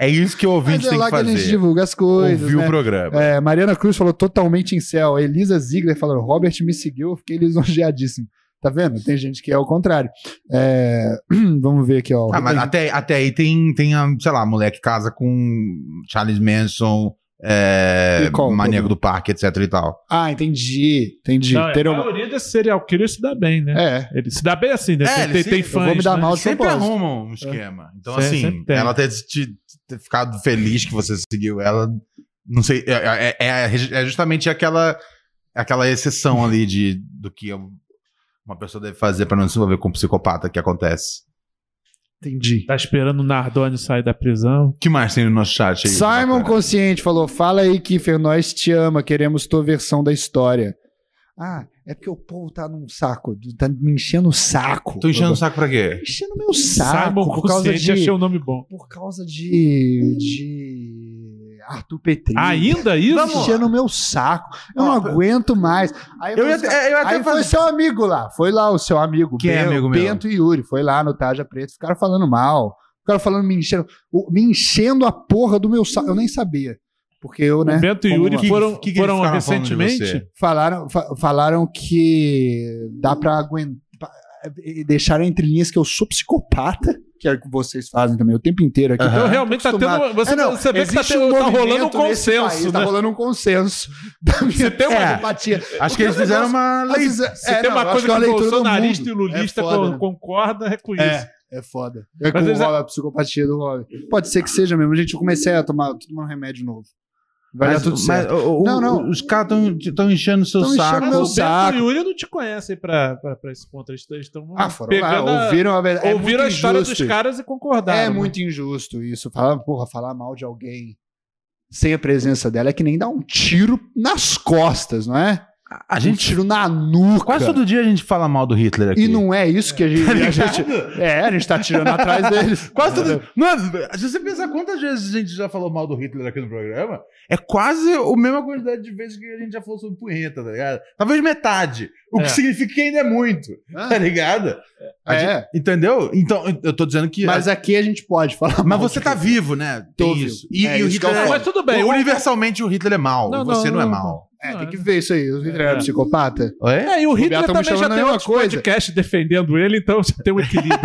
Speaker 1: É, é isso que o ouvinte
Speaker 4: Mas é
Speaker 1: tem que
Speaker 4: lá que, a
Speaker 1: fazer.
Speaker 4: gente divulga as coisas.
Speaker 1: ouvir
Speaker 4: né?
Speaker 1: o programa.
Speaker 4: É, Mariana Cruz falou totalmente em céu. Elisa Ziegler falou: Robert me seguiu, eu fiquei lisonjeadíssimo. Tá vendo? Tem gente que é o contrário. É, Vamos ver aqui, ó.
Speaker 1: Ah, mas até, até aí tem, tem a, sei lá, mulher que casa com Charles Manson, é,
Speaker 4: E qual o
Speaker 1: maníaco
Speaker 4: problema?
Speaker 1: do parque, etc e tal.
Speaker 4: Ah, entendi. Entendi.
Speaker 1: é
Speaker 5: Não, é,
Speaker 4: Ter
Speaker 5: a
Speaker 4: uma-
Speaker 5: maioria desses serial killers se dá bem, né?
Speaker 4: É.
Speaker 5: Ele se dá bem assim, né?
Speaker 1: É,
Speaker 5: tem,
Speaker 1: ele
Speaker 5: tem,
Speaker 1: se-
Speaker 5: tem
Speaker 1: eu
Speaker 5: fãs.
Speaker 4: vou me dar
Speaker 5: né?
Speaker 4: mal de
Speaker 1: Sempre
Speaker 4: propósito.
Speaker 1: arrumam um esquema.
Speaker 4: É.
Speaker 1: Então,
Speaker 5: Sim,
Speaker 1: assim,
Speaker 5: sempre tem.
Speaker 1: ela ter, te- ter ficado feliz que você seguiu ela, não sei, é, é- é- é justamente aquela, aquela exceção ali de, do que uma pessoa deve fazer pra não se envolver com um psicopata que acontece.
Speaker 4: Entendi.
Speaker 5: Tá esperando o Nardoni sair da prisão.
Speaker 1: O que mais tem no nosso chat aí?
Speaker 4: Simon
Speaker 1: Bacana.
Speaker 4: Consciente falou: fala aí, Kiffer, nós te ama, queremos tua versão da história. Ah, é porque o povo tá num saco, tá me enchendo o saco.
Speaker 1: Tô enchendo o saco pra quê?
Speaker 4: enchendo meu saco
Speaker 5: Simon
Speaker 4: por causa
Speaker 5: Consciente,
Speaker 4: de.
Speaker 5: achei um nome bom.
Speaker 4: Por causa de. de. Arthur Petri.
Speaker 5: Ainda isso?
Speaker 4: Tá enchendo o meu saco. Eu não
Speaker 1: Ah, Ó,
Speaker 4: aguento mais. Aí
Speaker 1: Eu
Speaker 4: assim, foi
Speaker 1: ia,
Speaker 4: os caras-
Speaker 1: até- eu ia até
Speaker 4: Aí foi
Speaker 1: fazer-
Speaker 4: seu amigo lá. Foi lá o seu amigo.
Speaker 1: Quem é amigo meu?
Speaker 4: Bento e Yuri. Foi lá no Taja Preto. Ficaram falando mal. Ficaram falando, me enchendo, o- me enchendo a porra do meu saco. Eu nem sabia. Porque eu, né?
Speaker 5: O Bento e
Speaker 4: como
Speaker 5: Yuri
Speaker 4: lá.
Speaker 1: que-
Speaker 5: foram,
Speaker 1: que que eles
Speaker 5: foram
Speaker 1: ficaram falando de
Speaker 5: recentemente.
Speaker 1: você?
Speaker 4: Falaram, fa- falaram que dá pra aguentar. e Deixaram entre linhas que eu sou psicopata, que é o que vocês fazem também o tempo inteiro aqui.
Speaker 5: Então, realmente tá
Speaker 4: Ah. acostumado.
Speaker 5: tendo. Você,
Speaker 4: É, não,
Speaker 5: você vê que tá,
Speaker 4: existe
Speaker 5: tendo- tá
Speaker 4: movimento
Speaker 5: rolando um
Speaker 4: nesse país,
Speaker 5: consenso,
Speaker 4: Tá
Speaker 5: né?
Speaker 4: rolando um consenso. Da minha
Speaker 5: Você tem uma-
Speaker 4: é. empatia.
Speaker 1: Acho que eles fizeram uma
Speaker 4: Às
Speaker 1: lei.
Speaker 4: vezes-
Speaker 5: Se
Speaker 4: é,
Speaker 5: tem
Speaker 4: não,
Speaker 5: uma
Speaker 4: eu acho
Speaker 5: coisa
Speaker 4: é uma
Speaker 5: que o
Speaker 4: leitura do
Speaker 5: bolsonarista e
Speaker 4: mundo.
Speaker 5: o lulista
Speaker 4: É foda,
Speaker 5: con-
Speaker 4: né?
Speaker 5: concorda é com isso.
Speaker 4: É, É foda. É com
Speaker 5: Mas
Speaker 4: o
Speaker 5: eles-
Speaker 4: Rob, a psicopatia do Rob. Pode ser que seja mesmo. Gente, eu comecei a tomar, tomar um remédio novo. Vai dar tudo certo.
Speaker 1: o- o-
Speaker 4: Não, não.
Speaker 1: Os caras estão enchendo o seu
Speaker 4: Tão enchendo
Speaker 1: saco.
Speaker 4: meu
Speaker 5: O Beto
Speaker 4: saco.
Speaker 5: e o Yuri não te conhecem pra, pra, pra esse ponto. Eles estão
Speaker 4: Ah, foram lá, ouviram a verdade. É
Speaker 5: ouviram a
Speaker 4: muito
Speaker 5: história
Speaker 4: injusto.
Speaker 5: dos caras e concordaram.
Speaker 4: É
Speaker 5: né?
Speaker 4: muito injusto isso. Falar, porra, falar mal de alguém sem a presença dela é que nem dar um tiro nas costas, não é?
Speaker 1: A gente
Speaker 4: um tiro na nuca.
Speaker 1: Quase todo dia a gente fala mal do Hitler aqui.
Speaker 4: E não é isso que a gente, a gente- É, a gente tá tirando atrás deles.
Speaker 1: Quase todo... Mano, se você pensar quantas vezes a gente já falou mal do Hitler aqui no programa, é quase a mesma quantidade de vezes que a gente já falou sobre punheta, tá ligado? Talvez metade. O
Speaker 5: É.
Speaker 1: que significa que ainda é muito,
Speaker 4: Ah.
Speaker 1: tá ligado? A
Speaker 4: É.
Speaker 1: gente- entendeu? Então, eu tô dizendo que.
Speaker 4: Mas aqui a gente pode falar
Speaker 1: Mas
Speaker 4: mal
Speaker 1: você
Speaker 4: de
Speaker 1: tá
Speaker 4: alguém.
Speaker 1: vivo, né?
Speaker 4: Tô
Speaker 1: Tem
Speaker 4: vivo.
Speaker 1: isso. E,
Speaker 4: É,
Speaker 1: e o
Speaker 4: isso que é o
Speaker 1: Hitler é.
Speaker 5: Mas tudo bem. o-
Speaker 1: Universalmente o Hitler é mal.
Speaker 5: Não,
Speaker 1: você não,
Speaker 5: não,
Speaker 1: é
Speaker 5: não.
Speaker 1: mal.
Speaker 4: É, tem que ver isso aí. O Hitler era
Speaker 5: né? É.
Speaker 4: psicopata?
Speaker 1: É?
Speaker 5: É, e o Hitler
Speaker 4: Bobear, tamo
Speaker 5: também já
Speaker 4: tá chamando
Speaker 5: tem
Speaker 4: a mesma
Speaker 5: outros
Speaker 4: coisa.
Speaker 5: podcast defendendo ele, então já tem um equilíbrio.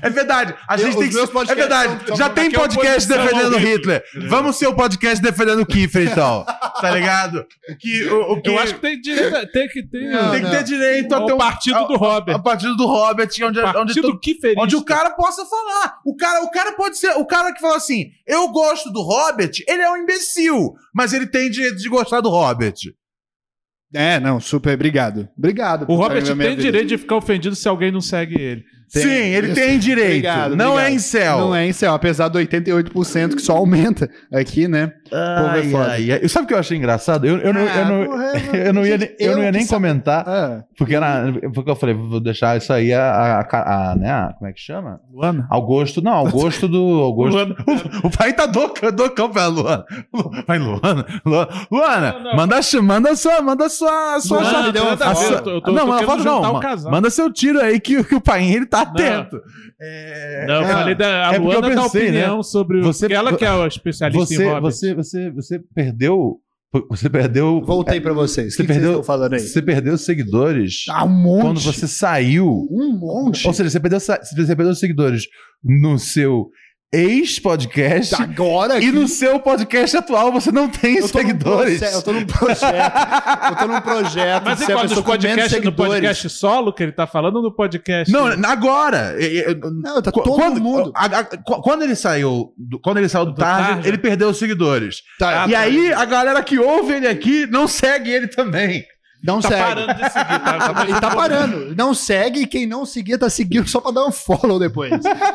Speaker 1: É verdade. A gente
Speaker 4: os
Speaker 1: tem que.
Speaker 4: meus
Speaker 1: É
Speaker 4: podcasts
Speaker 1: verdade.
Speaker 4: são-
Speaker 1: Já
Speaker 4: são-
Speaker 1: tem
Speaker 5: aqui é
Speaker 1: podcast
Speaker 5: oposição ao
Speaker 1: defendendo o Hitler.
Speaker 5: Hitler.
Speaker 1: Vamos ser o podcast defendendo o Kiffer, então. Tá ligado? Que, o, o que,
Speaker 5: Eu acho que tem, direito, a- tem que ter
Speaker 4: Não,
Speaker 1: tem que ter direito a ter
Speaker 5: É o
Speaker 1: um
Speaker 5: partido do
Speaker 1: a
Speaker 5: Robert.
Speaker 1: partido do Robert, onde, onde,
Speaker 5: Partido
Speaker 1: to-
Speaker 5: que feliz.
Speaker 1: onde o cara possa falar. O cara, o cara pode ser. O cara que fala assim: eu gosto do Robert, ele é um imbecil, mas ele tem direito de gostar do Robert.
Speaker 4: É, não, super, obrigado. Obrigado.
Speaker 5: O
Speaker 4: por
Speaker 5: Robert
Speaker 4: trazer a
Speaker 5: tem
Speaker 4: minha vida.
Speaker 5: direito de ficar ofendido se alguém não segue ele.
Speaker 4: Tem.
Speaker 1: Sim, ele
Speaker 4: Isso.
Speaker 1: tem direito.
Speaker 4: Obrigado,
Speaker 1: não é
Speaker 4: obrigado.
Speaker 1: em céu.
Speaker 4: Não é em céu, apesar do 88% que só aumenta aqui, né? Povo é
Speaker 1: Ai,
Speaker 4: foda.
Speaker 1: ai, ai. Sabe o que eu achei engraçado? Eu, eu, não, eu,
Speaker 4: Ah,
Speaker 1: não,
Speaker 4: porra, mano.
Speaker 1: eu não ia, nem-
Speaker 4: Gente,
Speaker 1: eu não ia
Speaker 4: que
Speaker 1: nem
Speaker 4: sa-
Speaker 1: comentar.
Speaker 4: Ah,
Speaker 1: Porque, na, porque eu falei, vou deixar isso aí a, a- a- a- né, a- Como é que chama?
Speaker 5: Luana?
Speaker 1: Ao gosto. Não, ao gosto do. Ao gosto.
Speaker 5: Luana.
Speaker 1: O pai tá docão, docão pra Luana. Lu- Vai, Luana. Luana, Luana
Speaker 5: Não, não.
Speaker 1: manda, ch- manda sua. Manda sua. sua,
Speaker 5: Luana, tá
Speaker 1: sua-
Speaker 5: me deu uma
Speaker 1: a
Speaker 5: foto.
Speaker 1: sua-
Speaker 5: Eu tô- eu tô-
Speaker 1: não,
Speaker 5: tô
Speaker 1: manda
Speaker 5: querendo
Speaker 1: foto, não.
Speaker 5: juntar o
Speaker 1: ma-
Speaker 5: casal.
Speaker 1: Manda seu tiro aí que, que o pai ele tá
Speaker 5: Não.
Speaker 1: atento. É,
Speaker 5: Não, eu
Speaker 1: é,
Speaker 5: falei da a
Speaker 1: é porque eu
Speaker 5: Luana da
Speaker 4: né?
Speaker 1: pensei,
Speaker 5: opinião sobre o.
Speaker 1: Você-
Speaker 5: Você, ela que é o especialista em
Speaker 1: você,
Speaker 5: Robert.
Speaker 1: você, você, você perdeu. Você perdeu.
Speaker 4: voltei pra vocês.
Speaker 1: Você
Speaker 4: O que, que vocês
Speaker 1: perdeu-
Speaker 4: estão falando aí?
Speaker 1: Você perdeu seguidores
Speaker 4: Ah, um monte.
Speaker 1: quando você saiu.
Speaker 4: Um monte.
Speaker 1: Ou seja, você perdeu, sa- você perdeu seguidores no seu ex-podcast
Speaker 4: Tá Agora
Speaker 1: e
Speaker 4: que
Speaker 1: no seu podcast atual você não tem
Speaker 4: eu tô num
Speaker 1: seguidores.
Speaker 4: proce- Eu tô num projeto. eu tô num projeto.
Speaker 5: Mas
Speaker 4: de
Speaker 5: e
Speaker 4: ser a
Speaker 5: qual
Speaker 4: pessoa
Speaker 5: dos
Speaker 4: com menos
Speaker 5: podcasts no
Speaker 4: seguidores.
Speaker 5: podcast solo que ele tá falando ou no podcast?
Speaker 1: Não, agora. Eu- eu-
Speaker 4: Não, tá
Speaker 1: qu-
Speaker 4: todo
Speaker 1: quando,
Speaker 4: mundo.
Speaker 1: a- a- qu- quando ele saiu, do, quando ele saiu do,
Speaker 5: Do
Speaker 1: Tarja,
Speaker 5: Tarja.
Speaker 1: ele perdeu os seguidores.
Speaker 4: Tá,
Speaker 1: e aí a galera que ouve ele aqui não segue ele também.
Speaker 4: não
Speaker 5: tá
Speaker 4: segue.
Speaker 5: parando de seguir. Tá,
Speaker 4: Tá- Ele tá parando. Não segue, e quem não seguir tá seguindo só pra dar um follow depois.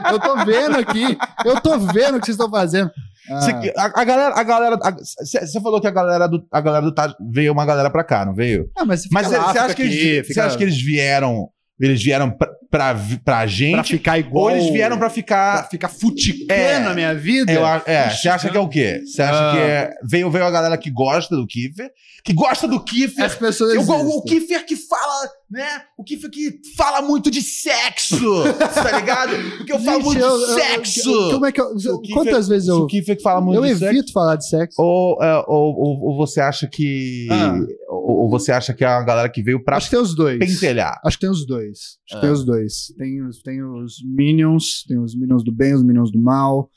Speaker 4: Eu tô vendo aqui. Eu tô vendo o que vocês estão fazendo. Ah,
Speaker 1: Você- a, a galera, a galera, você falou que a galera do, a galera do Tarja veio uma galera pra cá, não veio?
Speaker 4: ah, mas fica
Speaker 1: Mas você
Speaker 4: lá, fica
Speaker 1: acha, que
Speaker 4: aqui,
Speaker 1: eles, você
Speaker 4: fica-
Speaker 1: acha que eles vieram? Eles vieram pra, pra, vi- pra gente?
Speaker 4: pra ficar igual...
Speaker 1: ou eles vieram pra
Speaker 4: pra
Speaker 1: ficar.
Speaker 4: ficar futicando
Speaker 1: É.
Speaker 4: a minha vida?
Speaker 1: Eu a- é, você acha que é o quê? Você acha
Speaker 4: Ah.
Speaker 1: que é. Veio, veio a galera que gosta do Kiffer, que gosta do Kiffer.
Speaker 4: As pessoas
Speaker 1: Eu-
Speaker 4: existem.
Speaker 1: o Kiffer que fala, né? O Kiffer que fala muito de sexo, tá ligado? Porque eu falo
Speaker 4: Gente,
Speaker 1: muito
Speaker 4: eu-
Speaker 1: de
Speaker 4: eu-
Speaker 1: sexo.
Speaker 4: eu- como é que eu-
Speaker 1: O Kiefer-
Speaker 4: quantas vezes
Speaker 1: Se o
Speaker 4: eu...
Speaker 1: Kiffer que fala muito
Speaker 4: Eu
Speaker 1: de
Speaker 4: evito
Speaker 1: sexo.
Speaker 4: falar de sexo.
Speaker 1: Ou, é, ou, ou- ou você acha que.
Speaker 4: Ah.
Speaker 1: Ou, ou você acha que é a galera que é veio pra
Speaker 4: Acho que tem os dois.
Speaker 1: pentelhar?
Speaker 4: Acho que tem os dois. Acho
Speaker 1: Ah.
Speaker 4: que tem os dois. Tem, os- tem os Minions, tem os Minions do bem, os Minions do mal.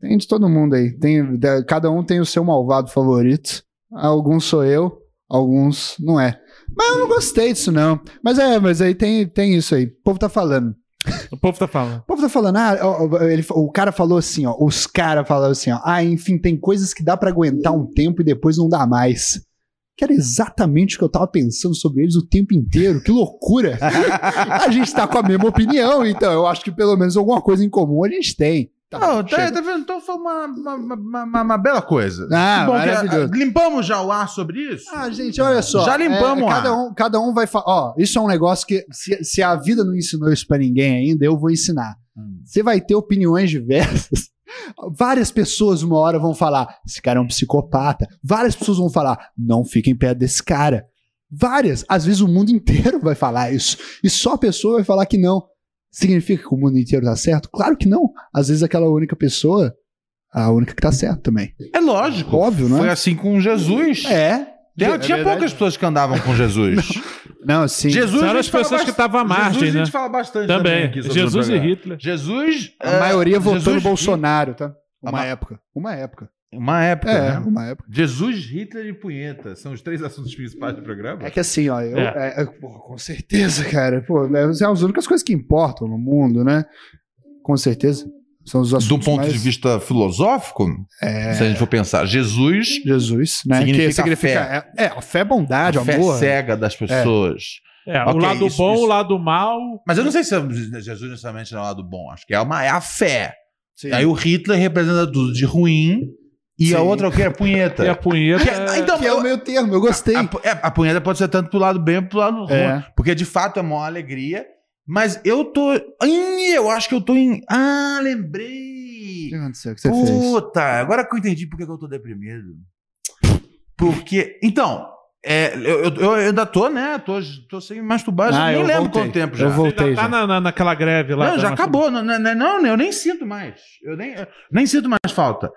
Speaker 4: Tem de todo mundo aí. Tem, da- cada um tem o seu malvado favorito. Alguns sou eu, alguns não é. Mas eu não gostei disso, não. Mas é, mas aí tem, tem isso aí. O povo tá falando.
Speaker 5: O povo tá falando.
Speaker 4: O povo tá falando, ah, ó, ó, ele, o cara falou assim, ó, os caras falaram assim, ó, ah, enfim, tem coisas que dá pra aguentar um tempo e depois não dá mais. Que era exatamente o que eu tava pensando sobre eles o tempo inteiro, que loucura! a gente tá com a mesma opinião, então eu acho que pelo menos alguma coisa em comum a gente tem. Tá,
Speaker 1: Não, tá,
Speaker 4: chega.
Speaker 1: tá vendo? Então foi uma, uma, uma, uma- uma bela coisa.
Speaker 4: Ah,
Speaker 1: Que bom que,
Speaker 4: maravilhoso.
Speaker 1: ah, limpamos já o ar sobre isso?
Speaker 4: Ah, gente, olha só.
Speaker 1: Já limpamos,
Speaker 4: é, cada,
Speaker 1: ah.
Speaker 4: um, cada um vai falar. Ó, isso é um negócio que, se, se a vida não ensinou isso pra ninguém ainda, eu vou ensinar.
Speaker 1: Hum.
Speaker 4: Você vai ter opiniões diversas. Várias pessoas, uma hora, vão falar: esse cara é um psicopata. Várias pessoas vão falar: não fiquem perto desse cara. Várias, às vezes o mundo inteiro vai falar isso. E só a pessoa vai falar que não. Significa que o mundo inteiro tá certo? Claro que não. Às vezes aquela única pessoa, é a única que tá certa também.
Speaker 1: é lógico.
Speaker 4: Óbvio,
Speaker 1: Foi
Speaker 4: né?
Speaker 1: assim com Jesus.
Speaker 4: É.
Speaker 1: Tem-
Speaker 4: É
Speaker 1: tinha
Speaker 4: verdade.
Speaker 1: poucas pessoas que andavam com Jesus.
Speaker 4: Não, sim.
Speaker 1: Jesus
Speaker 5: Só
Speaker 1: a
Speaker 5: eram
Speaker 1: gente
Speaker 5: as
Speaker 1: fala
Speaker 5: pessoas que
Speaker 1: bast-
Speaker 5: estavam à margem,
Speaker 1: Jesus a
Speaker 5: né?
Speaker 1: gente fala bastante
Speaker 5: Também.
Speaker 1: aqui sobre
Speaker 5: Jesus
Speaker 1: o
Speaker 5: e
Speaker 1: programa.
Speaker 5: Hitler.
Speaker 1: Jesus...
Speaker 4: A
Speaker 1: é,
Speaker 4: maioria votou
Speaker 1: Jesus
Speaker 4: no Bolsonaro, tá?
Speaker 1: A
Speaker 4: Uma
Speaker 1: ma-
Speaker 4: época. Uma época.
Speaker 1: Uma época,
Speaker 4: É,
Speaker 1: né?
Speaker 4: uma época.
Speaker 1: Jesus, Hitler e punheta. São os três assuntos principais do programa.
Speaker 4: É que assim, ó, eu,
Speaker 5: É.
Speaker 4: é, eu- pô, com certeza, cara. Pô, né, são as únicas coisas que importam no mundo, né? Com certeza. São os
Speaker 1: Do
Speaker 4: assuntos
Speaker 1: ponto
Speaker 4: mais- É.
Speaker 1: de vista filosófico, se a gente for pensar, Jesus,
Speaker 4: Jesus, né?
Speaker 1: Significa
Speaker 4: que significa é, é, a fé é bondade,
Speaker 1: a fé
Speaker 4: amor.
Speaker 1: cega das pessoas.
Speaker 5: É, o
Speaker 1: Ok,
Speaker 5: lado
Speaker 1: isso,
Speaker 5: bom,
Speaker 1: isso.
Speaker 5: o lado mal.
Speaker 1: Mas eu não sei se é Jesus necessariamente não é o lado bom. Acho que é, uma, é a fé.
Speaker 4: Sim.
Speaker 1: Aí o Hitler representa tudo de ruim e a
Speaker 4: Sim.
Speaker 1: outra é o que? A punheta.
Speaker 5: E a punheta.
Speaker 1: Que- então,
Speaker 4: Que é o meu termo, eu gostei.
Speaker 1: a, a, a punheta pode ser tanto pro lado bem quanto pro lado ruim.
Speaker 4: É.
Speaker 1: Porque de fato é uma maior alegria. Mas eu tô. Ih, eu acho que eu tô em. Ah,
Speaker 4: O
Speaker 1: lembrei!
Speaker 4: que aconteceu? O que você fez?
Speaker 1: Puta, agora que eu entendi por que que eu tô deprimido. Porque. Então, é, eu, eu- eu ainda tô, né? Tô, tô sem masturbar, já
Speaker 4: Ah,
Speaker 1: nem
Speaker 4: eu
Speaker 1: lembro
Speaker 4: voltei.
Speaker 1: quanto tempo já.
Speaker 4: Eu voltei
Speaker 5: Ainda tá
Speaker 4: já.
Speaker 5: na, na- naquela greve lá.
Speaker 1: Não,
Speaker 5: da
Speaker 1: já
Speaker 5: nossa-
Speaker 1: acabou. Não, não, não, não, eu nem sinto mais. Eu nem, eu nem sinto mais falta.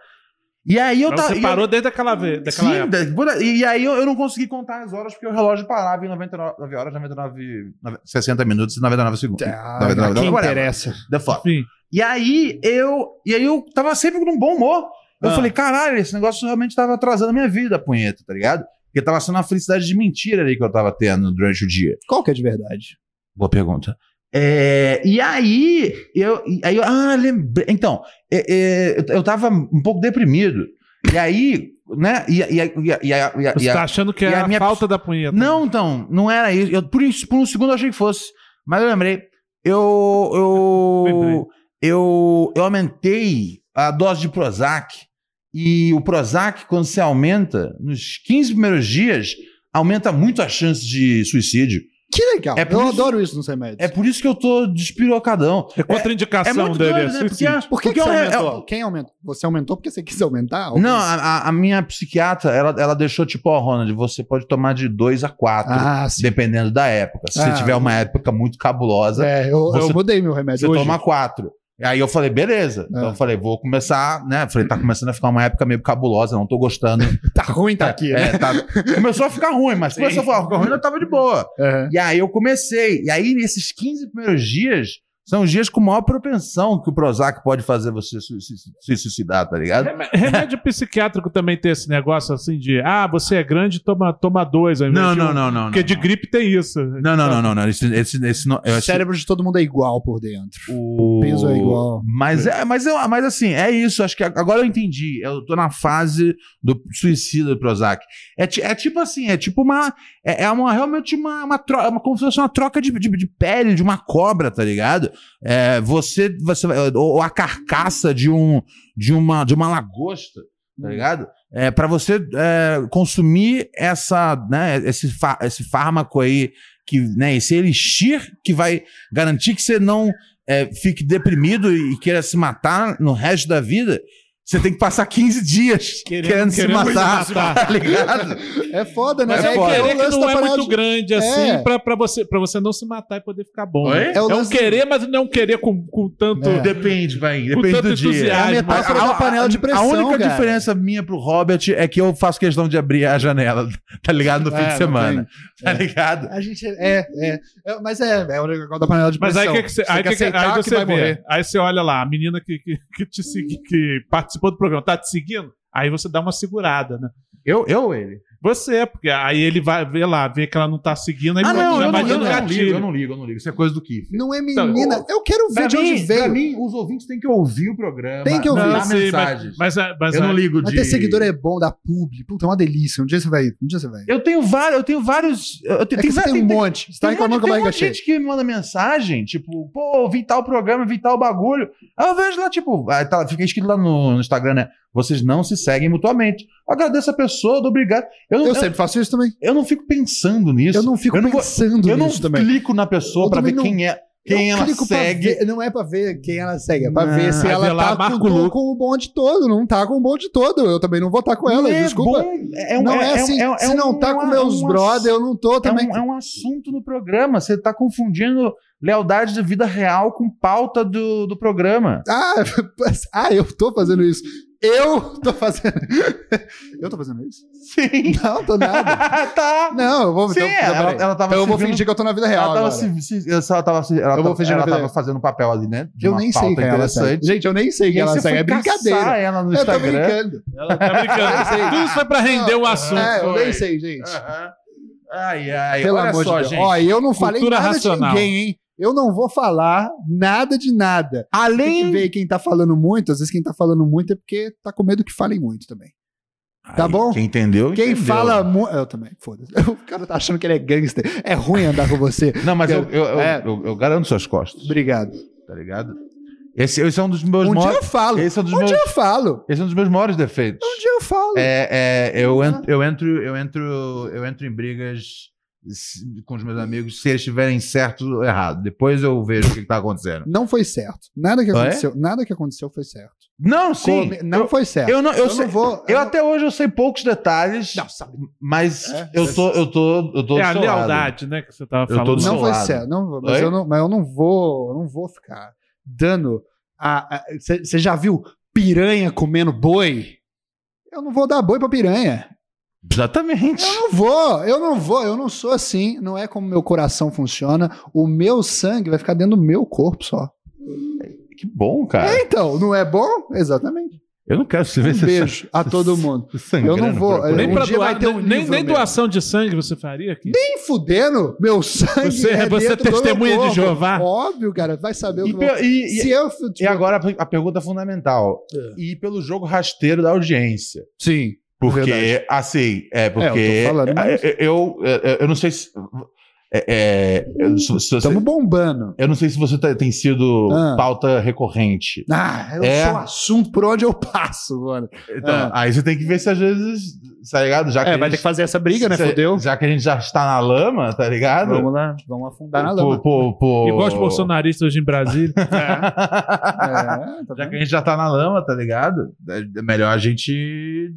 Speaker 1: E aí eu
Speaker 5: Mas
Speaker 1: tava.
Speaker 5: Você
Speaker 1: Então tá, e
Speaker 5: parou
Speaker 1: eu,
Speaker 5: desde aquela vez. Daquela
Speaker 1: Sim,
Speaker 5: época.
Speaker 1: da- por aí- e aí eu, eu não consegui contar as horas, porque o relógio parava em 99 horas, 99, 60 minutos e 99 segundos.
Speaker 4: Ah,
Speaker 1: 99,
Speaker 4: quem
Speaker 1: whatever.
Speaker 4: interessa?
Speaker 1: The fuck.
Speaker 5: Enfim.
Speaker 1: E aí eu. E aí eu tava sempre num bom humor. Eu
Speaker 4: Ah.
Speaker 1: falei, caralho, esse negócio realmente tava atrasando a minha vida, punheta, tá ligado? Porque tava sendo uma felicidade de mentira ali que eu tava tendo durante o dia.
Speaker 4: Qual que é de verdade?
Speaker 1: Boa pergunta. É, e aí, eu, e aí, eu- ah, lembrei. Então, é, é, eu, eu tava um pouco deprimido. E aí, né? E, e, e, e, e, e,
Speaker 5: Você
Speaker 1: e-
Speaker 5: tá achando que
Speaker 1: e
Speaker 5: é
Speaker 1: a
Speaker 5: a,
Speaker 1: minha
Speaker 5: falta da punheta?
Speaker 1: não, então, não era isso. Eu, por, isso- por um segundo eu achei que fosse. Mas eu lembrei. Eu.
Speaker 5: Lembrei.
Speaker 1: Eu. Eu, eu aumentei a dose de Prozac. E o Prozac, quando se aumenta, nos 15 primeiros dias, aumenta muito a chance de suicídio.
Speaker 4: Que legal.
Speaker 1: É por
Speaker 4: eu
Speaker 1: isso-
Speaker 4: adoro isso nos remédios.
Speaker 1: É por isso que eu tô despirocadão.
Speaker 5: É contraindicação
Speaker 1: É muito
Speaker 5: dele.
Speaker 1: doido,
Speaker 5: é
Speaker 1: né? Porque,
Speaker 5: suicídio.
Speaker 4: Por que,
Speaker 1: porque
Speaker 4: que
Speaker 1: é
Speaker 4: você
Speaker 1: um- é-
Speaker 4: aumentou? Quem aumentou? Você aumentou porque você quis aumentar?
Speaker 1: Não, a, a- a minha psiquiatra, ela, ela deixou tipo, ó, Ronald, você pode tomar de 2 a 4,
Speaker 4: Ah, sim.
Speaker 1: dependendo da época. Se
Speaker 4: Ah,
Speaker 1: tiver uma época muito cabulosa,
Speaker 4: É, eu,
Speaker 1: Você-
Speaker 4: eu mudei meu remédio.
Speaker 1: Você
Speaker 4: hoje.
Speaker 1: toma quatro. Aí eu falei, beleza. Então
Speaker 4: É.
Speaker 1: eu falei, vou começar, né? Falei, tá começando a ficar uma época meio cabulosa, não tô gostando.
Speaker 4: Tá ruim tá aqui, né?
Speaker 1: É, tá- Começou a ficar ruim, mas começou a ficar ruim, eu tava de boa.
Speaker 4: É.
Speaker 1: E aí eu comecei. E aí, nesses 15 primeiros dias, são os dias com maior propensão que o Prozac pode fazer você su- se se suicidar, tá ligado?
Speaker 5: Remé- É, Remédio psiquiátrico também tem esse negócio assim de ah, você é grande, toma, toma dois. ao invés de um.
Speaker 1: não, não.
Speaker 5: Porque de gripe tem isso.
Speaker 1: Não, não, não, não, não. Esse, esse, esse não- eu
Speaker 4: O
Speaker 1: acho-
Speaker 4: cérebro de todo mundo é igual por dentro.
Speaker 1: O
Speaker 4: peso é igual.
Speaker 1: Mas, é, mas, eu, mas assim, é isso. Acho que agora eu entendi. Eu tô na fase do suicídio do Prozac. É, ti- é tipo assim, é tipo uma. É, é uma, realmente uma, uma troca. Uma, como se fosse uma troca de, de, de pele de uma cobra, tá ligado? É, você. você vai- ou, ou a carcaça de, um, de, uma, de uma lagosta,
Speaker 5: Hum.
Speaker 1: tá ligado? É, para você é, consumir essa, né, esse, fá- esse fármaco aí, que, né, esse elixir que vai garantir que você não é, fique deprimido e queira se matar no resto da vida, você tem que passar 15 dias querendo, se
Speaker 5: querendo se
Speaker 1: matar,
Speaker 5: matar.
Speaker 1: tá ligado?
Speaker 4: É foda, né?
Speaker 5: Mas é,
Speaker 1: É foda.
Speaker 5: querer
Speaker 4: o lance
Speaker 5: que não
Speaker 4: da
Speaker 5: é
Speaker 4: parada
Speaker 5: muito
Speaker 4: de-
Speaker 5: grande assim
Speaker 4: É.
Speaker 5: pra, pra, você, pra você não se matar e poder ficar bom.
Speaker 1: Oi?
Speaker 5: né?
Speaker 4: É
Speaker 5: É,
Speaker 4: o
Speaker 5: um
Speaker 4: lance-
Speaker 5: querer, mas não querer com, com tanto.
Speaker 4: É.
Speaker 1: Depende, vai,
Speaker 5: Com
Speaker 1: depende
Speaker 5: tanto
Speaker 1: do dia.
Speaker 4: É a
Speaker 5: entusiasmo.
Speaker 4: metáfora da panela de pressão,
Speaker 1: a única
Speaker 4: cara.
Speaker 1: diferença minha pro Robert é que eu faço questão de abrir a janela, tá ligado? No fim
Speaker 4: É,
Speaker 1: de
Speaker 4: não
Speaker 1: semana. Tá
Speaker 4: É.
Speaker 1: ligado?
Speaker 4: A gente é, é, é, Mas é, é o negócio da panela de
Speaker 5: Mas
Speaker 1: é
Speaker 4: pressão.
Speaker 5: aí, que que você, aí,
Speaker 4: tem
Speaker 5: que que- aí
Speaker 4: aceitar
Speaker 5: você
Speaker 4: vai
Speaker 5: vê.
Speaker 4: morrer.
Speaker 5: Aí você olha lá, a menina que, que, que te segui- que participou do programa, tá te seguindo? Aí você dá uma segurada, né?
Speaker 1: Eu, eu ou ele?
Speaker 5: Você, porque aí ele vai ver lá, vê que ela não tá seguindo, aí
Speaker 1: Ah, não,
Speaker 5: já
Speaker 1: eu
Speaker 5: vai
Speaker 1: não, eu, não ligo,
Speaker 5: dando
Speaker 1: eu
Speaker 5: gatilho.
Speaker 1: não ligo, eu não ligo. Isso é coisa do Kiff.
Speaker 4: Não é menina. Eu quero ver de onde
Speaker 1: Então, pra
Speaker 4: veio.
Speaker 1: mim, os ouvintes têm que ouvir o programa.
Speaker 4: Tem que ouvir.
Speaker 1: mandar
Speaker 5: Eu sei,
Speaker 1: mensagens.
Speaker 5: Mas, a- mas
Speaker 1: eu não
Speaker 5: a-
Speaker 1: ligo
Speaker 4: Mas
Speaker 1: de...
Speaker 4: ter seguidor é bom, da publi. Puta, é uma delícia. Um dia você vai. Um dia você vai.
Speaker 1: Eu tenho vários, eu tenho vários... Eu
Speaker 4: É
Speaker 1: tenho,
Speaker 4: que
Speaker 1: tem,
Speaker 4: você tem um monte. Você tá reclamando com
Speaker 1: tem
Speaker 4: a
Speaker 1: um
Speaker 4: barriga
Speaker 1: monte de
Speaker 4: cheia.
Speaker 1: gente que me manda mensagem, tipo, pô, ouvi tal programa, vi tal bagulho. Aí eu vejo lá, tipo, aí tá, fica escrito lá no, no Instagram, né? Vocês não se seguem mutuamente. Eu agradeço a pessoa, dou obrigado. Eu não, eu,
Speaker 4: Eu sempre faço isso também.
Speaker 1: eu não fico pensando nisso.
Speaker 4: Eu não fico
Speaker 1: eu não vou-
Speaker 4: pensando
Speaker 1: Eu não
Speaker 4: nisso também.
Speaker 1: clico na pessoa
Speaker 4: Eu
Speaker 1: pra ver
Speaker 4: também não-
Speaker 1: quem é, quem
Speaker 4: Eu
Speaker 1: ela
Speaker 4: clico pra
Speaker 1: segue.
Speaker 4: ver- não é pra ver quem ela segue, é pra
Speaker 1: Não,
Speaker 4: ver se
Speaker 5: vai ver
Speaker 4: ela
Speaker 5: lá,
Speaker 4: tá
Speaker 5: Marco
Speaker 4: com,
Speaker 5: Lu.
Speaker 4: com o bonde todo. Não tá com o bonde todo. Eu também não vou estar com ela,
Speaker 1: Não é
Speaker 4: desculpa.
Speaker 1: bom, é um-
Speaker 4: não é,
Speaker 1: um-
Speaker 4: assim.
Speaker 1: um-
Speaker 4: se não tá
Speaker 1: um-
Speaker 4: com meus
Speaker 1: um
Speaker 4: brother, eu não tô
Speaker 1: É um,
Speaker 4: também.
Speaker 1: é um assunto no programa. Você tá confundindo lealdade da vida real com pauta do, do programa.
Speaker 4: Ah, ah, eu tô fazendo isso. Eu tô fazendo. eu tô fazendo isso?
Speaker 1: Sim.
Speaker 4: Não, tô nada.
Speaker 1: tá.
Speaker 4: Não, eu vou.
Speaker 1: Sim,
Speaker 4: então, então,
Speaker 1: ela,
Speaker 4: peraí.
Speaker 1: ela tava
Speaker 4: Então eu vou
Speaker 1: servindo-
Speaker 4: fingir que eu tô na vida real.
Speaker 1: ela tava,
Speaker 4: agora.
Speaker 1: se, se- ela tava, se- ela
Speaker 4: Eu
Speaker 1: tava,
Speaker 4: vou fingir
Speaker 1: ela
Speaker 4: na vida
Speaker 1: tava
Speaker 4: real.
Speaker 1: fazendo um papel ali, né? De
Speaker 4: Eu
Speaker 1: uma
Speaker 4: nem sei
Speaker 1: pauta
Speaker 4: quem ela segue. Gente, eu nem sei
Speaker 1: E
Speaker 4: quem
Speaker 1: aí
Speaker 4: ela
Speaker 1: você
Speaker 4: segue.
Speaker 1: foi
Speaker 4: É brincadeira.
Speaker 1: caçar ela no
Speaker 4: Eu tô
Speaker 1: Instagram.
Speaker 4: brincando.
Speaker 5: Ela tá brincando. Tudo isso foi pra render o assunto.
Speaker 4: É, eu
Speaker 1: foi.
Speaker 4: nem sei, gente.
Speaker 1: Aham. Ai, ai.
Speaker 4: Pelo
Speaker 1: olha
Speaker 4: amor
Speaker 1: só,
Speaker 4: de Deus.
Speaker 1: gente.
Speaker 4: Ó, eu não falei
Speaker 5: Cultura
Speaker 4: nada
Speaker 5: racional.
Speaker 4: de ninguém, hein? Eu não vou falar nada de nada. Tem que
Speaker 1: além...
Speaker 4: ver quem tá falando muito. Às vezes quem tá falando muito é porque tá com medo que falem muito também. Tá
Speaker 1: Aí,
Speaker 4: bom?
Speaker 1: Quem entendeu,
Speaker 4: Quem
Speaker 1: entendeu.
Speaker 4: fala muito. Eu também, foda-se. O cara tá achando que ele é gangster. É ruim andar com você.
Speaker 1: Não, mas eu, eu, eu,
Speaker 4: É.
Speaker 1: eu- eu garanto suas costas,
Speaker 4: Obrigado.
Speaker 1: tá ligado? Esse, esse é um dos meus
Speaker 4: Um dia
Speaker 1: maiores...
Speaker 4: eu falo.
Speaker 1: Esse é um dos
Speaker 4: Um
Speaker 1: meus...
Speaker 4: dia eu falo.
Speaker 1: Esse é um dos meus maiores defeitos.
Speaker 4: Um dia eu falo.
Speaker 1: É, é,
Speaker 5: Uhum.
Speaker 1: eu, en- eu entro, eu entro, eu entro em brigas se- com os meus amigos se eles estiverem certo ou errado. Depois eu vejo o que, está acontecendo.
Speaker 4: Não foi certo. Nada que
Speaker 1: Ah, é?
Speaker 4: aconteceu, nada que aconteceu foi certo.
Speaker 1: Não, sim.
Speaker 4: Come- não
Speaker 1: eu,
Speaker 4: foi certo.
Speaker 1: eu não, eu, sei-
Speaker 4: não vou. É.
Speaker 1: eu até hoje eu sei poucos detalhes,
Speaker 4: Não, sabe.
Speaker 1: mas
Speaker 4: É?
Speaker 1: eu tô, eu tô, eu tô
Speaker 5: É a
Speaker 1: do seu lado.
Speaker 5: lealdade, né, que você tava
Speaker 1: Eu tô
Speaker 5: falando.
Speaker 1: do
Speaker 4: Não
Speaker 1: seu
Speaker 4: foi
Speaker 1: lado.
Speaker 4: certo. Não, vou- mas,
Speaker 1: Oi?
Speaker 4: eu não, mas eu não vou. Eu não vou ficar dando. Você já viu piranha comendo boi? Eu não vou dar boi pra piranha.
Speaker 1: Exatamente.
Speaker 4: Eu não vou, eu não vou, eu não sou assim. Não é como meu coração funciona. O meu sangue vai ficar dentro do meu corpo só.
Speaker 1: Que bom, cara.
Speaker 4: É, então, não é bom? Exatamente.
Speaker 1: Eu é, não quero se ver
Speaker 4: Um
Speaker 1: se
Speaker 4: beijo a todo mundo.
Speaker 1: sangrando
Speaker 4: Eu não vou-
Speaker 1: por- por-
Speaker 5: Nem,
Speaker 4: Um
Speaker 5: pra
Speaker 4: dia
Speaker 5: doar-
Speaker 4: vai ter um
Speaker 5: nem,
Speaker 4: livro
Speaker 5: nem
Speaker 4: meu.
Speaker 5: doação de sangue você faria aqui?
Speaker 4: Nem fudendo, meu sangue.
Speaker 5: Você-
Speaker 4: é
Speaker 5: você é
Speaker 4: dentro do meu
Speaker 5: testemunha de
Speaker 4: corpo.
Speaker 5: Jeová?
Speaker 4: Óbvio, cara, vai saber o
Speaker 1: Ah. E
Speaker 4: que
Speaker 1: pe- e- e- é
Speaker 4: Se eu. Tipo,
Speaker 1: e agora a pergunta fundamental.
Speaker 4: É.
Speaker 1: E pelo jogo rasteiro da audiência.
Speaker 4: Sim.
Speaker 1: Porque,
Speaker 4: Verdade.
Speaker 1: assim, é porque.
Speaker 4: É, eu tô falando, mas-
Speaker 1: eu, eu, eu- eu não sei se. é, é, eu, se- se você-
Speaker 4: Estamos bombando.
Speaker 1: eu não sei se você tá- tem sido
Speaker 4: Ah.
Speaker 1: pauta recorrente.
Speaker 4: Ah, eu
Speaker 1: É.
Speaker 4: sou o assunto por onde eu passo, mano.
Speaker 1: Então,
Speaker 4: Ah.
Speaker 1: aí você tem que ver se às vezes. Tá ligado? Já que né? a gente-
Speaker 4: fazer essa
Speaker 1: se- Já que a gente já está na lama, tá ligado?
Speaker 4: Vamos lá, vamos afundar na lama.
Speaker 1: Pô, pô, pô-
Speaker 5: Igual os bolsonaristas hoje em Brasília.
Speaker 4: É, tá
Speaker 1: Já que
Speaker 4: vendo?
Speaker 1: a gente já tá na lama, tá ligado? É melhor a gente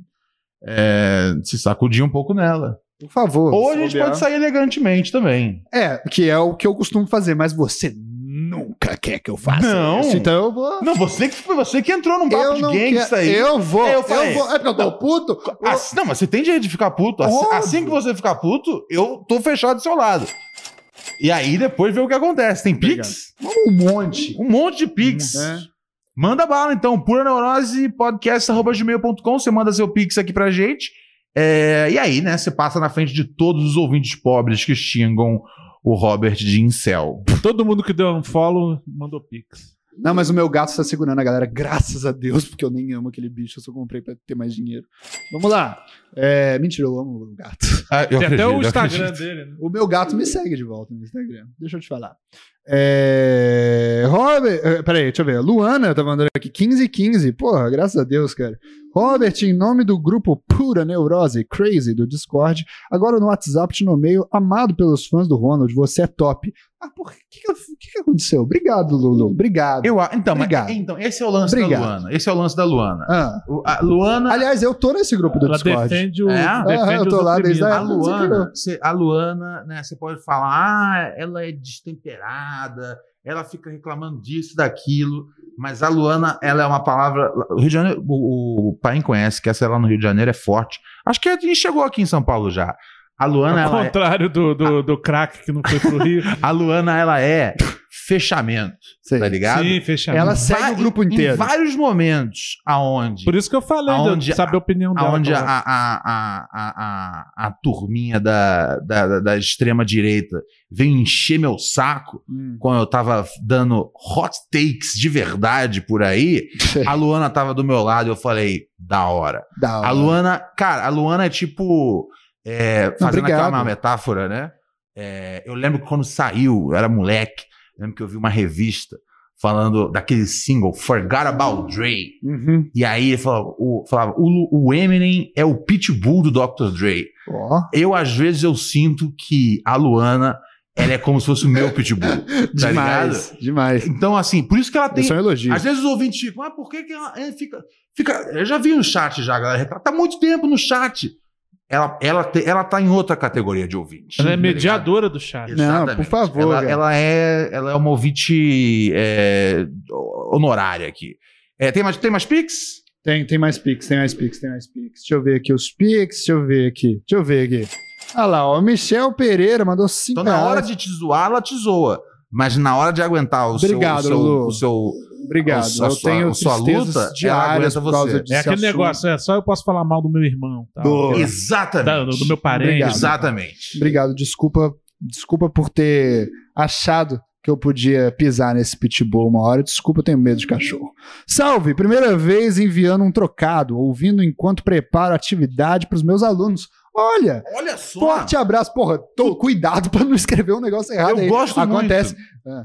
Speaker 1: é, se sacudir um pouco nela.
Speaker 4: Por favor.
Speaker 1: Ou a gente
Speaker 4: se bobear.
Speaker 1: pode sair elegantemente também.
Speaker 4: É, que é o que eu costumo fazer, mas você nunca quer que eu faça
Speaker 1: Não.
Speaker 4: isso. Então eu vou.
Speaker 1: Não, você que, foi você que entrou num papo
Speaker 4: Eu
Speaker 1: de
Speaker 4: não
Speaker 1: gangsta
Speaker 4: quero.
Speaker 1: aí.
Speaker 4: Eu vou.
Speaker 1: Eu
Speaker 4: Eu,
Speaker 1: falei.
Speaker 4: vou. É porque eu tô puto.
Speaker 1: Assim- não, mas você tem direito de ficar puto. Assim,
Speaker 4: Óbvio.
Speaker 1: assim que você ficar puto, eu tô fechado do seu lado. E aí depois vê o que acontece. Tem pix?
Speaker 4: Um monte.
Speaker 1: Um monte de pix.
Speaker 4: É.
Speaker 1: Manda bala, então. Pura neurose, podcast.gmail.com. Você manda seu pix aqui pra gente. É, e aí, né? Você passa na frente de todos os ouvintes pobres que xingam o Robert de Incel.
Speaker 5: Todo mundo que deu um follow mandou pix.
Speaker 4: Não, mas o meu gato tá segurando a galera, graças a Deus, porque eu nem amo aquele bicho, eu só comprei pra ter mais dinheiro. Vamos lá. É, mentira, eu amo o gato.
Speaker 1: Ah, eu
Speaker 5: Tem até
Speaker 1: acredito, eu
Speaker 5: o Instagram
Speaker 1: acredito.
Speaker 5: dele. Né?
Speaker 4: O meu gato me segue de volta no Instagram. Deixa eu te falar. É... Robert. eh, Peraí, deixa eu ver. Luana tá mandando aqui 15 e 15. Porra, graças a Deus, cara. Robert, em nome do grupo Pura Neurose Crazy do Discord, agora no WhatsApp te nomeio, amado pelos fãs do Ronald, você é top. Ah, por que, que, eu- que que aconteceu? Obrigado, Lulu. Obrigado.
Speaker 1: Eu, a- então, mas-
Speaker 4: Obrigado.
Speaker 1: então, esse é o lance
Speaker 4: Obrigado.
Speaker 1: da Luana. Esse é o lance da Luana.
Speaker 4: Ah,
Speaker 1: O- A Luana.
Speaker 4: Aliás, eu tô nesse grupo do
Speaker 5: Ela
Speaker 4: Discord.
Speaker 5: defende o.
Speaker 1: É? Ah,
Speaker 5: defende
Speaker 4: eu
Speaker 5: os
Speaker 4: tô lá desde
Speaker 1: A
Speaker 4: a-
Speaker 5: oprimidos.
Speaker 1: Luana, você, a Luana, né? Você pode falar, ah, ela é destemperada, ela fica reclamando disso, daquilo. Mas a Luana, ela é uma palavra. O Rio de Janeiro, o, o Paim conhece que essa lá no Rio de Janeiro é forte. Acho que a gente chegou aqui em São Paulo já. A Luana,
Speaker 5: Ao
Speaker 1: ela é,
Speaker 5: contrário do, do, do crack que não foi pro Rio.
Speaker 1: a Luana, ela é fechamento,
Speaker 4: Sei.
Speaker 1: tá ligado?
Speaker 5: Sim, fechado.
Speaker 4: Ela segue
Speaker 1: Vai-
Speaker 4: o grupo
Speaker 1: Em
Speaker 4: inteiro.
Speaker 1: vários momentos, aonde
Speaker 5: Por isso que eu falei,
Speaker 1: Aonde
Speaker 5: de- sabe a opinião dela.
Speaker 1: aonde a,
Speaker 5: agora.
Speaker 1: a, a, a, a, a turminha da, da, da- da extrema-direita veio encher meu saco
Speaker 4: Hum.
Speaker 1: quando eu tava dando hot takes de verdade por aí, a Luana tava do meu lado e eu falei, da hora.
Speaker 4: Da hora.
Speaker 1: A Luana, cara, a Luana é tipo. é, fazendo aquela
Speaker 4: obrigado.
Speaker 1: uma metáfora, né? É, eu lembro que quando saiu, eu era moleque, eu lembro que eu vi uma revista falando daquele single Forgot About Dre.
Speaker 4: Uhum.
Speaker 1: E aí ele falava, o, falava, o, o Eminem é o pitbull do Dr. Dre.
Speaker 4: Ó.
Speaker 1: Eu, às vezes, eu sinto que a Luana, ela é como se fosse o meu pitbull.
Speaker 4: demais, demais.
Speaker 1: Então, assim, por isso que ela tem...
Speaker 4: Isso é um elogio.
Speaker 1: Às vezes os ouvintes ficam, ah, por que, que ela ela fica, fica. Eu já vi um chat já, galera. reclamando. Tá muito tempo no chat. Ela, ela, te- ela tá em outra categoria de ouvinte.
Speaker 5: Ela é
Speaker 1: tá
Speaker 5: mediadora do
Speaker 1: ligado?
Speaker 5: chat.
Speaker 1: Exatamente.
Speaker 4: né? Não, por favor,
Speaker 1: Ela,
Speaker 4: cara.
Speaker 1: ela é, ela é uma ouvinte é, honorária aqui. É, tem mais, tem mais Pix?
Speaker 4: Tem, tem mais Pix, tem mais Pix, tem mais Pix. Deixa eu ver aqui os Pix, deixa eu ver aqui. Deixa eu ver aqui. Olha lá, ó, o Michel Pereira mandou 5
Speaker 1: Então, na hora de te zoar, ela te zoa. Mas na hora de aguentar o
Speaker 4: Obrigado,
Speaker 1: seu,
Speaker 4: Lulu.
Speaker 1: o seu, o seu
Speaker 4: Obrigado.
Speaker 1: a
Speaker 4: eu
Speaker 1: sua-
Speaker 4: tenho
Speaker 1: a sua
Speaker 4: tristezas
Speaker 1: luta, ela
Speaker 4: diárias
Speaker 1: aguenta
Speaker 4: por causa
Speaker 1: você.
Speaker 4: disso.
Speaker 5: É aquele negócio, é só eu posso falar mal do meu irmão. tal.
Speaker 4: Do-
Speaker 1: exatamente,
Speaker 5: Da- do, do meu parente.
Speaker 4: Obrigado.
Speaker 1: exatamente.
Speaker 4: Obrigado, desculpa, desculpa por ter achado que eu podia pisar nesse pitbull uma hora. Desculpa, eu tenho medo de cachorro. Salve! Primeira vez enviando um trocado, ouvindo enquanto preparo atividade para os meus alunos. Olha,
Speaker 1: Olha só.
Speaker 4: forte abraço, porra. Tô, cuidado para não escrever um negócio errado
Speaker 1: Eu
Speaker 4: aí.
Speaker 1: gosto
Speaker 4: Acontece.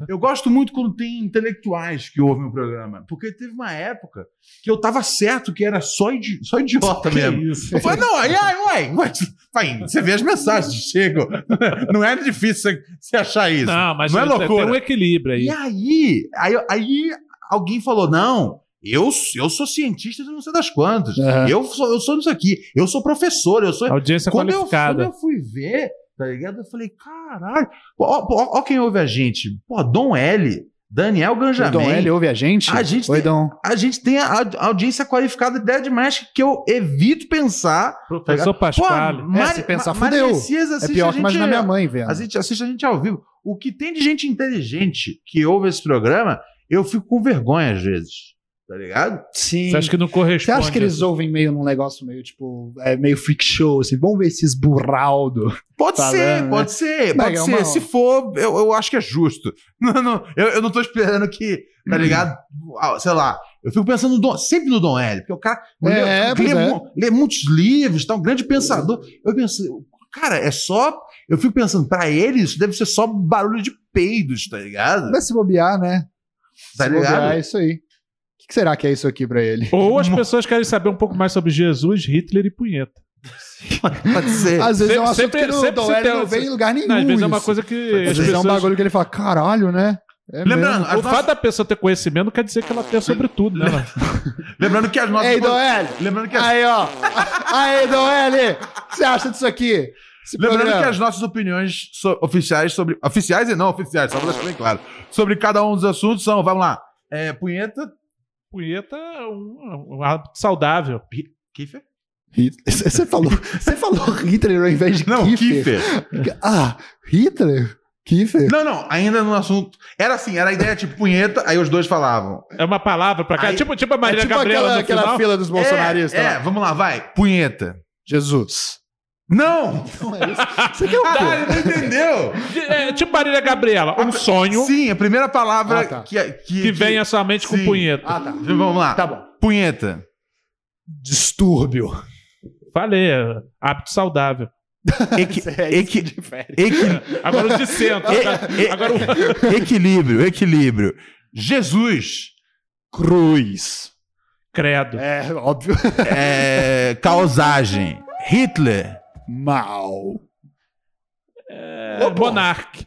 Speaker 1: Eu gosto muito quando tem intelectuais que ouvem o programa, porque teve uma época que eu tava certo que era só, idi só idiota
Speaker 5: Que
Speaker 1: Tá mesmo.
Speaker 5: isso.
Speaker 1: Eu falei, não, ai, ai, uai, uai, vai, você vê as mensagens, chegam. Não é difícil você- você achar isso.
Speaker 5: Não, mas
Speaker 1: Não é
Speaker 5: tem-
Speaker 1: loucura.
Speaker 5: tem um equilíbrio aí.
Speaker 1: E aí, aí, aí alguém falou: não, eu, eu sou cientista de não sei das quantas.
Speaker 4: Aham.
Speaker 1: Eu, sou, eu sou isso aqui, eu sou professor, eu sou.
Speaker 5: Audiência
Speaker 1: Quando eu, quando
Speaker 5: qualificada.
Speaker 1: eu fui ver, tá ligado? Eu falei, caralho, ó, ó, ó quem ouve a gente. Pô, Dom L, Daniel
Speaker 4: O Dom L
Speaker 1: Ganjamin.
Speaker 4: ouve a gente?
Speaker 1: A gente
Speaker 4: Oi,
Speaker 1: tem-
Speaker 4: Dom.
Speaker 1: A gente tem a aud- audiência qualificada de Dead Magic que eu evito pensar. tá
Speaker 5: Professor Pasquale.
Speaker 1: Mari-
Speaker 4: É, se pensar,
Speaker 1: Ma- Mari
Speaker 4: fudeu.
Speaker 1: Messias
Speaker 4: É
Speaker 1: assiste a
Speaker 4: pior que
Speaker 1: gente-
Speaker 4: imaginar minha mãe, né? velho.
Speaker 1: a gente assiste a gente ao vivo. O que tem de gente inteligente que ouve esse programa, eu fico com vergonha às vezes. Tá ligado?
Speaker 4: Sim.
Speaker 5: Você acha que não
Speaker 4: Você
Speaker 5: corresponde? assim?
Speaker 4: acha que eles ouvem meio num negócio meio, tipo, é, meio freak show, assim, vamos ver esses burraldo.
Speaker 1: Pode
Speaker 4: Falando,
Speaker 1: ser,
Speaker 4: né?
Speaker 1: pode ser,
Speaker 4: Mas
Speaker 1: pode
Speaker 4: é
Speaker 1: ser.
Speaker 4: uma-
Speaker 1: Se for, eu, eu acho que é justo. Não, não, eu, eu não tô esperando que,
Speaker 4: Hum.
Speaker 1: tá ligado? Ah, Sei lá, eu fico pensando no Dom- sempre no Dom L, porque o cara
Speaker 4: É,
Speaker 1: lê,
Speaker 4: pois
Speaker 1: lê
Speaker 4: é.
Speaker 1: mu- lê muitos livros, tá um grande pensador. Eu penso, cara, é só. Eu fico pensando, pra ele, isso deve ser só barulho de peidos, tá ligado?
Speaker 4: Vai se bobear, né?
Speaker 1: Tá
Speaker 4: se bobear,
Speaker 1: ligado?
Speaker 4: é isso aí. O que que será que é isso aqui pra ele?
Speaker 5: Ou as pessoas querem saber um pouco mais sobre Jesus, Hitler e punheta.
Speaker 1: Pode ser.
Speaker 4: Às vezes é um assunto
Speaker 5: sempre-
Speaker 4: que não,
Speaker 5: sempre
Speaker 4: Dom
Speaker 5: se
Speaker 4: L
Speaker 5: tem-
Speaker 4: não vem em lugar nenhum.
Speaker 5: Não, às vezes é uma
Speaker 4: isso.
Speaker 5: coisa que.
Speaker 4: Às
Speaker 5: as
Speaker 4: vezes é um
Speaker 5: pessoas-
Speaker 4: bagulho que ele fala, caralho, né? É mesmo.
Speaker 1: Lembrando, as
Speaker 5: O
Speaker 1: nossas-
Speaker 5: fato da pessoa ter conhecimento não quer dizer que ela tenha sobre tudo, né?
Speaker 1: lembrando que as nossas.
Speaker 4: Ei, Dom L!
Speaker 1: Lembrando que as
Speaker 4: Aí, ó! Aí, Dom L! O que você acha disso aqui? Esse
Speaker 1: Tipo, Lembrando
Speaker 4: programa.
Speaker 1: que as nossas opiniões so- oficiais sobre. Oficiais e não oficiais, só pra deixar bem claro. Sobre cada um dos assuntos são, vamos lá. É, punheta.
Speaker 5: Punheta é um, um hábito saudável.
Speaker 1: Kiffer?
Speaker 4: Hitler. Você falou, você falou Hitler ao invés de
Speaker 1: Não,
Speaker 4: Kiefer.
Speaker 1: Kiffer.
Speaker 4: Ah, Hitler? Kiefer?
Speaker 1: Não, não, ainda no assunto. Era assim, era a ideia tipo punheta, aí os dois falavam.
Speaker 5: É uma palavra pra cá.
Speaker 1: Aí-
Speaker 5: Tipo, tipo a Maria
Speaker 4: é tipo
Speaker 5: Gabriela
Speaker 4: aquela,
Speaker 5: no
Speaker 4: aquela
Speaker 5: final.
Speaker 4: fila dos bolsonaristas.
Speaker 1: É, é,
Speaker 4: lá.
Speaker 1: vamos lá, vai. Punheta.
Speaker 4: Jesus.
Speaker 1: Não!
Speaker 4: Não é isso. Você quer o
Speaker 1: Ah,
Speaker 4: quê?
Speaker 1: ele não entendeu?
Speaker 5: É, tipo Marília Gabriela, um sonho
Speaker 1: Sim, a primeira palavra
Speaker 4: Ah, tá.
Speaker 1: que, que,
Speaker 5: que vem à sua mente com
Speaker 1: Sim.
Speaker 5: punheta.
Speaker 4: Ah, tá.
Speaker 1: Vamos lá.
Speaker 4: Tá bom.
Speaker 1: Punheta.
Speaker 4: Distúrbio.
Speaker 5: Falei, é hábito saudável.
Speaker 1: Equi-
Speaker 4: É isso
Speaker 1: equi-
Speaker 4: que difere.
Speaker 1: equi-
Speaker 5: Agora o de centro. tá?
Speaker 1: E- e-
Speaker 5: agora o...
Speaker 1: equilíbrio, equilíbrio. Jesus.
Speaker 4: Cruz.
Speaker 5: Credo.
Speaker 4: É, óbvio.
Speaker 1: é, causagem. Hitler.
Speaker 4: Mal.
Speaker 5: É, monarque.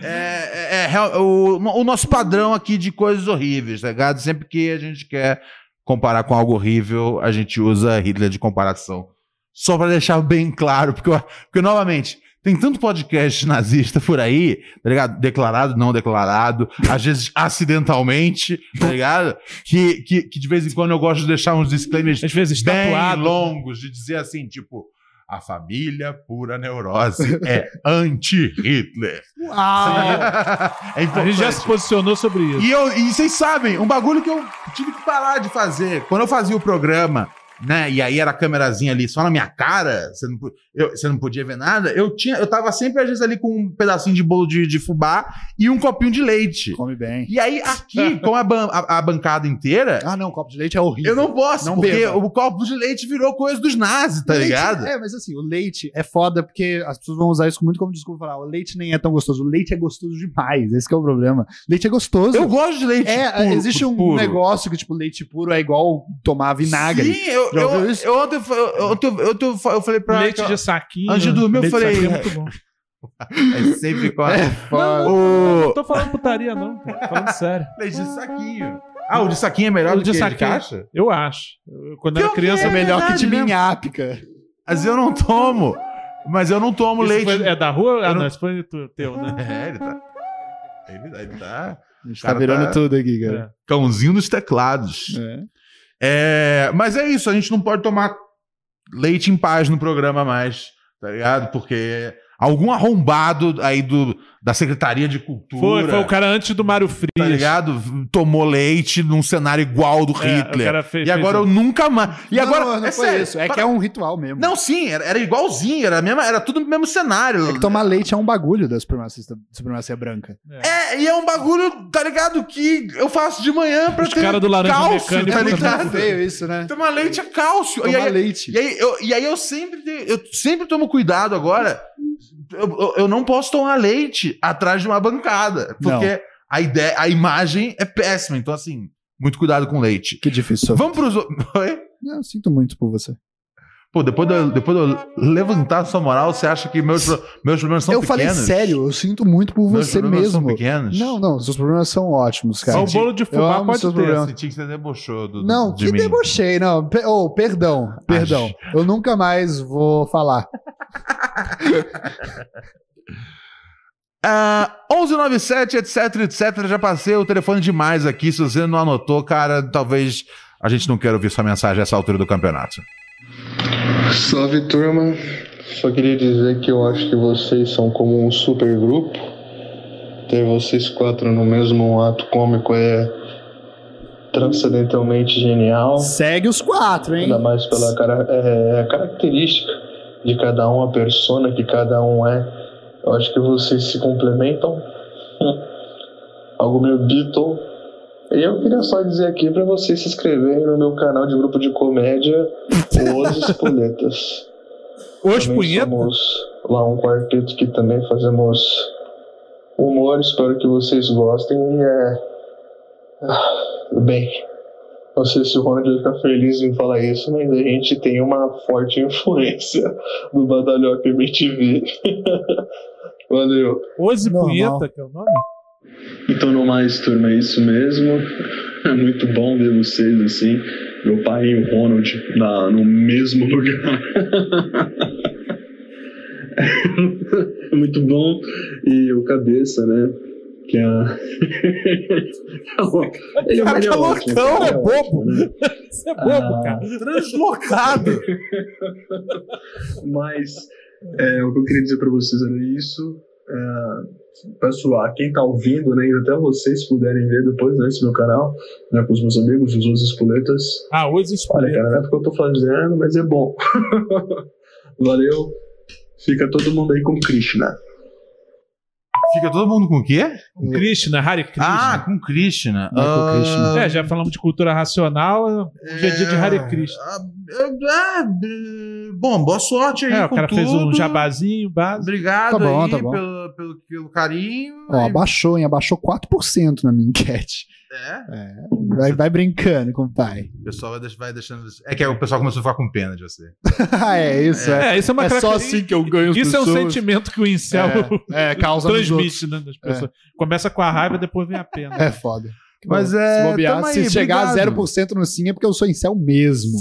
Speaker 1: É, é- é real- o, o nosso padrão aqui de coisas horríveis, tá ligado? Sempre que a gente quer comparar com algo horrível, a gente usa Hitler de comparação. Só pra deixar bem claro, porque, eu- porque novamente, tem tanto podcast nazista por aí, tá ligado? Declarado, não declarado, às vezes acidentalmente, tá ligado? Que, que, que de vez em quando eu gosto de deixar uns disclaimers
Speaker 5: Às vezes
Speaker 1: bem
Speaker 5: tatuado.
Speaker 1: longos, de dizer assim, tipo, A família pura neurose é anti-Hitler.
Speaker 4: Uau!
Speaker 1: é
Speaker 5: Ah, A gente já se
Speaker 1: importante.
Speaker 5: posicionou sobre isso.
Speaker 1: E, eu, e vocês sabem, um bagulho que eu tive que parar de fazer. Quando eu fazia o programa, né? E aí era a câmerazinha ali só na minha cara, você não, po- eu- você não podia ver nada. Eu tinha, eu tava sempre, às vezes, ali com um pedacinho de bolo de, de fubá e um copinho de leite.
Speaker 4: Come bem.
Speaker 1: E aí, aqui, com a, ban- a- a bancada inteira,
Speaker 4: Ah, não, copo de leite é horrível.
Speaker 1: eu não posso,
Speaker 4: Não
Speaker 1: porque
Speaker 4: beba.
Speaker 1: o copo de leite virou coisa dos nazis, tá
Speaker 4: Leite-
Speaker 1: ligado?
Speaker 4: É, mas assim, o leite é foda porque as pessoas vão usar isso muito como desculpa falar, o leite nem é tão gostoso. O leite é gostoso demais, esse que é o problema. Leite é gostoso.
Speaker 1: Eu gosto de leite.
Speaker 4: é,
Speaker 1: puro,
Speaker 4: existe um
Speaker 1: puro.
Speaker 4: negócio que tipo leite puro é igual tomar vinagre.
Speaker 1: Sim, eu,
Speaker 4: Já ouviu
Speaker 1: eu,
Speaker 4: isso?
Speaker 1: eu ontem, eu, ontem- eu, ontem eu falei pra
Speaker 5: leite
Speaker 1: ela que-
Speaker 5: de saquinho.
Speaker 1: Antes de dormir, eu
Speaker 5: leite de
Speaker 1: falei-
Speaker 5: saquinho é muito bom.
Speaker 1: É sempre com a...
Speaker 4: Fala-
Speaker 5: Não
Speaker 1: o...
Speaker 5: tô falando putaria, não, cara. Falando sério.
Speaker 1: Leite de saquinho. Ah, o de saquinho é melhor do
Speaker 5: O de
Speaker 1: que o de
Speaker 5: saquinho.
Speaker 1: caixa?
Speaker 5: Eu acho. Eu- Quando
Speaker 1: Que
Speaker 5: era criança,
Speaker 4: É
Speaker 1: horror!
Speaker 5: eu
Speaker 4: melhor que de
Speaker 1: verdade, né?
Speaker 4: minhápica.
Speaker 1: Mas eu não tomo. Mas eu não tomo
Speaker 5: Isso
Speaker 1: leite...
Speaker 5: foi- é da rua? Ah,
Speaker 1: Eu não-
Speaker 5: não, isso foi tu- teu, né?
Speaker 1: É, ele tá... Ele, ele tá...
Speaker 4: A gente É.
Speaker 1: tá Cara, virando tá-
Speaker 4: tudo aqui,
Speaker 5: cara.
Speaker 1: Cãozinho nos teclados. É, mas é isso, a gente não pode tomar leite em paz no programa mais, tá ligado? Porque algum arrombado aí do, da Secretaria de Cultura,
Speaker 5: Foi, foi o cara antes do Mário Frias.
Speaker 1: tá ligado? Tomou leite num cenário igual do
Speaker 5: É, o
Speaker 1: Hitler.
Speaker 5: cara fez-
Speaker 1: E agora eu
Speaker 5: fez-
Speaker 1: nunca mais. E agora.
Speaker 4: não, não
Speaker 1: é
Speaker 4: foi
Speaker 1: sério,
Speaker 4: isso. É
Speaker 1: para-
Speaker 4: que é um ritual mesmo.
Speaker 1: Não, sim, era, era igualzinho, era, a mesma, era tudo no mesmo cenário.
Speaker 4: É
Speaker 5: tá-
Speaker 4: que tomar leite é um bagulho da supremacia, supremacia branca.
Speaker 1: É, e é um bagulho, tá ligado? Que eu faço de manhã pra
Speaker 5: Os
Speaker 1: ter
Speaker 5: caras do Laranja
Speaker 1: cálcio,
Speaker 5: Mecânica
Speaker 1: tá
Speaker 5: também
Speaker 1: ligado?
Speaker 4: Tipo, Feio isso, né?
Speaker 1: Tomar leite é cálcio.
Speaker 4: Tomar
Speaker 1: e aí,
Speaker 4: leite.
Speaker 1: E aí eu, e aí eu sempre te- eu sempre tomo cuidado agora. Eu, eu- eu não posso tomar leite atrás de uma bancada, porque a ideia, a imagem é péssima. Então assim, muito cuidado com leite.
Speaker 4: Que difícil. Vamos...
Speaker 1: Vamos para os Oi?
Speaker 4: Eu sinto muito por você.
Speaker 1: Pô, depois de, eu- depois de eu levantar sua moral, você acha que meus, pro- meus problemas são
Speaker 4: eu
Speaker 1: pequenos?
Speaker 4: falei sério, eu sinto muito por
Speaker 1: Meus
Speaker 4: você
Speaker 1: problemas
Speaker 4: mesmo.
Speaker 1: São pequenos?
Speaker 4: Não, não, seus problemas são ótimos, cara.
Speaker 5: Só o bolo de
Speaker 4: Eu
Speaker 5: fubá
Speaker 4: amo
Speaker 5: pode
Speaker 4: seus
Speaker 5: ter.
Speaker 1: Eu
Speaker 4: problemas.
Speaker 1: senti que você debochou do,
Speaker 4: Não,
Speaker 1: de
Speaker 4: que
Speaker 1: mim.
Speaker 4: debochei, não. Pe- oh, perdão, perdão. Eu nunca mais vou falar.
Speaker 1: Ah, 1197, etc, etc. Já passei o telefone demais aqui. Se você não anotou, cara, talvez a gente não queira ouvir sua mensagem a essa altura do campeonato.
Speaker 7: Salve turma, só queria dizer que eu acho que vocês são como um super grupo. Ter vocês quatro no mesmo ato cômico é transcendentalmente genial,
Speaker 4: Segue os quatro, hein?
Speaker 7: ainda mais pela cara- é, característica de cada um, a persona que cada um é. Eu acho que vocês se complementam. Algo meio Beatle. E eu queria só dizer aqui pra vocês se inscreverem no meu canal de grupo de comédia, Os Espoletas.
Speaker 5: Os
Speaker 7: Também
Speaker 5: punhetas?
Speaker 7: Somos lá um quarteto que também fazemos humor, espero que vocês gostem e é. Ah, Bem, não sei se o Ronald vai ficar feliz em falar isso, mas a gente tem uma forte influência do Badalhoca MTV. Valeu.
Speaker 5: Os e
Speaker 4: Normal.
Speaker 5: punheta, que é o nome?
Speaker 7: Então, no mais, turma, é isso mesmo. É muito bom ver vocês assim. Meu pai e o Ronald na, no mesmo lugar. É muito bom. E o Cabeça, né? Que é. a- Ele é o melhor. ótimo,
Speaker 5: loucão,
Speaker 7: ele
Speaker 5: é bobo.
Speaker 7: ótimo, né?
Speaker 5: Você é bobo,
Speaker 7: Ah.
Speaker 5: cara. Translocado.
Speaker 7: Mas é, o que eu queria dizer pra vocês era isso. É, pessoal, quem tá ouvindo, né, e até vocês puderem ver depois, né, esse meu canal, né, com os meus amigos, os outros espoletas,
Speaker 5: Ah, os
Speaker 7: Olha,
Speaker 5: escolheram.
Speaker 7: cara, não é porque eu tô fazendo, mas é bom. Valeu. Fica todo mundo aí com né? Krishna.
Speaker 1: Fica todo mundo com o quê?
Speaker 5: Krishna, Hare Krishna.
Speaker 1: Ah, com Krishna. Ah,
Speaker 4: Não é com Krishna.
Speaker 5: É, já falamos de cultura racional, hoje é dia de Hare Krishna.
Speaker 1: Ah, ah, ah, bom, boa sorte aí.
Speaker 5: É, o
Speaker 1: com
Speaker 5: cara fez um
Speaker 1: tudo.
Speaker 5: jabazinho, base.
Speaker 1: Obrigado
Speaker 4: Tá bom,
Speaker 1: aí
Speaker 4: tá bom.
Speaker 1: Pelo, pelo, pelo carinho.
Speaker 4: Ó, abaixou, hein? Abaixou 4% na minha enquete.
Speaker 1: É,
Speaker 4: Vai, vai brincando com o pai.
Speaker 1: o pessoal vai, deix- vai deixando. É que aí o pessoal começou a ficar com pena de você.
Speaker 4: Ah, é isso, é.
Speaker 5: É, isso é uma
Speaker 4: É só
Speaker 5: característica.
Speaker 4: assim que eu ganho as
Speaker 5: Isso é um
Speaker 4: pessoas.
Speaker 5: sentimento que o incel
Speaker 4: É, é, causa nos outros.
Speaker 5: transmite, né? Das pessoas. Começa com a raiva, depois vem a pena.
Speaker 4: É foda.
Speaker 1: Mas
Speaker 4: Bom,
Speaker 1: é,
Speaker 4: Se, bobear,
Speaker 1: tamo
Speaker 4: se
Speaker 1: aí,
Speaker 4: chegar
Speaker 1: obrigado.
Speaker 4: a 0% no sim é porque eu sou incel mesmo.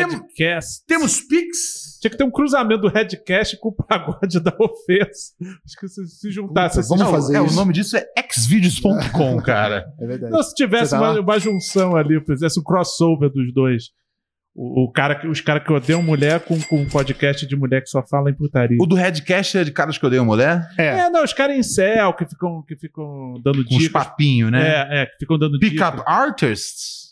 Speaker 5: Redcast.
Speaker 1: Temos Pix?
Speaker 5: Tinha que ter um cruzamento do Redcast com o pagode da ofensa. Acho que se, se juntasse assim.
Speaker 4: Vamos
Speaker 1: Não,
Speaker 4: fazer
Speaker 1: é,
Speaker 4: isso.
Speaker 1: O nome disso é xvideos.com, cara.
Speaker 4: É verdade.
Speaker 5: Não, se tivesse
Speaker 4: Você tá
Speaker 5: uma,
Speaker 4: lá?
Speaker 5: uma junção ali, fizesse um crossover dos dois. O, o cara, que- os caras que odeiam mulher com, com um podcast de mulher que só fala em putaria.
Speaker 1: O do Redcast é de caras que odeiam mulher?
Speaker 5: É, não, os caras em céu que ficam, que ficam dando
Speaker 1: Com os
Speaker 5: dicas.
Speaker 1: papinhos, né?
Speaker 5: É, é, que ficam dando
Speaker 1: Pick
Speaker 5: dicas.
Speaker 1: up artists?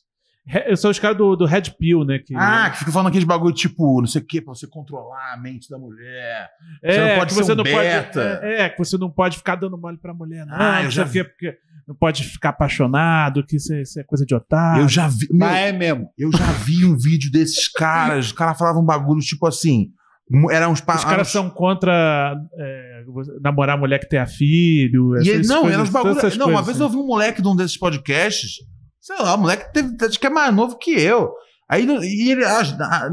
Speaker 5: Re- São os caras do, do Red Pill, né? Que,
Speaker 1: Ah, que fica falando aqueles bagulho tipo, não sei o quê, pra você controlar a mente da mulher.
Speaker 5: é,
Speaker 1: você não pode
Speaker 5: que
Speaker 1: ser
Speaker 5: você
Speaker 1: um
Speaker 5: não
Speaker 1: beta.
Speaker 5: Pode, é, é, que você não pode ficar dando mole pra mulher, não.
Speaker 1: Ah, eu
Speaker 5: não
Speaker 1: já
Speaker 5: sei o quê, porque não pode ficar apaixonado, que isso é, isso é coisa de otário.
Speaker 1: Eu já vi. meu,
Speaker 4: Mas é mesmo.
Speaker 1: eu já vi um vídeo desses caras. Os caras falavam um bagulho tipo assim. mu- Eram uns pa-
Speaker 5: Os caras
Speaker 1: eram
Speaker 5: são contra é, você- namorar mulher que tenha filho.
Speaker 1: uns- E
Speaker 5: essas
Speaker 1: ele, não,
Speaker 5: coisas,
Speaker 1: eram uns bagulho.
Speaker 5: essas
Speaker 1: Não, uma
Speaker 5: coisas,
Speaker 1: vez
Speaker 5: né?
Speaker 1: eu vi um moleque de um desses podcasts. Sei lá, o moleque teve, acho que é mais novo que eu. Aí não- e ele. ah, ah,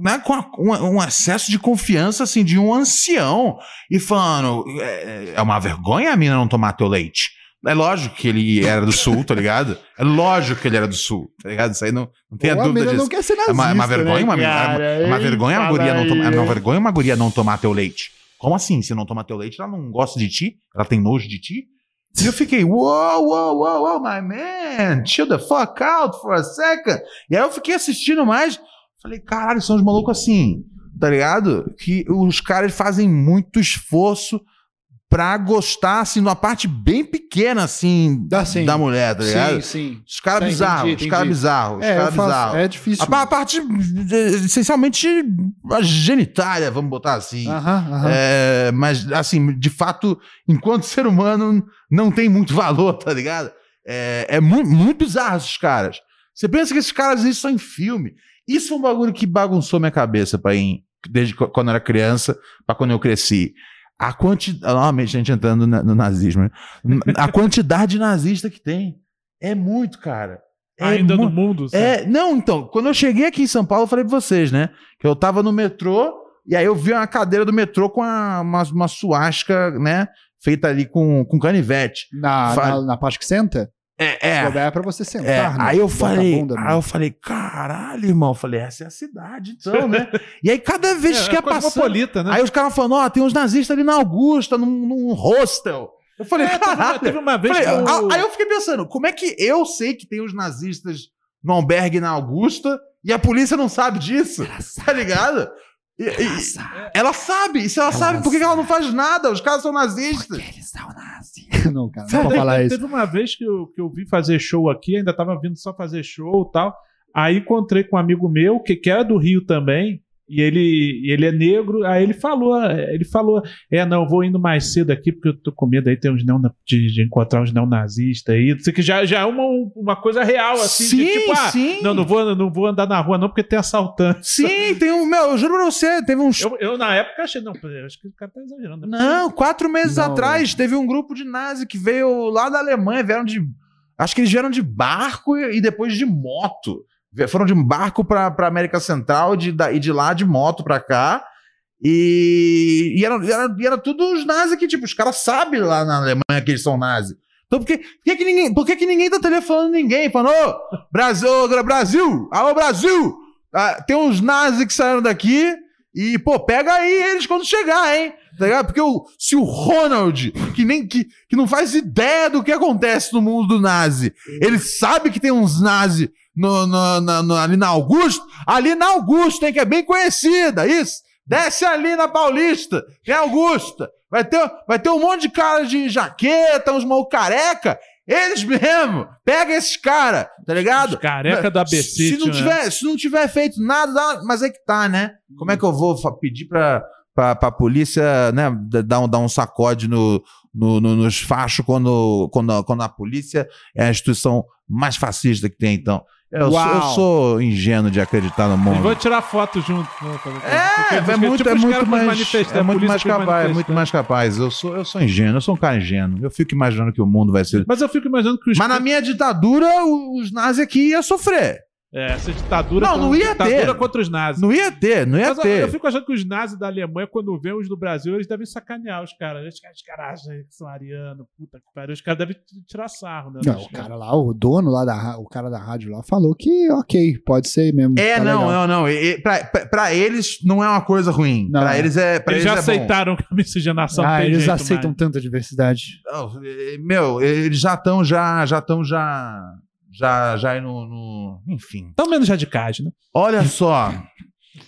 Speaker 1: né, com a- um, um excesso de confiança assim de um ancião e falando é, é uma vergonha a mina não tomar teu leite é lógico que ele era do sul tá ligado é lógico que ele era do sul tá ligado isso aí não, não tem a
Speaker 4: Ou a
Speaker 1: dúvida
Speaker 4: mina
Speaker 1: disso
Speaker 4: não quer ser nazista,
Speaker 1: É uma- é uma vergonha,
Speaker 4: né,
Speaker 1: uma-
Speaker 4: cara?
Speaker 1: É uma
Speaker 4: Ei,
Speaker 1: vergonha uma
Speaker 4: fala
Speaker 1: guria não
Speaker 4: aí,
Speaker 1: tomar. É uma
Speaker 4: hein?
Speaker 1: vergonha uma guria não tomar teu leite. Como assim? Se não tomar teu leite, ela não gosta de ti? Ela tem nojo de ti? E eu fiquei, wow, wow, wow, wow, my man, chill the fuck out for a second. E aí eu fiquei assistindo mais. Falei, caralho, são os malucos assim, tá ligado? Que os caras fazem muito esforço pra gostar, assim, numa parte bem pequena, assim,
Speaker 4: Ah, sim.
Speaker 1: da mulher, tá ligado?
Speaker 4: Sim, sim.
Speaker 1: Os caras
Speaker 4: Tá,
Speaker 1: bizarros, os
Speaker 4: entendi,
Speaker 1: caras
Speaker 4: entendi.
Speaker 1: bizarros, os
Speaker 4: É, eu
Speaker 1: caras
Speaker 4: faço-
Speaker 1: bizarros.
Speaker 4: é difícil.
Speaker 1: A, pa- a parte eh, essencialmente a genitália, vamos botar assim.
Speaker 4: Aham, aham.
Speaker 1: É, mas, assim, de fato, enquanto ser humano, não tem muito valor, tá ligado? É, é mu- muito, bizarro esses caras. Você pensa que esses caras existem só em filme. Isso é um bagulho que bagunçou minha cabeça, pai, desde qu- quando eu era criança pra quando eu cresci. A quantidade. Novamente, gente entrando na- no nazismo, né? A quantidade de nazista que tem. É muito, cara. É
Speaker 5: Ainda
Speaker 1: mu-
Speaker 5: no mundo. sabe?
Speaker 1: é, não, então, quando eu cheguei aqui em São Paulo, eu falei pra vocês, né? Que eu tava no metrô, e aí eu vi uma cadeira do metrô com a- uma, uma suasca, né? Feita ali com, com canivete.
Speaker 4: Na,
Speaker 1: Fala.
Speaker 4: na, na parte que senta,
Speaker 1: É, é.
Speaker 4: é, é pra você sentar.
Speaker 1: É,
Speaker 4: né?
Speaker 1: aí eu
Speaker 4: Botar a
Speaker 1: falei, "Ah,
Speaker 4: bunda, né?
Speaker 1: aí eu falei, caralho, irmão, eu falei, essa é a cidade, então, né? e aí cada vez que ia passando,
Speaker 5: É, cosmopolita, né?
Speaker 1: aí os caras falando, ó, tem uns nazistas ali na Augusta, num, num hostel. Eu falei,
Speaker 5: É, teve uma-
Speaker 1: caralho.
Speaker 5: teve uma vez
Speaker 1: Falei,
Speaker 5: que o-
Speaker 1: ah, Aí eu fiquei pensando, como é que eu sei que tem os nazistas no albergue na Augusta e a polícia não sabe disso? Tá ligado? E- e- ela sabe, e se ela, sabe, por que que ela não faz nada? Os caras são nazistas.
Speaker 4: Não, cara, não pode
Speaker 5: Teve-
Speaker 4: falar isso.
Speaker 5: Teve uma vez que eu, que eu vim fazer show aqui, ainda tava vindo só fazer show e tal. Aí encontrei com um amigo meu, que, que era do Rio também, e ele, e ele é negro. Aí ele falou, é, ele falou, é, não, eu vou indo mais cedo aqui, porque eu tô com medo aí tem uns neon, de, de encontrar uns neonazistas aí. Não sei o que já, já é uma, uma coisa real, assim, de tipo, ah,
Speaker 1: sim.
Speaker 5: não, não vou, não vou andar na rua, não, porque tem assaltante.
Speaker 1: Sim, tem um. Meu, eu juro pra você, teve um uns.
Speaker 5: Eu, eu, na época, achei, não, peraí, acho que o cara tá exagerando. né?
Speaker 1: Não, é quatro meses
Speaker 4: Não.
Speaker 1: atrás teve um grupo de nazi que veio lá da Alemanha, vieram de. Acho que eles vieram de barco e e depois de moto. Ve- Foram de um barco pra, pra América Central e de, da- e de lá de moto pra cá. E, e, era, e era- e era tudo os nazis que, tipo, os caras sabem lá na Alemanha que eles são nazis. Então por que, por que, que ninguém, por que, que ninguém tá telefonando ninguém? Falando, ô, Brasil, ô, Gra- Brasil, alô, Brasil! Ah, tem uns nazis que saíram daqui e, pô, pega aí eles quando chegar, hein? Tá ligado? Porque o, se o Ronald, que nem que, que não faz ideia do que acontece no mundo do nazi, ele sabe que tem uns nazi no, no- na- no- ali na Augusto, ali na Augusta, hein, que é bem conhecida, isso. Desce ali na Paulista, tem Augusta. Vai ter, vai ter um monte de cara de jaqueta, uns mal careca. Eles mesmo, pega esses caras, tá ligado?
Speaker 5: Os Careca do ABC.
Speaker 1: Se não,
Speaker 5: tinha- né?
Speaker 1: tiver, se não tiver feito nada, dá- mas é que tá, né? Como é que eu vou fa- pedir pra, pra, pra polícia, né, d- dar um, dar um sacode no, no- no- nos fachos quando, quando, a- quando a polícia é a instituição mais fascista que tem, então? Eu, sou, eu
Speaker 4: Uau.
Speaker 1: sou ingênuo de acreditar no
Speaker 5: Eles vão
Speaker 1: mundo.
Speaker 5: tirar foto junto. né, pra-
Speaker 1: É,
Speaker 5: porque-
Speaker 1: é
Speaker 5: porque,
Speaker 1: muito,
Speaker 5: tipo,
Speaker 1: é
Speaker 5: os
Speaker 1: muito
Speaker 5: caras
Speaker 1: mais,
Speaker 5: manifestam,
Speaker 1: é
Speaker 5: a
Speaker 1: muito
Speaker 5: polícia
Speaker 1: mais
Speaker 5: foi
Speaker 1: capaz, é muito
Speaker 5: manifestar.
Speaker 1: mais capaz. Eu sou, eu sou ingênuo, eu sou um cara ingênuo. Eu fico imaginando que o mundo vai ser.
Speaker 5: Mas eu fico imaginando que os
Speaker 1: Mas na minha ditadura, o- os nazis aqui iam sofrer.
Speaker 5: É, essa ditadura.
Speaker 1: Não, não ia
Speaker 5: ditadura
Speaker 1: ter.
Speaker 5: contra os nazis.
Speaker 1: Não ia ter, não ia
Speaker 5: Mas eu-
Speaker 1: ter.
Speaker 5: eu fico achando que os nazis da Alemanha, quando vêem os do Brasil, eles devem sacanear os caras. Os caras, os caras acham que são ariano, puta que pariu. Os caras devem t- tirar sarro, né?
Speaker 4: Não,
Speaker 5: Os
Speaker 4: o cara lá, o dono lá da ra- o cara da rádio lá falou que ok, pode ser mesmo.
Speaker 1: É,
Speaker 4: tá
Speaker 1: não,
Speaker 4: legal.
Speaker 1: não, não. E- e Pra, pra- pra eles não é uma coisa ruim.
Speaker 4: Não.
Speaker 1: Pra eles é. Pra
Speaker 5: Eles
Speaker 1: eles,
Speaker 5: já
Speaker 1: é
Speaker 5: aceitaram que a miscigenação não
Speaker 4: Ah,
Speaker 5: tem
Speaker 4: eles
Speaker 5: jeito
Speaker 4: aceitam
Speaker 5: mais.
Speaker 4: tanta diversidade.
Speaker 1: Bom. Não, e- e- meu, eles já estão já já estão já já, já ir no, no- Enfim.
Speaker 5: Tão menos radicais, né?
Speaker 1: Olha só.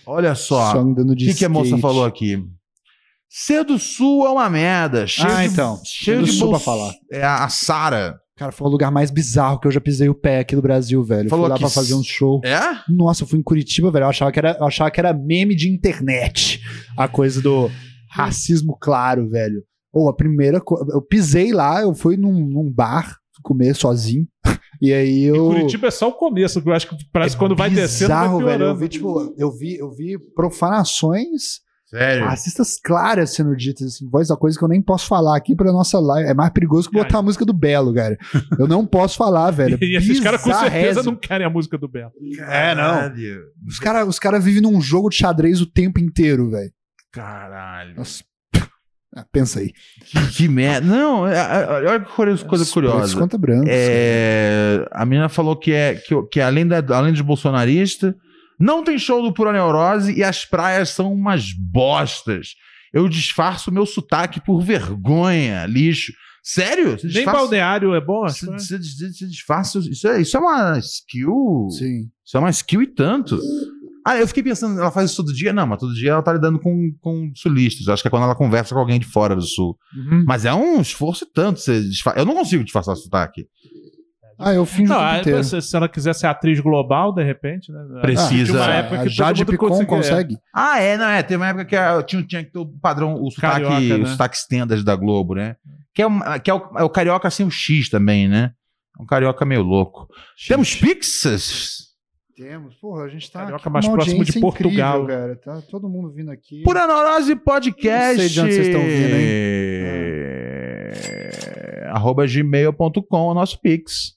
Speaker 1: Olha só.
Speaker 4: andando
Speaker 1: O
Speaker 4: de
Speaker 1: que, que a moça
Speaker 4: skate.
Speaker 1: falou aqui? Ser do Sul é uma merda. Cheio
Speaker 4: Ah,
Speaker 1: de,
Speaker 4: então.
Speaker 1: Cheio
Speaker 4: Ser do
Speaker 1: de
Speaker 4: Sul pra
Speaker 1: bolso-
Speaker 4: falar.
Speaker 1: É a, a Sara.
Speaker 4: Cara, foi o lugar mais bizarro que eu já pisei o pé aqui no Brasil, velho.
Speaker 1: Falou
Speaker 4: fui lá
Speaker 1: que
Speaker 4: pra fazer um show.
Speaker 1: É?
Speaker 4: Nossa, eu fui em Curitiba, velho. Eu achava que era, eu achava que era meme de internet. A coisa do racismo claro, velho. Ou a primeira coisa. Eu pisei lá, eu fui num, num bar comer sozinho. E aí
Speaker 5: E
Speaker 4: eu.
Speaker 5: Curitiba é só o começo, que eu acho que
Speaker 1: É
Speaker 5: parece que quando vai descendo, vai
Speaker 4: É bizarro, velho. Eu
Speaker 5: piorando.
Speaker 4: vi, tipo, eu vi, eu vi profanações
Speaker 5: É.
Speaker 1: Sério.
Speaker 4: racistas claras sendo ditas, assim, voz da coisa que eu nem posso falar aqui pra nossa live. É mais perigoso que botar a música do Belo, cara. Eu não posso falar, velho.
Speaker 5: E esses caras com certeza
Speaker 4: Bizarrésimo.
Speaker 5: não querem a música do Belo.
Speaker 4: Ah,
Speaker 1: é, não.
Speaker 4: Os caras os cara vivem num jogo de xadrez o tempo inteiro, velho.
Speaker 1: Caralho.
Speaker 4: Nossa. Ah, pensa aí.
Speaker 1: Que, que merda. Não, é- é- olha que coisa, coisa curiosa.
Speaker 4: Conta branco.
Speaker 1: É, a menina falou que, é, que, que além, da, além de bolsonarista, não tem show do Pura Neurose e as praias são umas bostas. Eu disfarço meu sotaque por vergonha, lixo. Sério? Você
Speaker 5: Nem
Speaker 1: disfarça-
Speaker 5: balneário é bom?
Speaker 1: Você, você, você- você disfarça. Isso é, isso é uma skill.
Speaker 4: Sim.
Speaker 1: Isso é uma skill e tanto. Ah, eu fiquei pensando, ela faz isso todo dia? Não, mas todo dia ela tá lidando com, com sulistas. Acho que é quando ela conversa com alguém de fora do sul. Mas é um esforço e tanto. Você disfar... Eu não consigo disfarçar sotaque.
Speaker 4: Ah, eu finjo
Speaker 5: Não, é,
Speaker 4: o tempo
Speaker 5: aí,
Speaker 4: inteiro.
Speaker 5: se, se ela quiser ser atriz global, de repente, né?
Speaker 1: Precisa.
Speaker 5: Tinha uma
Speaker 1: Ah,
Speaker 5: época que
Speaker 4: a
Speaker 5: todo
Speaker 4: Jade
Speaker 5: mundo
Speaker 4: Picon
Speaker 5: conseguia.
Speaker 4: consegue.
Speaker 1: Ah, é, não é. Teve uma época que ah, tinha, tinha que ter o padrão, o sotaque,
Speaker 5: Carioca, né?
Speaker 1: o sotaque standard da Globo, né? Que é, um- que é o, é o carioca sem o X também, né? É um carioca meio louco.
Speaker 5: é.
Speaker 1: Temos Pixas?
Speaker 4: Temos. Porra, a gente tá
Speaker 5: Carioca
Speaker 4: aqui com
Speaker 5: mais
Speaker 4: uma
Speaker 5: próximo de
Speaker 4: audiência incrível,
Speaker 5: Portugal.
Speaker 4: cara. Tá todo mundo vindo aqui.
Speaker 1: Por Anorose Podcast.
Speaker 4: Não sei de onde vocês estão vindo,
Speaker 1: É. Arroba gmail.com, o nosso Pix.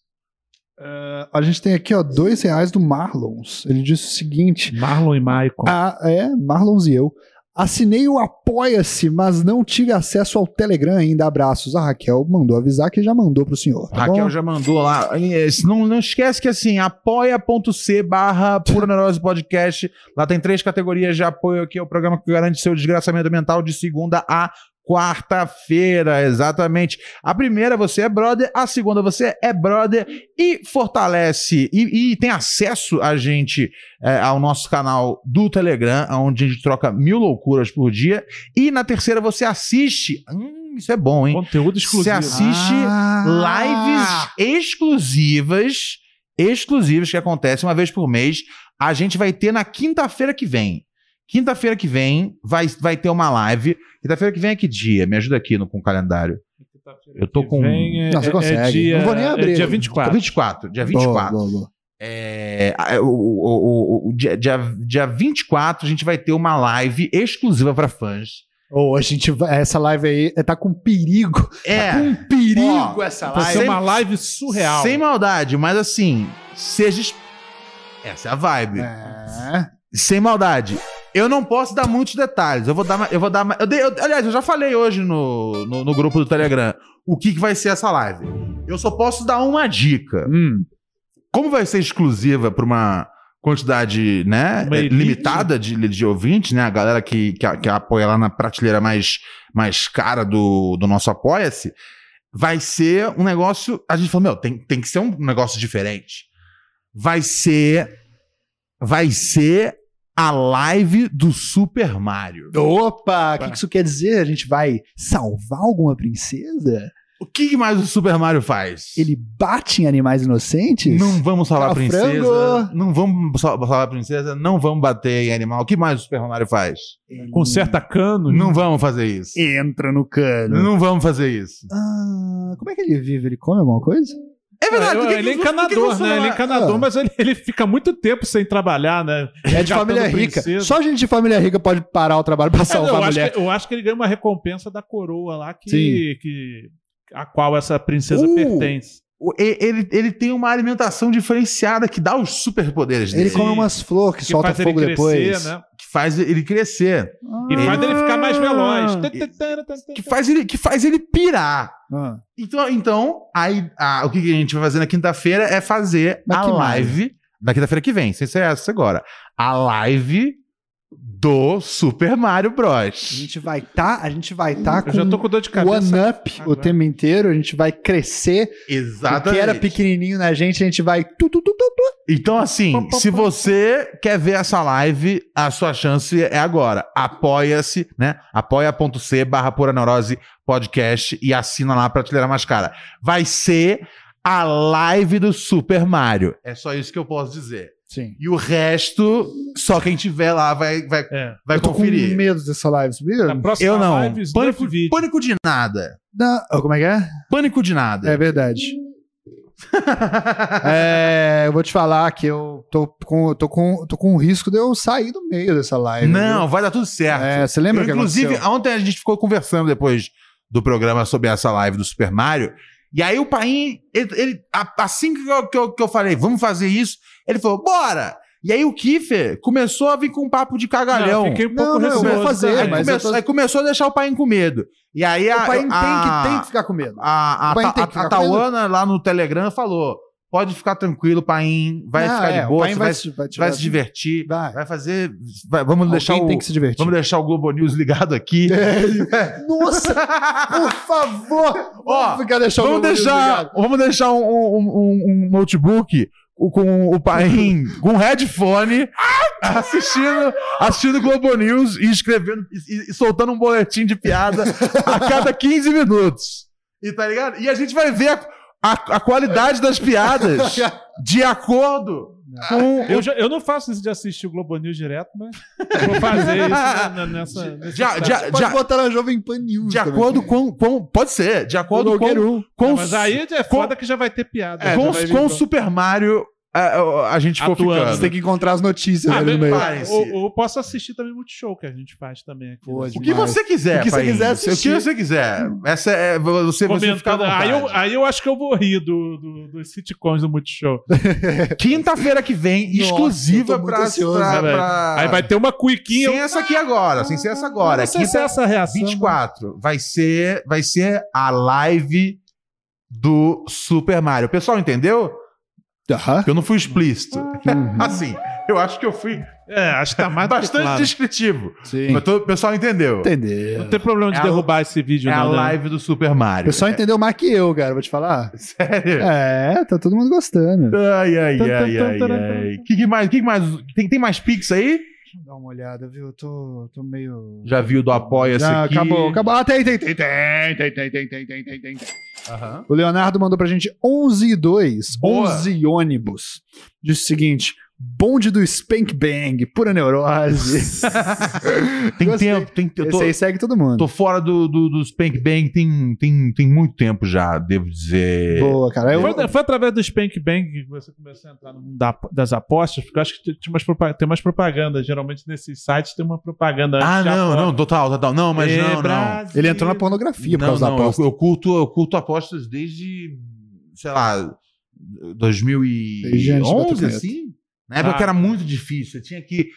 Speaker 4: Ah, A gente tem aqui, ó, dois reais do Marlons. Ele disse o seguinte.
Speaker 5: Marlon e Maicon.
Speaker 4: Ah, é, Marlons e eu. Assinei o Apoia-se, mas não tive acesso ao Telegram ainda. Abraços. A Raquel mandou avisar que já mandou pro senhor. Tá
Speaker 1: Raquel
Speaker 4: bom?
Speaker 1: já mandou lá. Eh, se Não, não esquece que assim, apoia.c barra Pura Neurose Podcast. Lá tem três categorias de apoio aqui. É o programa que garante seu desgraçamento mental de segunda a quarta-feira, exatamente. A primeira você é brother, a segunda você é brother e fortalece e, e tem acesso a gente eh, ao nosso canal do Telegram, onde a gente troca mil loucuras por dia. E na terceira você assiste. Hum, isso é bom, hein?
Speaker 5: Conteúdo exclusivo.
Speaker 1: Você assiste
Speaker 4: Ah!
Speaker 1: lives exclusivas, exclusivas que acontecem uma vez por mês. A gente vai ter na quinta-feira que vem. Quinta-feira que vem vai, vai ter uma live. Quinta-feira que vem é que dia? Me ajuda aqui no, com o calendário.
Speaker 5: Ah,
Speaker 1: Eu tô com-
Speaker 5: tá Vem, é,
Speaker 4: Não, você
Speaker 5: é- é
Speaker 4: consegue.
Speaker 5: dia,
Speaker 4: Não vou nem abrir.
Speaker 5: É dia
Speaker 1: É
Speaker 5: 24.
Speaker 1: 24, dia 24.
Speaker 4: Boa, boa, boa.
Speaker 1: É, a- o, o, o- o- dia, dia, dia 24 a gente vai ter uma live exclusiva para fãs.
Speaker 4: Ou a gente vai, essa live aí é, tá com perigo. Tá
Speaker 1: É,
Speaker 4: com perigo
Speaker 1: Ó,
Speaker 4: essa
Speaker 5: Vai
Speaker 4: live.
Speaker 5: ser
Speaker 1: sem-
Speaker 5: uma live surreal.
Speaker 1: sem maldade, mas assim, seja. es- Essa é a vibe.
Speaker 4: É.
Speaker 1: sem maldade. Eu não posso dar muitos detalhes. Eu vou dar. ma- Eu vou dar. ma- Eu dei- eu- aliás, eu já falei hoje no, no, no grupo do Telegram o que, que vai ser essa live. Eu só posso dar uma dica.
Speaker 4: Hum.
Speaker 1: Como vai ser exclusiva para uma quantidade né,
Speaker 5: Uma
Speaker 1: eh,
Speaker 5: elite.
Speaker 1: limitada de, de ouvintes, né? A galera que, que, a- que apoia lá na prateleira mais, mais cara do, do nosso Apoia-se, vai ser um negócio. A gente falou, meu, tem, tem que ser um negócio diferente. Vai ser. Vai ser a live do Super Mario.
Speaker 4: Opa, o que, que isso quer dizer? A gente vai salvar alguma princesa?
Speaker 1: O que mais o Super Mario faz?
Speaker 4: Ele bate em animais inocentes?
Speaker 1: Não vamos salvar a
Speaker 4: Tá,
Speaker 1: princesa.
Speaker 4: frango.
Speaker 1: Não vamos sal- salvar a princesa. Não vamos bater em animal. O que mais o Super Mario faz?
Speaker 4: Ele
Speaker 5: Conserta canos.
Speaker 4: é
Speaker 1: Não vamos fazer isso.
Speaker 4: entra no cano.
Speaker 1: Não vamos fazer isso.
Speaker 4: Ah, como é que ele vive? Ele come alguma coisa?
Speaker 1: É
Speaker 5: Eu- ele é encanador, né? Ele é encanador,
Speaker 4: Ah.
Speaker 5: mas ele, ele fica muito tempo sem trabalhar, né?
Speaker 4: É de família
Speaker 5: Resgatando
Speaker 4: rica.
Speaker 5: princesa.
Speaker 4: Só gente de família rica pode parar o trabalho pra
Speaker 5: É, não,
Speaker 4: salvar
Speaker 5: eu,
Speaker 4: a
Speaker 5: acho
Speaker 4: mulher.
Speaker 5: que, eu acho que ele ganha uma recompensa da coroa lá que,
Speaker 4: Sim.
Speaker 5: que- a qual essa princesa
Speaker 1: Uh!
Speaker 5: pertence.
Speaker 1: Ele, ele tem uma alimentação diferenciada que dá os superpoderes dele.
Speaker 4: Ele come umas flores que,
Speaker 5: é Que
Speaker 4: solta
Speaker 5: faz ele
Speaker 4: fogo
Speaker 5: crescer,
Speaker 4: depois. Ah.
Speaker 5: né?
Speaker 1: Que faz ele crescer.
Speaker 5: E
Speaker 1: Ele-
Speaker 5: faz ele ficar mais veloz.
Speaker 1: Que faz ele, que faz ele pirar.
Speaker 4: Ah.
Speaker 1: Então, então aí, ah, o que que a gente vai fazer na quinta-feira é fazer
Speaker 4: Mas
Speaker 1: a
Speaker 4: que mais?
Speaker 1: live. Na quinta-feira que vem, sem ser essa agora. A live do Super Mario
Speaker 4: A
Speaker 1: Bros.
Speaker 4: gente vai estar, a gente vai estar
Speaker 5: Eu
Speaker 4: com
Speaker 5: já tô com dor de cabeça.
Speaker 4: one up o
Speaker 5: agora.
Speaker 4: tempo inteiro, a gente vai crescer. O
Speaker 1: Exatamente.
Speaker 4: que era pequenininho na gente, a gente vai tu, tu, tu, tu, tu.
Speaker 1: Então, assim,
Speaker 5: Pá, pá,
Speaker 1: se
Speaker 5: pá.
Speaker 1: você quer ver essa live, a sua chance é agora. Apoia-se, né? Apoia.c barra Pura Neurose Podcast e assina lá a prateleira mais cara. Vai ser a live do Super Mario. É só isso que eu posso dizer.
Speaker 4: Sim.
Speaker 1: E o resto, só quem tiver lá vai, vai,
Speaker 5: É.
Speaker 1: vai
Speaker 4: eu tô com
Speaker 1: conferir. Tá
Speaker 4: medo dessa live, sabia?
Speaker 5: Na próxima
Speaker 1: Eu não.
Speaker 5: live, Snuff
Speaker 1: Pânico,
Speaker 5: Video.
Speaker 1: pânico de nada.
Speaker 4: Não, oh, como é que é?
Speaker 1: Pânico de nada.
Speaker 4: É verdade. É, eu vou te falar que eu tô com, eu tô com, tô com um risco de eu sair do meio dessa live.
Speaker 1: Não, vai dar tudo certo.
Speaker 4: viu? né? É, você lembra
Speaker 1: Eu,
Speaker 4: que
Speaker 1: inclusive,
Speaker 4: aconteceu?
Speaker 1: ontem a gente ficou conversando depois do programa sobre essa live do Super Mario. E aí o Paim, ele, ele- a- assim que eu, que eu- que eu falei, vamos fazer isso, ele falou, bora! E aí o Kiffer começou a vir com um papo de cagalhão.
Speaker 5: Não, fiquei um
Speaker 4: Não,
Speaker 5: pouco
Speaker 4: não, eu vou
Speaker 5: receoso
Speaker 4: fazer,
Speaker 5: também.
Speaker 1: aí,
Speaker 4: mas- eu
Speaker 1: começou,
Speaker 4: tô-
Speaker 1: aí começou a deixar o Paim com medo. E aí a,
Speaker 4: o pai tem
Speaker 1: a-
Speaker 4: que, tem que ficar com medo.
Speaker 1: a, a,
Speaker 4: O Paim
Speaker 1: Ta-
Speaker 4: tem
Speaker 1: a-
Speaker 4: que ficar
Speaker 1: a Tauana lá no Telegram falou: pode ficar tranquilo, Paim, vai
Speaker 4: Não,
Speaker 1: ficar
Speaker 4: é,
Speaker 1: de
Speaker 4: o
Speaker 1: boa,
Speaker 4: pai
Speaker 1: você vai, vai,
Speaker 4: se- vai, te-
Speaker 1: se divertir,
Speaker 4: Vai.
Speaker 1: vai fazer. vai- vamos, deixar
Speaker 4: Alguém
Speaker 1: o,
Speaker 4: tem que se divertir.
Speaker 1: vamos deixar o Globo News ligado aqui.
Speaker 4: Nossa, por favor!
Speaker 1: Ó,
Speaker 4: Vamos ficar deixando
Speaker 1: vamos,
Speaker 4: o Globo
Speaker 1: deixar,
Speaker 4: ligado.
Speaker 1: vamos deixar um, um- um- um notebook o- com o Paim com um headphone assistindo assistindo Globo News e escrevendo e, e soltando um boletim de piada a cada 15 minutos. E tá ligado? E a gente vai ver a, a- a qualidade das piadas de acordo
Speaker 4: um,
Speaker 1: com
Speaker 5: Eu, já- eu não faço isso de assistir o Globo News direto, mas eu vou fazer isso na- na- nessa. nesse
Speaker 1: de, a- de a-
Speaker 4: Pode
Speaker 1: de a-
Speaker 4: botar na Jovem Pan News.
Speaker 1: Ah, de
Speaker 4: também.
Speaker 1: acordo com, com pode ser de acordo com, com
Speaker 5: Não, mas aí é foda que já vai ter
Speaker 4: É,
Speaker 5: piada.
Speaker 1: com, com Super Mario é, a, a gente ficou
Speaker 5: Atuando.
Speaker 1: ficando.
Speaker 4: Você tem que encontrar as notícias
Speaker 5: Ah,
Speaker 4: ali no
Speaker 5: bem,
Speaker 4: meio.
Speaker 1: vai.
Speaker 5: ou, ou eu posso assistir também o Multishow que a gente faz também aqui.
Speaker 4: Pô,
Speaker 5: né?
Speaker 1: O que
Speaker 4: demais.
Speaker 1: você quiser,
Speaker 4: O que você
Speaker 1: Paim.
Speaker 4: quiser
Speaker 1: O que
Speaker 4: assistir.
Speaker 1: você quiser. Essa é você, você fica à
Speaker 5: Comentando.
Speaker 1: vontade.
Speaker 5: né? Aí eu, aí eu acho que eu vou rir do, do- dos sitcoms do Multishow.
Speaker 1: Quinta-feira que vem,
Speaker 4: Nossa, eu
Speaker 1: exclusiva
Speaker 4: tô muito
Speaker 1: pra,
Speaker 4: ansioso,
Speaker 1: pra-
Speaker 5: velho.
Speaker 1: pra-
Speaker 5: Aí vai ter uma cuiquinha.
Speaker 1: Sem essa aqui agora, sem ser essa Tá. agora.
Speaker 5: Não sei se é
Speaker 1: Quinta
Speaker 5: essa a reação.
Speaker 1: 24. Vai ser, vai ser a live do Super Mario. O pessoal entendeu?
Speaker 4: Aham.
Speaker 1: Que eu não fui explícito.
Speaker 4: Hum.
Speaker 1: Assim, eu acho que eu fui
Speaker 5: É, acho que tá mais do que
Speaker 1: bastante
Speaker 5: claro.
Speaker 1: descritivo.
Speaker 4: Sim.
Speaker 1: Mas todo- o pessoal entendeu.
Speaker 4: Entendeu.
Speaker 5: Não tem problema de
Speaker 1: É a-
Speaker 5: derrubar esse vídeo,
Speaker 1: É a
Speaker 5: não. né?
Speaker 1: live do Super
Speaker 4: O
Speaker 1: Mario.
Speaker 4: pessoal entendeu mais que eu, cara, vou te falar.
Speaker 1: Sério?
Speaker 4: É, tá todo mundo gostando.
Speaker 1: Ai, ai,
Speaker 5: Tan,
Speaker 1: ai,
Speaker 5: tan,
Speaker 1: ai,
Speaker 5: tan,
Speaker 1: ai. Que, que mais? Que que mais? Tem, tem mais Pix aí?
Speaker 4: Deixa eu dar uma olhada, viu? Eu tô, tô meio.
Speaker 1: Já viu do Apoia-se
Speaker 4: Já
Speaker 1: aqui.
Speaker 4: acabou, acabou. Ah, tem, tem, tem, tem, tem, tem, tem, tem, tem, tem, tem, tem. O Leonardo mandou pra gente 11 e 2,
Speaker 1: Boa.
Speaker 4: 11 ônibus. Diz o seguinte: bonde do Spank Bang, pura neurose.
Speaker 1: Tem
Speaker 4: Gostei.
Speaker 1: tempo, tem eu tô,
Speaker 4: Esse aí segue todo mundo.
Speaker 1: tô fora do, do, do Spank Bang tem, tem, tem muito tempo já, devo dizer.
Speaker 4: Boa, cara. Eu,
Speaker 5: Foi, foi através do Spank Bang que você começou a entrar no mundo da- das apostas, porque eu acho que tinha umas propa- tem umas propagandas. Geralmente nesses sites tem uma propaganda.
Speaker 1: Ah, não, não, total, total. Não, mas não, não.
Speaker 4: ele entrou na pornografia por
Speaker 1: Não,
Speaker 4: causa da
Speaker 1: não, eu,
Speaker 4: aposta.
Speaker 1: eu curto, eu curto apostas desde, sei lá, 2011,
Speaker 4: Desde antes de bater punheta.
Speaker 1: assim? Na época
Speaker 5: Ah.
Speaker 1: que era muito difícil, você tinha que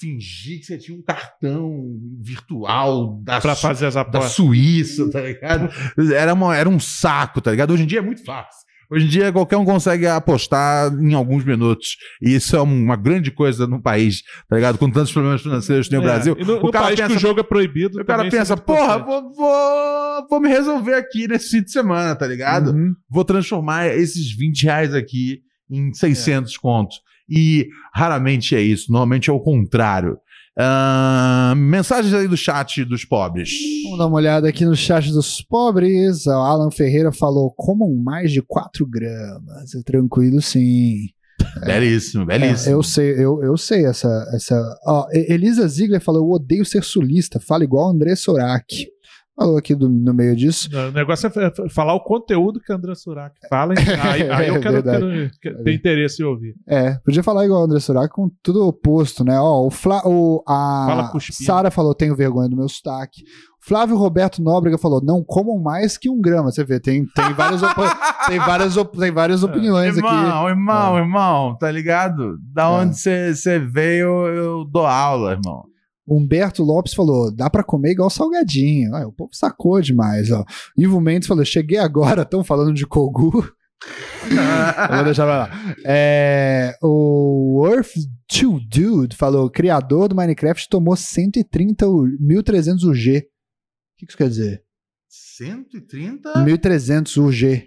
Speaker 1: fingir que você tinha um cartão virtual da
Speaker 5: Pra
Speaker 1: Su-
Speaker 5: fazer as
Speaker 1: da
Speaker 5: apostas.
Speaker 1: Suíça, tá ligado? Era, uma, era um saco, tá ligado? Hoje em dia é muito fácil. Hoje em dia qualquer um consegue apostar em alguns minutos. E isso é uma grande coisa no país, tá ligado? Com tantos problemas financeiros que tem o
Speaker 5: É,
Speaker 1: Brasil.
Speaker 5: e No,
Speaker 1: o
Speaker 5: no
Speaker 1: cara
Speaker 5: país que
Speaker 1: pensa-
Speaker 5: o jogo é proibido.
Speaker 1: O cara
Speaker 5: também, isso
Speaker 1: pensa,
Speaker 5: é muito
Speaker 1: porra,
Speaker 5: importante.
Speaker 1: vou, vou, vou me resolver aqui nesse fim de semana, tá ligado?
Speaker 4: Uhum.
Speaker 1: Vou transformar esses 20 reais aqui em
Speaker 5: É.
Speaker 1: 600 contos. E raramente é isso, normalmente é o contrário. Ahn, mensagens aí do chat dos pobres.
Speaker 4: Vamos dar uma olhada aqui no chat dos pobres. O Alan Ferreira falou: comam mais de 4 gramas. É tranquilo, sim.
Speaker 1: Belíssimo,
Speaker 4: É,
Speaker 1: belíssimo.
Speaker 4: eu sei, eu, eu sei essa. essa... Ó, E- Elisa Ziegler falou: eu odeio ser sulista, fala igual André Sorak. Falou aqui do- no meio disso.
Speaker 5: Não, O negócio é fa- fa- falar o conteúdo que o André Surak fala. hein? Aí, aí eu
Speaker 4: É
Speaker 5: quero,
Speaker 4: verdade.
Speaker 5: quero- quero- ter interesse em ouvir.
Speaker 4: É, podia falar igual André Sorak com tudo oposto, né? Ó, o Fla, o,
Speaker 5: Fala
Speaker 4: a
Speaker 5: cuspindo.
Speaker 4: Sara falou: tenho vergonha do meu sotaque. Flávio Roberto Nóbrega falou: não comam mais que um grama. Você vê, tem, tem várias, opo- tem várias, op- tem várias opiniões aqui.
Speaker 1: Irmão, irmão, irmão, tá ligado? Da
Speaker 4: É.
Speaker 1: onde você veio, eu dou aula, irmão.
Speaker 4: Humberto Lopes falou: dá pra comer igual salgadinho. Ah, o povo sacou demais, ó. Ivo Mendes falou: cheguei agora, estão falando de Kogu. Eu vou deixar pra lá. É, o Earth2Dude falou: criador do Minecraft tomou 130 U- 1300 UG. O que que isso quer dizer?
Speaker 1: 130?
Speaker 4: 1300 UG.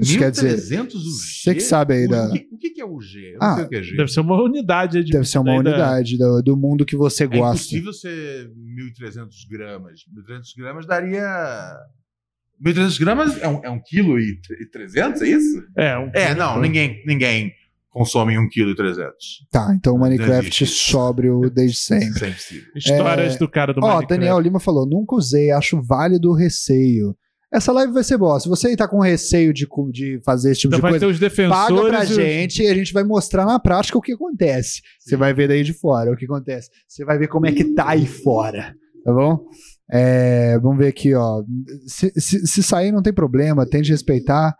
Speaker 4: isso quer dizer,
Speaker 1: 1300 UG?
Speaker 4: você que sabe aí
Speaker 1: O
Speaker 4: da-
Speaker 1: que- O que, que é UG? Eu não
Speaker 4: Ah,
Speaker 1: sei o que é G.
Speaker 5: Deve ser uma unidade de.
Speaker 4: Deve ser uma
Speaker 5: ainda-
Speaker 4: unidade do, do mundo que você
Speaker 1: É
Speaker 4: gosta.
Speaker 1: impossível ser 1.300 gramas. 1.300 gramas daria... 1.300 gramas é um, é um quilo e tre- e 300, é isso?
Speaker 5: É, um-
Speaker 1: É, não, ninguém, ninguém consome 1,3 kg. e 300.
Speaker 4: tá, então o
Speaker 1: Não
Speaker 4: Minecraft
Speaker 1: existe isso.
Speaker 4: sóbrio desde sempre.
Speaker 1: Isso é impossível.
Speaker 5: Histórias do cara do
Speaker 4: Ó,
Speaker 5: Minecraft.
Speaker 4: Daniel Lima falou: nunca usei, acho válido o receio. Essa live vai ser boa. Se você tá com receio de, co- de fazer esse tipo
Speaker 5: Então
Speaker 4: de
Speaker 5: vai
Speaker 4: coisa,
Speaker 5: ter os defensores.
Speaker 4: paga pra
Speaker 5: e os-
Speaker 4: gente e a gente vai mostrar na prática o que acontece. Você vai ver daí de fora o que acontece. Você vai ver como é que tá aí fora, tá bom? É, vamos ver aqui, ó. Se, se- se sair não tem problema, tente respeitar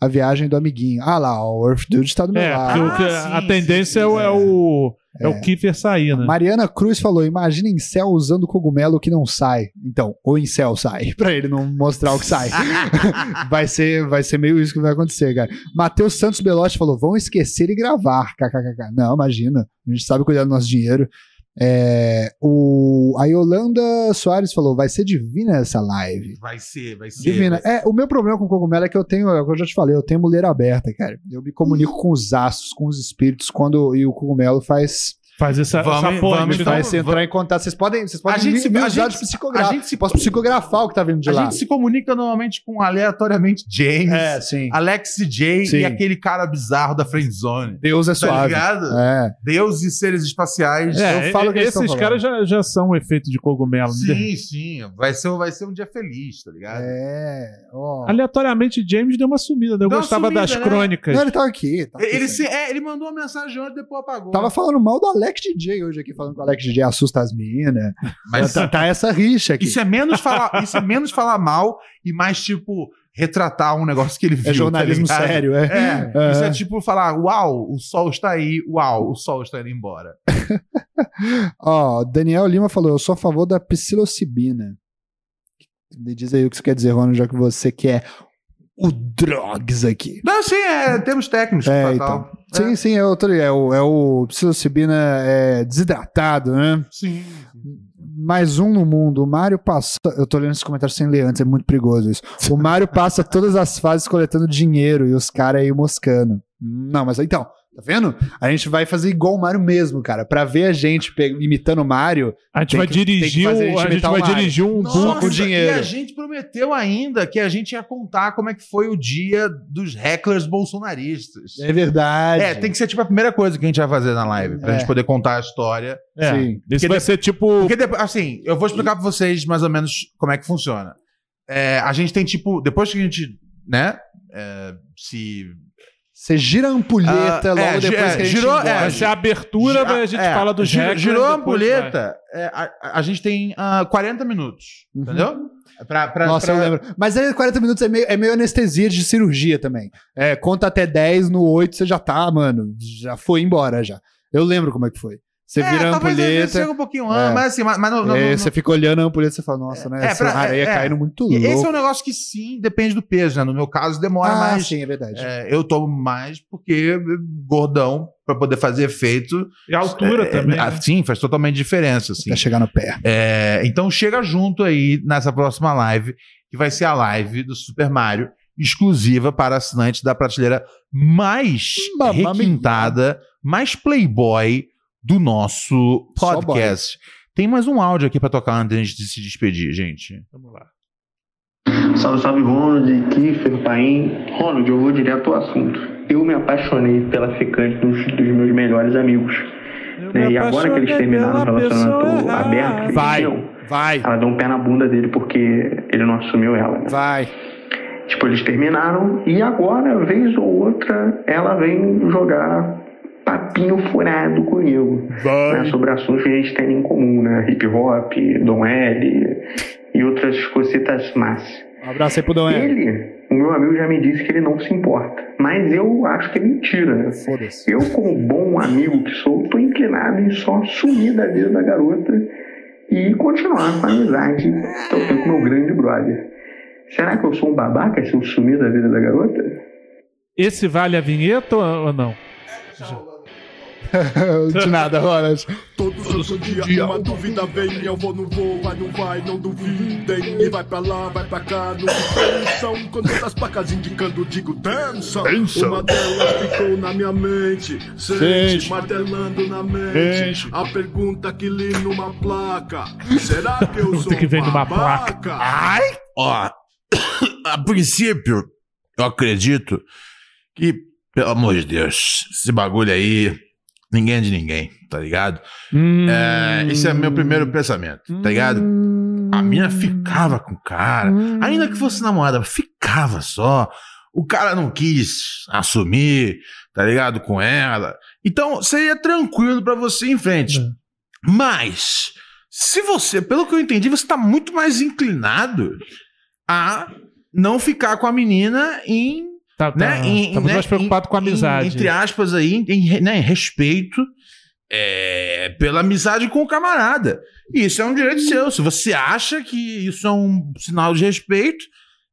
Speaker 4: a viagem do amiguinho. Ah lá, ó, o Earth Dude tá do meu
Speaker 5: É, porque
Speaker 4: lado.
Speaker 5: o que-
Speaker 1: Ah,
Speaker 5: a
Speaker 1: sim,
Speaker 5: tendência
Speaker 1: sim,
Speaker 5: é, o-
Speaker 1: sim.
Speaker 5: é o. É, o Kiefer sair, né?
Speaker 4: Mariana Cruz falou: imagina Incel usando cogumelo que não sai. Então, ou Incel sai, pra ele não mostrar o que sai. vai, ser, vai ser meio isso que vai acontecer, cara. Matheus Santos Belotti falou: vão esquecer e gravar. KKKK. Não, imagina. A gente sabe cuidar do nosso dinheiro. É, o, a Yolanda Soares falou: vai ser divina essa live.
Speaker 1: Vai ser, vai ser.
Speaker 4: Divina. É, o meu problema com cogumelo é que eu tenho, é o que eu já te falei, eu tenho mulher aberta, cara. Eu me comunico com os astros, com os espíritos, quando e o cogumelo faz
Speaker 5: Faz essa,
Speaker 1: Vamos-
Speaker 5: essa ponte.
Speaker 1: vamos-
Speaker 5: né?
Speaker 1: Então,
Speaker 4: vai se entrar
Speaker 1: vamos-
Speaker 4: em contato. Vocês podem, vocês podem
Speaker 1: A gente
Speaker 4: me,
Speaker 1: se-
Speaker 4: me
Speaker 1: a
Speaker 4: usar
Speaker 1: gente-
Speaker 4: de
Speaker 1: A
Speaker 4: psicografar.
Speaker 1: gente se,
Speaker 4: Posso psicografar o que tá vindo de
Speaker 1: a
Speaker 4: lá.
Speaker 1: gente se comunica normalmente com aleatoriamente James,
Speaker 4: É, sim.
Speaker 1: Alex J
Speaker 4: Sim.
Speaker 1: e aquele cara bizarro da Friendzone.
Speaker 4: Deus é
Speaker 1: Tá
Speaker 4: suave.
Speaker 1: ligado?
Speaker 4: É.
Speaker 1: Deus e seres espaciais.
Speaker 5: É,
Speaker 4: eu falo o que eles estão
Speaker 5: esses
Speaker 4: falando.
Speaker 5: caras já, já são um efeito de cogumelo.
Speaker 1: Sim, sim. Vai ser, vai ser um dia feliz, tá ligado?
Speaker 4: É. ó.
Speaker 5: Aleatoriamente, James deu uma sumida, né?
Speaker 1: Deu
Speaker 5: Eu
Speaker 1: uma
Speaker 5: gostava
Speaker 1: sumida,
Speaker 5: das
Speaker 1: né?
Speaker 5: crônicas.
Speaker 4: Não, ele tava aqui. Tava,
Speaker 1: Ele,
Speaker 4: aqui,
Speaker 1: ele
Speaker 4: sim.
Speaker 1: se- é, ele mandou uma mensagem ontem, depois apagou.
Speaker 4: tá Tava falando mal do Alex DJ hoje aqui, falando que o Alex DJ assusta as meninas.
Speaker 1: Mas
Speaker 4: Tá, tá essa rixa aqui.
Speaker 1: isso é, menos falar, isso é menos falar mal e mais, tipo, retratar um negócio que ele viu.
Speaker 4: É jornalismo
Speaker 1: tá ligado?
Speaker 4: sério, é.
Speaker 1: É,
Speaker 4: É.
Speaker 1: isso é tipo falar, uau, o sol está aí, uau, o sol está indo embora.
Speaker 4: Ó, Daniel Lima falou: eu sou a favor da psilocibina. Me diz aí o que você quer dizer, Ronald, já que você quer o drogs aqui.
Speaker 1: Não, sim, é, temos técnicos
Speaker 4: É,
Speaker 1: pra
Speaker 4: então.
Speaker 1: tal.
Speaker 4: Sim,
Speaker 1: É.
Speaker 4: sim, é outro. É o, é o psilocibina é, desidratado, né?
Speaker 1: Sim.
Speaker 4: Mais um no mundo. O Mário passa. Eu tô lendo esse comentário sem ler antes, é muito perigoso isso. O Mário passa todas as fases coletando dinheiro e os caras aí moscando. Não, mas então, tá vendo? A gente vai fazer igual o Mário mesmo, cara. Pra ver a gente pe- imitando o Mário.
Speaker 5: A gente
Speaker 4: Tem
Speaker 5: vai
Speaker 4: que-
Speaker 5: dirigir,
Speaker 4: tem que fazer
Speaker 5: o- a gente
Speaker 4: imitar o
Speaker 5: vai
Speaker 4: Mario.
Speaker 5: dirigir um
Speaker 4: Nossa,
Speaker 5: grupo de.
Speaker 1: E a
Speaker 4: dinheiro.
Speaker 1: gente prometeu ainda que a gente ia contar como é que foi o dia dos hecklers bolsonaristas.
Speaker 4: É verdade.
Speaker 1: É, tem que ser tipo a primeira coisa que a gente vai fazer na live, pra
Speaker 4: É.
Speaker 1: gente poder contar a história.
Speaker 5: É,
Speaker 4: Sim.
Speaker 5: Isso
Speaker 1: Porque
Speaker 5: vai
Speaker 1: de-
Speaker 5: ser tipo.
Speaker 1: Porque, depois, assim, eu vou explicar pra vocês mais ou menos como é que funciona. É, a gente tem, tipo, depois que a gente, né, é, se...
Speaker 4: Você gira a ampulheta
Speaker 1: Ah,
Speaker 4: logo
Speaker 1: é, gi-
Speaker 4: depois
Speaker 1: é,
Speaker 4: que a gente
Speaker 1: girou-
Speaker 4: engole.
Speaker 1: é,
Speaker 5: Vai ser a
Speaker 4: né,
Speaker 5: abertura, mas a gente
Speaker 1: é,
Speaker 5: fala do
Speaker 1: gi-
Speaker 5: Jack.
Speaker 1: Girou a ampulheta, é, a, a- a gente tem ah, 40 minutos,
Speaker 4: Uhum.
Speaker 1: entendeu? Pra, pra-
Speaker 4: Nossa,
Speaker 1: pra-
Speaker 4: eu lembro. Mas aí 40 minutos é meio, é meio anestesia de cirurgia também. É, conta até 10, no 8 você já tá, mano, já foi embora já. Eu lembro como é que foi. Você
Speaker 1: É,
Speaker 4: vira a
Speaker 1: talvez às vezes
Speaker 4: ampulheta,
Speaker 1: chegue um pouquinho antes,
Speaker 4: É.
Speaker 1: mas assim, mas, mas não- não-
Speaker 4: é,
Speaker 1: não-
Speaker 4: você fica olhando a ampulheta e você fala, nossa, né,
Speaker 1: É,
Speaker 4: essa
Speaker 1: pra-
Speaker 4: areia
Speaker 1: é, é.
Speaker 4: caindo muito
Speaker 1: E
Speaker 4: louco.
Speaker 1: Esse é um negócio que sim, depende do peso, né? No meu caso, demora
Speaker 4: ah,
Speaker 1: mais.
Speaker 4: sim, é verdade.
Speaker 1: É, eu tomo mais porque eh, gordão, pra poder fazer efeito.
Speaker 5: E a altura
Speaker 1: é,
Speaker 5: também.
Speaker 1: é,
Speaker 5: né?
Speaker 1: Assim, faz totalmente diferença, assim.
Speaker 4: Pra chegar no pé.
Speaker 1: É, então chega junto aí nessa próxima live, que vai ser a live do Super Mario, exclusiva para assinantes da prateleira mais
Speaker 4: Mamma mia.
Speaker 1: requintada, mais playboy do nosso
Speaker 4: Só boy.
Speaker 1: podcast. Tem mais um áudio aqui pra tocar antes de a gente se despedir, gente.
Speaker 5: Vamos lá.
Speaker 8: Salve, salve, Ronald, Kiefer, Paim. Ronald, eu vou direto ao assunto. Eu me apaixonei pela ficante um dos, dos meus melhores amigos.
Speaker 5: Eu
Speaker 8: né?
Speaker 1: é,
Speaker 5: me
Speaker 8: E agora que eles
Speaker 5: apaixonei
Speaker 8: terminaram o
Speaker 5: pela
Speaker 8: relacionamento
Speaker 5: pessoa
Speaker 8: aberto, que eles
Speaker 4: Vai.
Speaker 8: tinham,
Speaker 4: Vai,
Speaker 8: ela deu um pé na bunda dele porque ele não assumiu ela. né?
Speaker 4: vai.
Speaker 8: Tipo, eles terminaram e agora, vez ou outra, ela vem jogar papinho furado comigo. né, sobre assuntos que a gente tem em comum, né? Hip hop, Dom L e outras cositas más.
Speaker 4: Um abraço aí pro Dom L.
Speaker 8: Ele, o meu amigo já me disse que ele não se importa. Mas eu acho que é mentira, né?
Speaker 4: Foda-se.
Speaker 8: Eu, como bom amigo que sou, tô inclinado em só sumir da vida da garota e continuar com a amizade que eu tenho com meu grande brother. Será que eu sou um babaca se eu sumir da vida da garota?
Speaker 5: Esse vale a vinheta ou ou
Speaker 1: É,
Speaker 5: não?
Speaker 4: De nada, Ronald.
Speaker 2: Todo santo dia, uma dúvida vem, eu vou, não vou, vai, não vai, não duvidem. E vai pra lá, vai pra cá, não pensam. Quando das placas indicando, digo tensa. Uma delas ficou na minha mente, sente,
Speaker 1: Sente.
Speaker 2: martelando na mente.
Speaker 1: Sente.
Speaker 2: A pergunta que li numa placa: será que eu sou
Speaker 5: que vem numa
Speaker 2: babaca?
Speaker 1: Ai! Ó, a princípio, eu acredito que, pelo amor de Deus, esse bagulho aí, ninguém é de ninguém, tá ligado?
Speaker 5: Hum,
Speaker 1: É, esse é meu primeiro pensamento, tá ligado? A minha ficava com o cara, ainda que fosse namorada, ficava só. O cara não quis assumir, tá ligado? Com ela. Então, seria tranquilo pra você ir em frente. Mas, se você, pelo que eu entendi, você tá muito mais inclinado a não ficar com a menina em.
Speaker 5: Tá, tá,
Speaker 1: né, em-
Speaker 5: estamos
Speaker 1: né,
Speaker 5: mais preocupados com a
Speaker 1: em-
Speaker 5: amizade.
Speaker 1: entre aspas, aí, em, né, em respeito é, pela amizade com o camarada. E isso é um direito seu. Se você acha que isso é um sinal de respeito,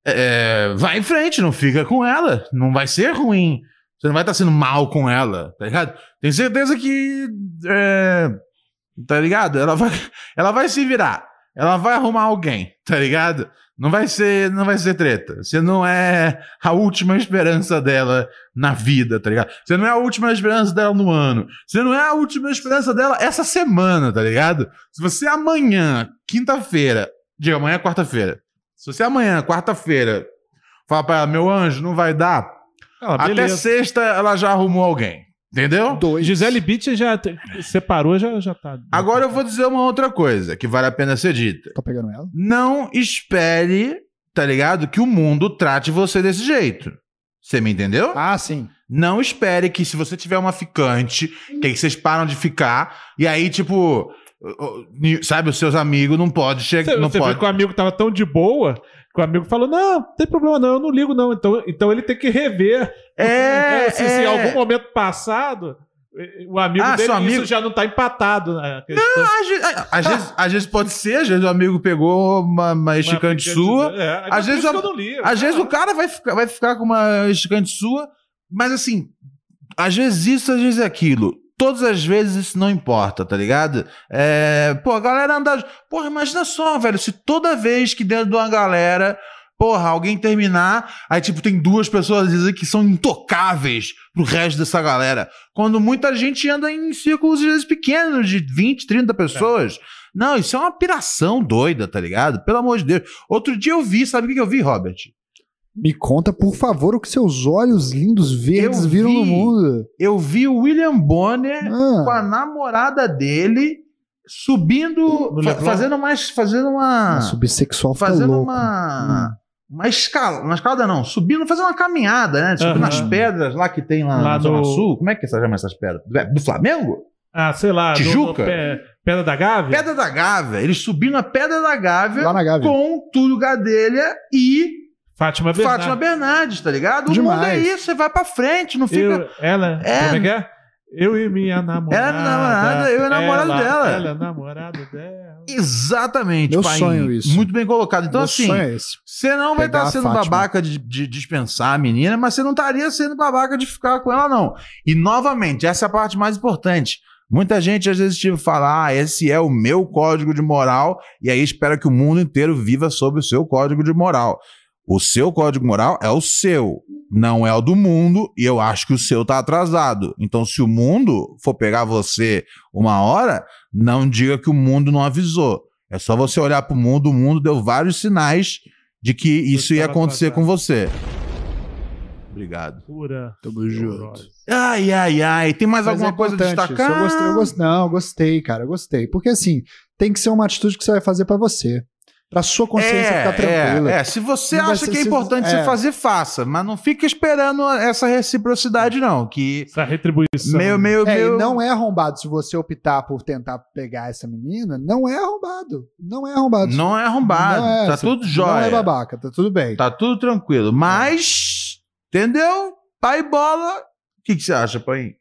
Speaker 1: é, vai em frente, não fica com ela. Não vai ser ruim. Você não vai estar sendo mal com ela, tá ligado? Tenho certeza que. é, tá ligado? Ela vai, ela vai se virar. Ela vai arrumar alguém, tá ligado? Não vai ser, não vai ser treta. Você não é a última esperança dela na vida, tá ligado? Você não é a última esperança dela no ano. Você não é a última esperança dela essa semana, tá ligado? Se você amanhã, quinta-feira, diga amanhã é quarta-feira. Se você amanhã, quarta-feira, falar pra ela, meu anjo, não vai dar,
Speaker 5: Ah,
Speaker 1: até
Speaker 5: beleza.
Speaker 1: sexta ela já arrumou alguém. Entendeu?
Speaker 4: Dois.
Speaker 5: Gisele Bitt já te- separou, já, já tá.
Speaker 1: Agora eu vou dizer uma outra coisa que vale a pena ser dita.
Speaker 4: Tá pegando ela?
Speaker 1: Não espere, tá ligado? Que o mundo trate você desse jeito. Você me entendeu?
Speaker 4: Ah, sim.
Speaker 1: Não espere que se você tiver uma ficante, que aí vocês param de ficar, e aí, tipo, o- o- sabe, os seus amigos não pode
Speaker 5: Você,
Speaker 1: chegar. Não
Speaker 5: você viu
Speaker 1: pode.
Speaker 5: que o amigo tava tão de boa que o amigo falou: não, não tem problema, não, eu não ligo, não. Então, então ele tem que rever.
Speaker 1: É,
Speaker 5: né? se, se em
Speaker 1: é.
Speaker 5: algum momento passado, eh, o amigo
Speaker 1: Ah,
Speaker 5: dele
Speaker 1: seu amigo-
Speaker 5: isso já não tá empatado. Né? Não,
Speaker 1: Às vezes, às
Speaker 5: Tá.
Speaker 1: vezes- às vezes pode ser, às vezes o amigo pegou uma, uma esticante sua.
Speaker 5: É,
Speaker 1: Às
Speaker 5: às
Speaker 1: vezes
Speaker 5: vezes eu
Speaker 1: a-
Speaker 5: não ligo.
Speaker 1: Às vezes o cara vai ficar, vai ficar com uma esticante sua, mas assim, às vezes isso, às vezes aquilo. Todas as vezes isso não importa, tá ligado? É, pô, a galera anda. Porra, imagina só, velho, se toda vez que dentro de uma galera, porra, alguém terminar, aí, tipo, tem duas pessoas às vezes, que são intocáveis pro resto dessa galera. Quando muita gente anda em círculos, às vezes, pequenos, de 20, 30 pessoas. Não, isso é uma piração doida, tá ligado? Pelo amor de Deus. Outro dia eu vi, sabe o que que eu vi, Robert?
Speaker 4: Me conta, por favor, o que seus olhos lindos verdes
Speaker 1: Eu
Speaker 4: viram no
Speaker 1: vi.
Speaker 4: mundo.
Speaker 1: eu vi o William Bonner com
Speaker 4: Ah,
Speaker 1: a namorada dele subindo,
Speaker 5: No
Speaker 1: fa-
Speaker 5: Leblon?
Speaker 1: fazendo mais, fazendo uma,
Speaker 4: Ah, nossa, o bissexual fica
Speaker 1: fazendo
Speaker 4: louco. Hum.
Speaker 1: uma, uma escala, uma escalada não, subindo, fazendo uma caminhada, né? Tipo
Speaker 5: Aham.
Speaker 1: nas pedras lá que tem lá,
Speaker 5: Lá
Speaker 1: na Zona
Speaker 5: no-
Speaker 1: Sul. Como é que se chama essas pedras? É, Do- Do Flamengo?
Speaker 5: Ah, sei lá. no- no
Speaker 1: Tijuca?
Speaker 5: pé- Pedra da Gávea?
Speaker 1: Pedra da Gávea. Eles subindo a Pedra da Gávea
Speaker 4: Lá na Gávea.
Speaker 1: com Túlio Gadelha e
Speaker 5: Fátima Bernardo.
Speaker 1: Fátima Bernardes, tá ligado? O
Speaker 4: Demais.
Speaker 1: mundo é isso, você vai pra frente, não fica...
Speaker 5: Eu, ela,
Speaker 1: É.
Speaker 5: como é que é? Eu e minha namorada.
Speaker 1: Ela é minha namorada, eu e o namorado
Speaker 5: ela,
Speaker 1: dela.
Speaker 5: Ela é namorada dela.
Speaker 1: Exatamente,
Speaker 4: Meu
Speaker 1: Paim.
Speaker 4: sonho isso.
Speaker 1: Muito bem colocado. Então,
Speaker 4: Meu
Speaker 1: assim,
Speaker 4: sonho é esse.
Speaker 1: Você não vai
Speaker 4: Pegar
Speaker 1: estar
Speaker 4: a
Speaker 1: sendo
Speaker 4: Fátima.
Speaker 1: babaca de, de dispensar a menina, mas você não estaria sendo babaca de ficar com ela, não. E, novamente, essa é a parte mais importante. Muita gente às vezes tipo, fala, ah, esse é o meu código de moral, e aí espera que o mundo inteiro viva sob o seu código de moral. O seu código moral é o seu, não é o do mundo, e eu acho que o seu tá atrasado. Então, se o mundo for pegar você uma hora, não diga que o mundo não avisou. É só você olhar pro mundo, o mundo deu vários sinais de que isso ia
Speaker 5: estava
Speaker 1: acontecer
Speaker 5: atrasado.
Speaker 1: com você. Obrigado.
Speaker 5: Pura.
Speaker 4: Tamo junto.
Speaker 5: neurose.
Speaker 1: Ai, ai, ai. Tem mais
Speaker 4: Mas
Speaker 1: alguma
Speaker 4: é
Speaker 1: coisa a
Speaker 4: importante,
Speaker 1: destacar?
Speaker 4: isso Eu gostei, eu gostei, não, eu gostei, cara, eu gostei. Porque assim, tem que ser uma atitude que você vai fazer pra você. Pra sua consciência
Speaker 1: é,
Speaker 4: ficar tranquila.
Speaker 1: é, é. se você
Speaker 4: Não vai
Speaker 1: acha
Speaker 4: ser-
Speaker 1: que é
Speaker 4: se-
Speaker 1: importante você
Speaker 4: é.
Speaker 1: fazer, faça. Mas não fica esperando essa reciprocidade, não. Que
Speaker 5: Essa retribuição.
Speaker 1: meio, meio,
Speaker 4: É,
Speaker 1: meio...
Speaker 4: e não é arrombado se você optar por tentar pegar essa menina, não é arrombado. Não é arrombado.
Speaker 1: Não é arrombado.
Speaker 4: Não é,
Speaker 1: tá
Speaker 4: você-
Speaker 1: tudo
Speaker 4: Não é
Speaker 1: jóia.
Speaker 4: babaca, É. tá tudo bem.
Speaker 1: tá tudo tranquilo. Mas, entendeu? Pai bola. O que, que você acha, pai?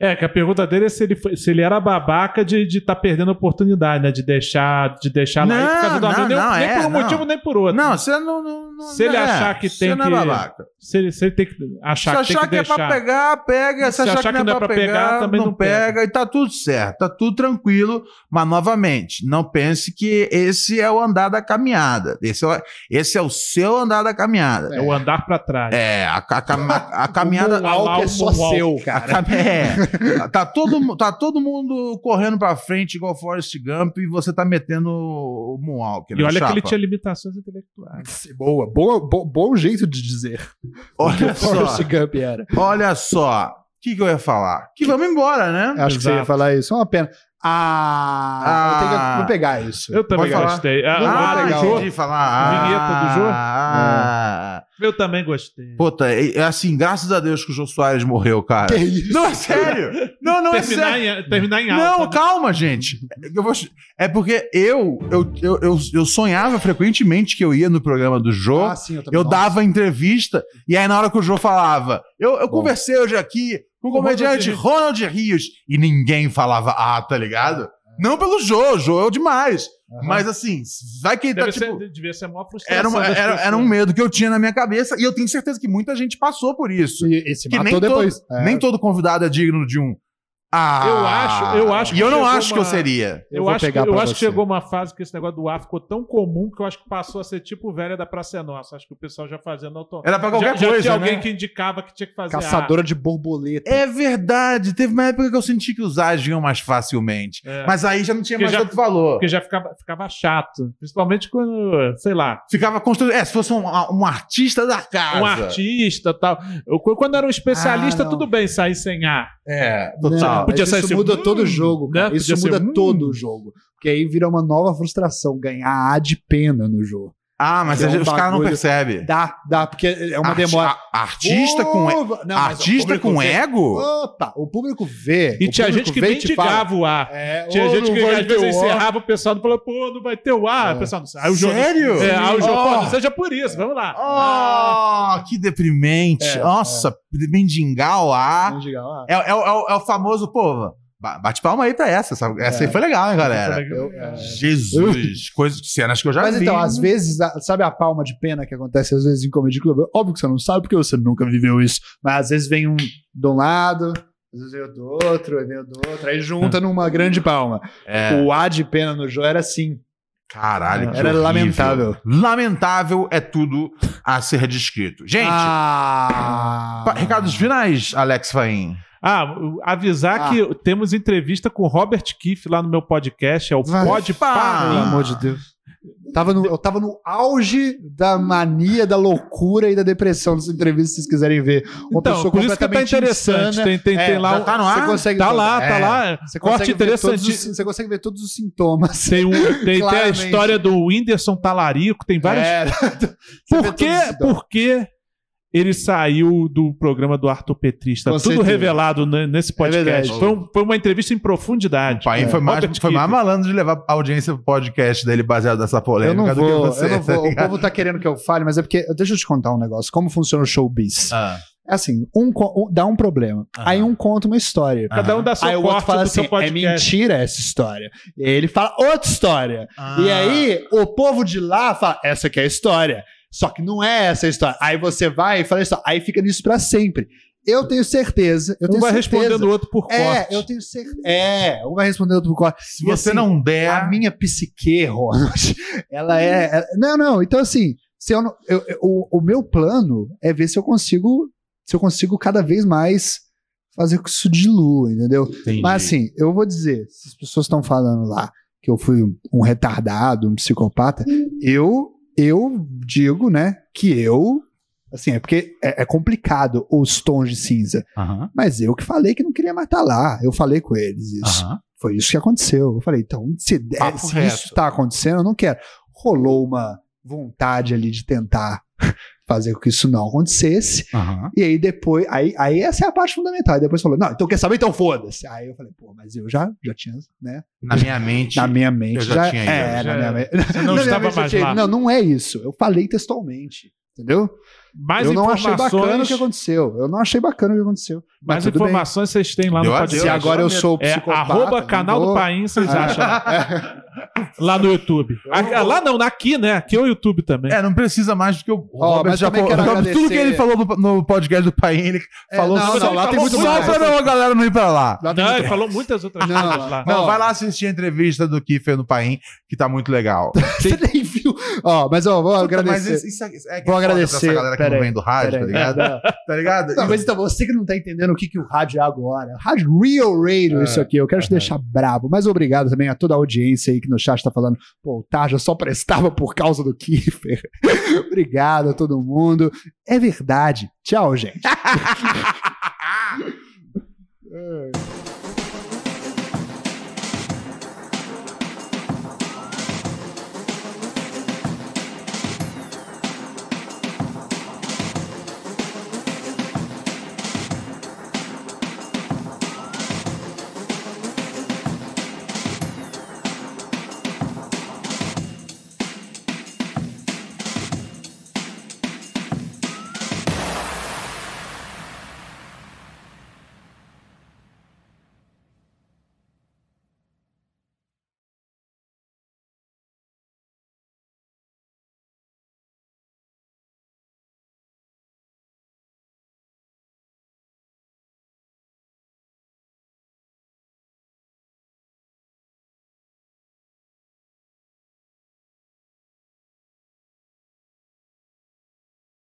Speaker 5: É, que a pergunta dele é se ele, foi- se ele era babaca de estar perdendo a oportunidade, né? De deixar, de deixar lá
Speaker 1: Não,
Speaker 5: e por causa do
Speaker 1: não,
Speaker 5: Flamengo, nem,
Speaker 1: não,
Speaker 5: nem
Speaker 1: é,
Speaker 5: por um
Speaker 1: não.
Speaker 5: motivo nem por outro.
Speaker 1: Não, você não. não, não-
Speaker 5: Se ele
Speaker 1: é,
Speaker 5: achar que
Speaker 1: você
Speaker 5: tem
Speaker 1: não é
Speaker 5: que-
Speaker 1: babaca.
Speaker 5: Se ele, se ele tem que achar
Speaker 1: se
Speaker 5: que tem
Speaker 1: achar
Speaker 5: que
Speaker 1: que, é pra
Speaker 5: deixar.
Speaker 1: pegar, pega. Se, achar, que não é pra pegar,
Speaker 5: também
Speaker 1: não,
Speaker 5: não
Speaker 1: pega.
Speaker 5: pega.
Speaker 1: E tá tudo certo, tá tudo tranquilo. Mas, novamente, não pense que esse é o andar da caminhada. Esse é o, esse é o seu andar da caminhada.
Speaker 5: É o andar pra trás.
Speaker 1: É, a, ca- cam- a caminhada.
Speaker 5: Lá, lá,
Speaker 4: Algo é
Speaker 5: o
Speaker 4: só
Speaker 5: Moonwalk.
Speaker 4: seu,
Speaker 1: A
Speaker 4: cara.
Speaker 1: cam- é, tá, todo, mu- tá todo mundo correndo pra frente igual Forrest Gump e você tá metendo o Moonwalk.
Speaker 5: E
Speaker 1: na
Speaker 5: olha que ele
Speaker 1: chapa.
Speaker 5: tinha limitações intelectuais.
Speaker 4: Boa, boa, bo- bom jeito de dizer que
Speaker 1: Olha
Speaker 4: o Forrest
Speaker 1: só,
Speaker 4: Gump era.
Speaker 1: olha só. O que, que eu ia falar? Que vamos embora, né?
Speaker 4: Acho que você ia
Speaker 5: Exato.
Speaker 4: falar isso, é uma pena. Ah,
Speaker 1: Ah.
Speaker 4: eu tenho que vou pegar isso.
Speaker 5: Eu também
Speaker 1: Pode falar.
Speaker 5: gostei. Ah,
Speaker 4: Não,
Speaker 5: ah,
Speaker 1: Ah,
Speaker 4: tá legal.
Speaker 5: Jô,
Speaker 1: entendi falar. Ah,
Speaker 5: Vinheta do Jô?
Speaker 1: Ah,
Speaker 5: eu também gostei.
Speaker 1: Puta, é é assim, graças a Deus que o Jô Soares morreu,
Speaker 4: Que
Speaker 1: cara.
Speaker 4: isso?
Speaker 1: Não, é sério. Não, não, é
Speaker 5: terminar,
Speaker 1: sério.
Speaker 5: em, terminar em alta. né?
Speaker 1: Não, calma, gente. Eu vou- É porque eu, eu, eu, eu, eu sonhava frequentemente que eu ia no programa do Jô.
Speaker 4: Ah, sim, eu também.
Speaker 1: Eu
Speaker 4: Nossa.
Speaker 1: dava entrevista, e aí na hora que o Jô falava, eu, eu
Speaker 4: Bom.
Speaker 1: conversei hoje aqui com o
Speaker 5: Com o
Speaker 1: comediante Ronald Rios, e ninguém falava, ah, tá
Speaker 5: É.
Speaker 1: ligado? Não pelo Jô, o Jô é o demais.
Speaker 4: Aham.
Speaker 1: Mas assim, vai que ele tá
Speaker 5: Deve
Speaker 1: tipo.
Speaker 5: ser, devia ser a maior frustração.
Speaker 1: Era, uma-
Speaker 5: das
Speaker 1: era,
Speaker 5: pessoas.
Speaker 1: era um medo que eu tinha na minha cabeça, e eu tenho certeza que muita gente passou por isso.
Speaker 4: E, e se
Speaker 1: Que
Speaker 4: matou
Speaker 1: nem todo,
Speaker 4: depois. É.
Speaker 1: nem todo convidado é digno de um. Ah,
Speaker 5: Eu acho- eu acho
Speaker 1: E
Speaker 5: que
Speaker 1: eu não
Speaker 5: chegou
Speaker 1: acho que eu
Speaker 5: uma-
Speaker 1: seria.
Speaker 5: Eu,
Speaker 4: vou
Speaker 5: acho, que,
Speaker 4: pegar
Speaker 5: eu
Speaker 4: pra
Speaker 5: acho que
Speaker 4: você.
Speaker 5: chegou uma fase que esse negócio do ar ficou tão comum que eu acho que passou a ser tipo velha da Praça é Nossa. Acho que o pessoal já fazia no auto...
Speaker 1: Era pra qualquer
Speaker 5: já, já
Speaker 1: coisa.
Speaker 5: tinha alguém
Speaker 1: né?
Speaker 5: que indicava que tinha que fazer
Speaker 4: Caçadora de borboleta.
Speaker 1: É verdade. Teve uma época que eu senti que os A's vinham mais facilmente.
Speaker 5: ar. É,
Speaker 1: Mas aí já não tinha
Speaker 5: Porque
Speaker 1: mais
Speaker 5: já-
Speaker 1: outro valor.
Speaker 5: Porque já ficava, ficava chato. Principalmente quando, sei lá,
Speaker 1: Ficava construindo. É, se fosse um, um artista da casa.
Speaker 5: um artista e tal. Eu- quando era um especialista,
Speaker 4: Ah, não.
Speaker 5: tudo bem sair sem ar.
Speaker 1: É,
Speaker 4: Não,
Speaker 1: total.
Speaker 5: Podia
Speaker 4: mas
Speaker 5: sair
Speaker 4: isso
Speaker 5: assim,
Speaker 4: muda
Speaker 5: hum,
Speaker 4: todo o jogo, cara.
Speaker 5: né?
Speaker 4: Isso
Speaker 5: Podia
Speaker 4: muda
Speaker 5: ser, hum.
Speaker 4: todo o jogo. Porque aí vira uma nova frustração, ganhar A de pena no jogo.
Speaker 1: Ah, mas
Speaker 4: É um
Speaker 1: os caras não
Speaker 4: bagulho-
Speaker 1: percebem.
Speaker 4: Dá, dá, porque é uma
Speaker 1: Arti-
Speaker 4: demora.
Speaker 1: a- artista com, e-
Speaker 4: Ova- Não, mas o é
Speaker 1: artista
Speaker 4: público
Speaker 1: com
Speaker 4: vê-
Speaker 1: ego?
Speaker 4: Opa, o público vê.
Speaker 5: E
Speaker 4: o
Speaker 5: tinha
Speaker 4: público
Speaker 5: gente que
Speaker 4: vê e te fala.
Speaker 5: mendigava o ar.
Speaker 4: É,
Speaker 5: Tinha
Speaker 4: ou
Speaker 5: gente
Speaker 4: não
Speaker 5: que
Speaker 4: vai
Speaker 5: às
Speaker 4: ver o
Speaker 5: vezes
Speaker 4: ó.
Speaker 5: encerrava o pessoal e falava, pô, não vai ter o ar.
Speaker 4: É.
Speaker 5: O pessoal não sabe. Aí o jogo-
Speaker 1: Sério?
Speaker 5: É, aí o jogo,
Speaker 1: Ó.
Speaker 5: pô, não seja por isso, vamos lá. Ah,
Speaker 1: Oh, que deprimente.
Speaker 4: É, Hum.
Speaker 1: Nossa, mendigar o ar.
Speaker 4: Mendigar, Ah, ó.
Speaker 1: É, é- é o- é o famoso, pô, ba- bate palma aí pra essa. essa- Essa aí
Speaker 4: É.
Speaker 1: foi legal, hein,
Speaker 5: Tá
Speaker 1: galera?
Speaker 4: Eu-
Speaker 5: legal.
Speaker 4: é.
Speaker 1: Jesus, coisas, cenas que eu já
Speaker 4: Mas
Speaker 1: vi.
Speaker 4: então, às vezes, a- sabe a palma de pena que acontece às vezes em comedy club? Óbvio que você não sabe porque você nunca viveu isso. Mas às vezes vem um de um lado, às vezes vem o do outro, aí vem o do outro, aí junta numa grande palma.
Speaker 1: É,
Speaker 4: O A de pena no Joe era assim.
Speaker 1: caralho, que
Speaker 4: Era
Speaker 1: horrível.
Speaker 4: lamentável.
Speaker 1: Lamentável é tudo a ser descrito. Gente,
Speaker 4: ah,
Speaker 1: pa- recados finais, Alex Faim.
Speaker 5: Ah, o- avisar
Speaker 4: Ah.
Speaker 5: que temos entrevista com o Robert Kiff lá no meu podcast, é o
Speaker 4: Vai.
Speaker 5: Pode
Speaker 4: Pelo
Speaker 1: Pá.
Speaker 5: Par.
Speaker 4: amor de Deus. Tava no- eu tava no auge da mania, da loucura e da depressão nessa entrevista, se vocês quiserem ver. Uma
Speaker 5: Então,
Speaker 4: pessoa
Speaker 5: por isso que tá
Speaker 4: completamente
Speaker 5: interessante.
Speaker 4: insana.
Speaker 5: Tem, tem,
Speaker 4: É,
Speaker 5: tem lá,
Speaker 1: já
Speaker 5: um-
Speaker 1: tá no ar?
Speaker 4: Você consegue
Speaker 5: tá lá,
Speaker 1: É.
Speaker 5: tá lá.
Speaker 4: Você
Speaker 5: Corte
Speaker 4: consegue, ver todos
Speaker 5: interessante.
Speaker 4: os, você consegue ver todos os sintomas.
Speaker 5: Tem, um- tem- tem a
Speaker 4: Claramente.
Speaker 5: história do Whindersson Talarico, tem várias.
Speaker 4: É, você vê
Speaker 5: por que,
Speaker 4: todos os sintomas.
Speaker 5: por que ele saiu do programa do Arthur Petrista?
Speaker 4: Com
Speaker 5: Tudo
Speaker 4: certeza. É
Speaker 5: revelado ne- nesse podcast.
Speaker 4: verdade.
Speaker 5: foi, um- foi uma entrevista em
Speaker 1: O
Speaker 5: profundidade. É.
Speaker 1: Paim foi, mais,
Speaker 5: Robert
Speaker 1: foi mais
Speaker 5: Kiefer.
Speaker 1: malandro de levar a audiência pro podcast dele baseado nessa
Speaker 4: Eu
Speaker 1: polêmica
Speaker 4: não
Speaker 1: do
Speaker 4: vou,
Speaker 1: que você.
Speaker 4: eu não
Speaker 1: tá
Speaker 4: vou. O
Speaker 1: ligado?
Speaker 4: povo tá querendo que eu fale, mas é porque. Deixa eu te contar um negócio. Como funciona o showbiz?
Speaker 1: Ah,
Speaker 4: É assim, um, co- um- dá um problema.
Speaker 1: Aham.
Speaker 4: Aí um conta uma história.
Speaker 5: Cada um dá seu
Speaker 4: Aí o
Speaker 5: corte
Speaker 4: outro
Speaker 5: do
Speaker 4: fala assim:
Speaker 5: seu
Speaker 4: é
Speaker 5: podcast.
Speaker 4: mentira essa história. E aí ele fala outra história. E
Speaker 1: ah.
Speaker 4: aí o povo de lá fala: essa aqui é a história. Só que não é essa a história. Aí você vai e fala isso. Aí fica nisso pra sempre. Eu tenho certeza. Eu
Speaker 5: um
Speaker 4: tenho
Speaker 5: vai
Speaker 4: certeza.
Speaker 5: respondendo o outro por corte.
Speaker 4: É, eu tenho certeza. É, um vai responder outro por corte.
Speaker 1: se
Speaker 4: e
Speaker 1: você
Speaker 4: assim,
Speaker 1: não der.
Speaker 4: A minha psique, Ronald, ela é. ela- não, não. Então, assim, se eu não- eu- eu- o, o meu plano é ver se eu consigo. Se eu consigo cada vez mais fazer com que isso dilua, entendeu?
Speaker 1: Entendi.
Speaker 4: Mas assim, eu vou dizer, se as pessoas estão falando lá que eu fui um, um retardado, um psicopata, eu eu digo, né, que eu assim, é porque é, é complicado os tons de cinza,
Speaker 1: Aham,
Speaker 4: mas eu que falei que não queria matar lá, eu falei com eles isso.
Speaker 1: aham.
Speaker 4: Foi isso que aconteceu. Eu falei, então, se, der-
Speaker 1: Papo
Speaker 4: se
Speaker 1: reto.
Speaker 4: isso tá acontecendo, eu não quero. Rolou uma vontade ali de tentar fazer com que isso não acontecesse.
Speaker 1: aham.
Speaker 4: E aí depois, aí, aí essa é a parte fundamental. Aí depois falou, não, então quer saber? Então foda-se. Aí eu falei, pô, mas eu já, já tinha, né?
Speaker 1: Na minha mente.
Speaker 4: Na minha mente
Speaker 1: já tinha ido,
Speaker 4: é,
Speaker 5: já
Speaker 4: na minha
Speaker 5: era.
Speaker 4: mente.
Speaker 5: Você não
Speaker 4: na minha
Speaker 5: estava
Speaker 4: mente já
Speaker 5: mais
Speaker 4: tinha ido.
Speaker 5: lá.
Speaker 4: Não, não é isso. Eu falei textualmente. Entendeu?
Speaker 5: Mais
Speaker 4: eu não achei
Speaker 5: informações,
Speaker 4: bacana o que aconteceu. Eu não achei bacana o que aconteceu. Mas
Speaker 5: mais
Speaker 4: tudo bem.
Speaker 5: informações vocês têm lá no
Speaker 1: Deu
Speaker 5: Pode
Speaker 1: adeus.
Speaker 4: Se
Speaker 5: Ser.
Speaker 4: agora eu sou
Speaker 5: É,
Speaker 4: psicopata.
Speaker 5: arroba
Speaker 4: não
Speaker 5: canal
Speaker 4: vou- Ah.
Speaker 5: do Paim, vocês acham né?
Speaker 4: é.
Speaker 5: lá no YouTube. Ah, lá não, aqui, né? Aqui é o YouTube também.
Speaker 1: É, não precisa mais, porque o
Speaker 4: Ó,
Speaker 1: Robert
Speaker 4: mas
Speaker 1: já
Speaker 4: também
Speaker 1: falou.
Speaker 4: quero
Speaker 1: Tudo que
Speaker 4: agradecer-
Speaker 1: ele falou no, no podcast do Pai, ele
Speaker 4: É,
Speaker 1: falou
Speaker 4: não,
Speaker 1: só,
Speaker 4: não, lá tem muito
Speaker 1: só
Speaker 4: mais.
Speaker 1: pra não, a galera não ir pra lá.
Speaker 4: Lá tem
Speaker 5: Não, ele
Speaker 4: muito-
Speaker 5: falou muitas outras
Speaker 4: Não,
Speaker 5: coisas lá.
Speaker 1: Não,
Speaker 4: Ó.
Speaker 1: vai lá assistir a entrevista do Kiffer no Paim, que tá muito legal.
Speaker 4: Você nem viu. Ó, mas ó, vou agradecer.
Speaker 1: Mas isso, isso é, isso é que
Speaker 4: Vou
Speaker 1: é foda Pra
Speaker 4: agradecer.
Speaker 1: essa galera que
Speaker 4: Pera
Speaker 1: não
Speaker 4: aí,
Speaker 1: vem do rádio, tá
Speaker 4: Peraí,
Speaker 1: ligado?
Speaker 4: não,
Speaker 1: Tá ligado?
Speaker 4: não, mas então, você que não tá entendendo o que, que o rádio é agora. Rádio Real Radio, isso aqui. Eu quero te deixar brabo. Mas obrigado também a toda a audiência aí que no chat tá falando. Pô, o Tarja só prestava por causa do Kiffer. obrigado a todo mundo. É verdade. Tchau, gente.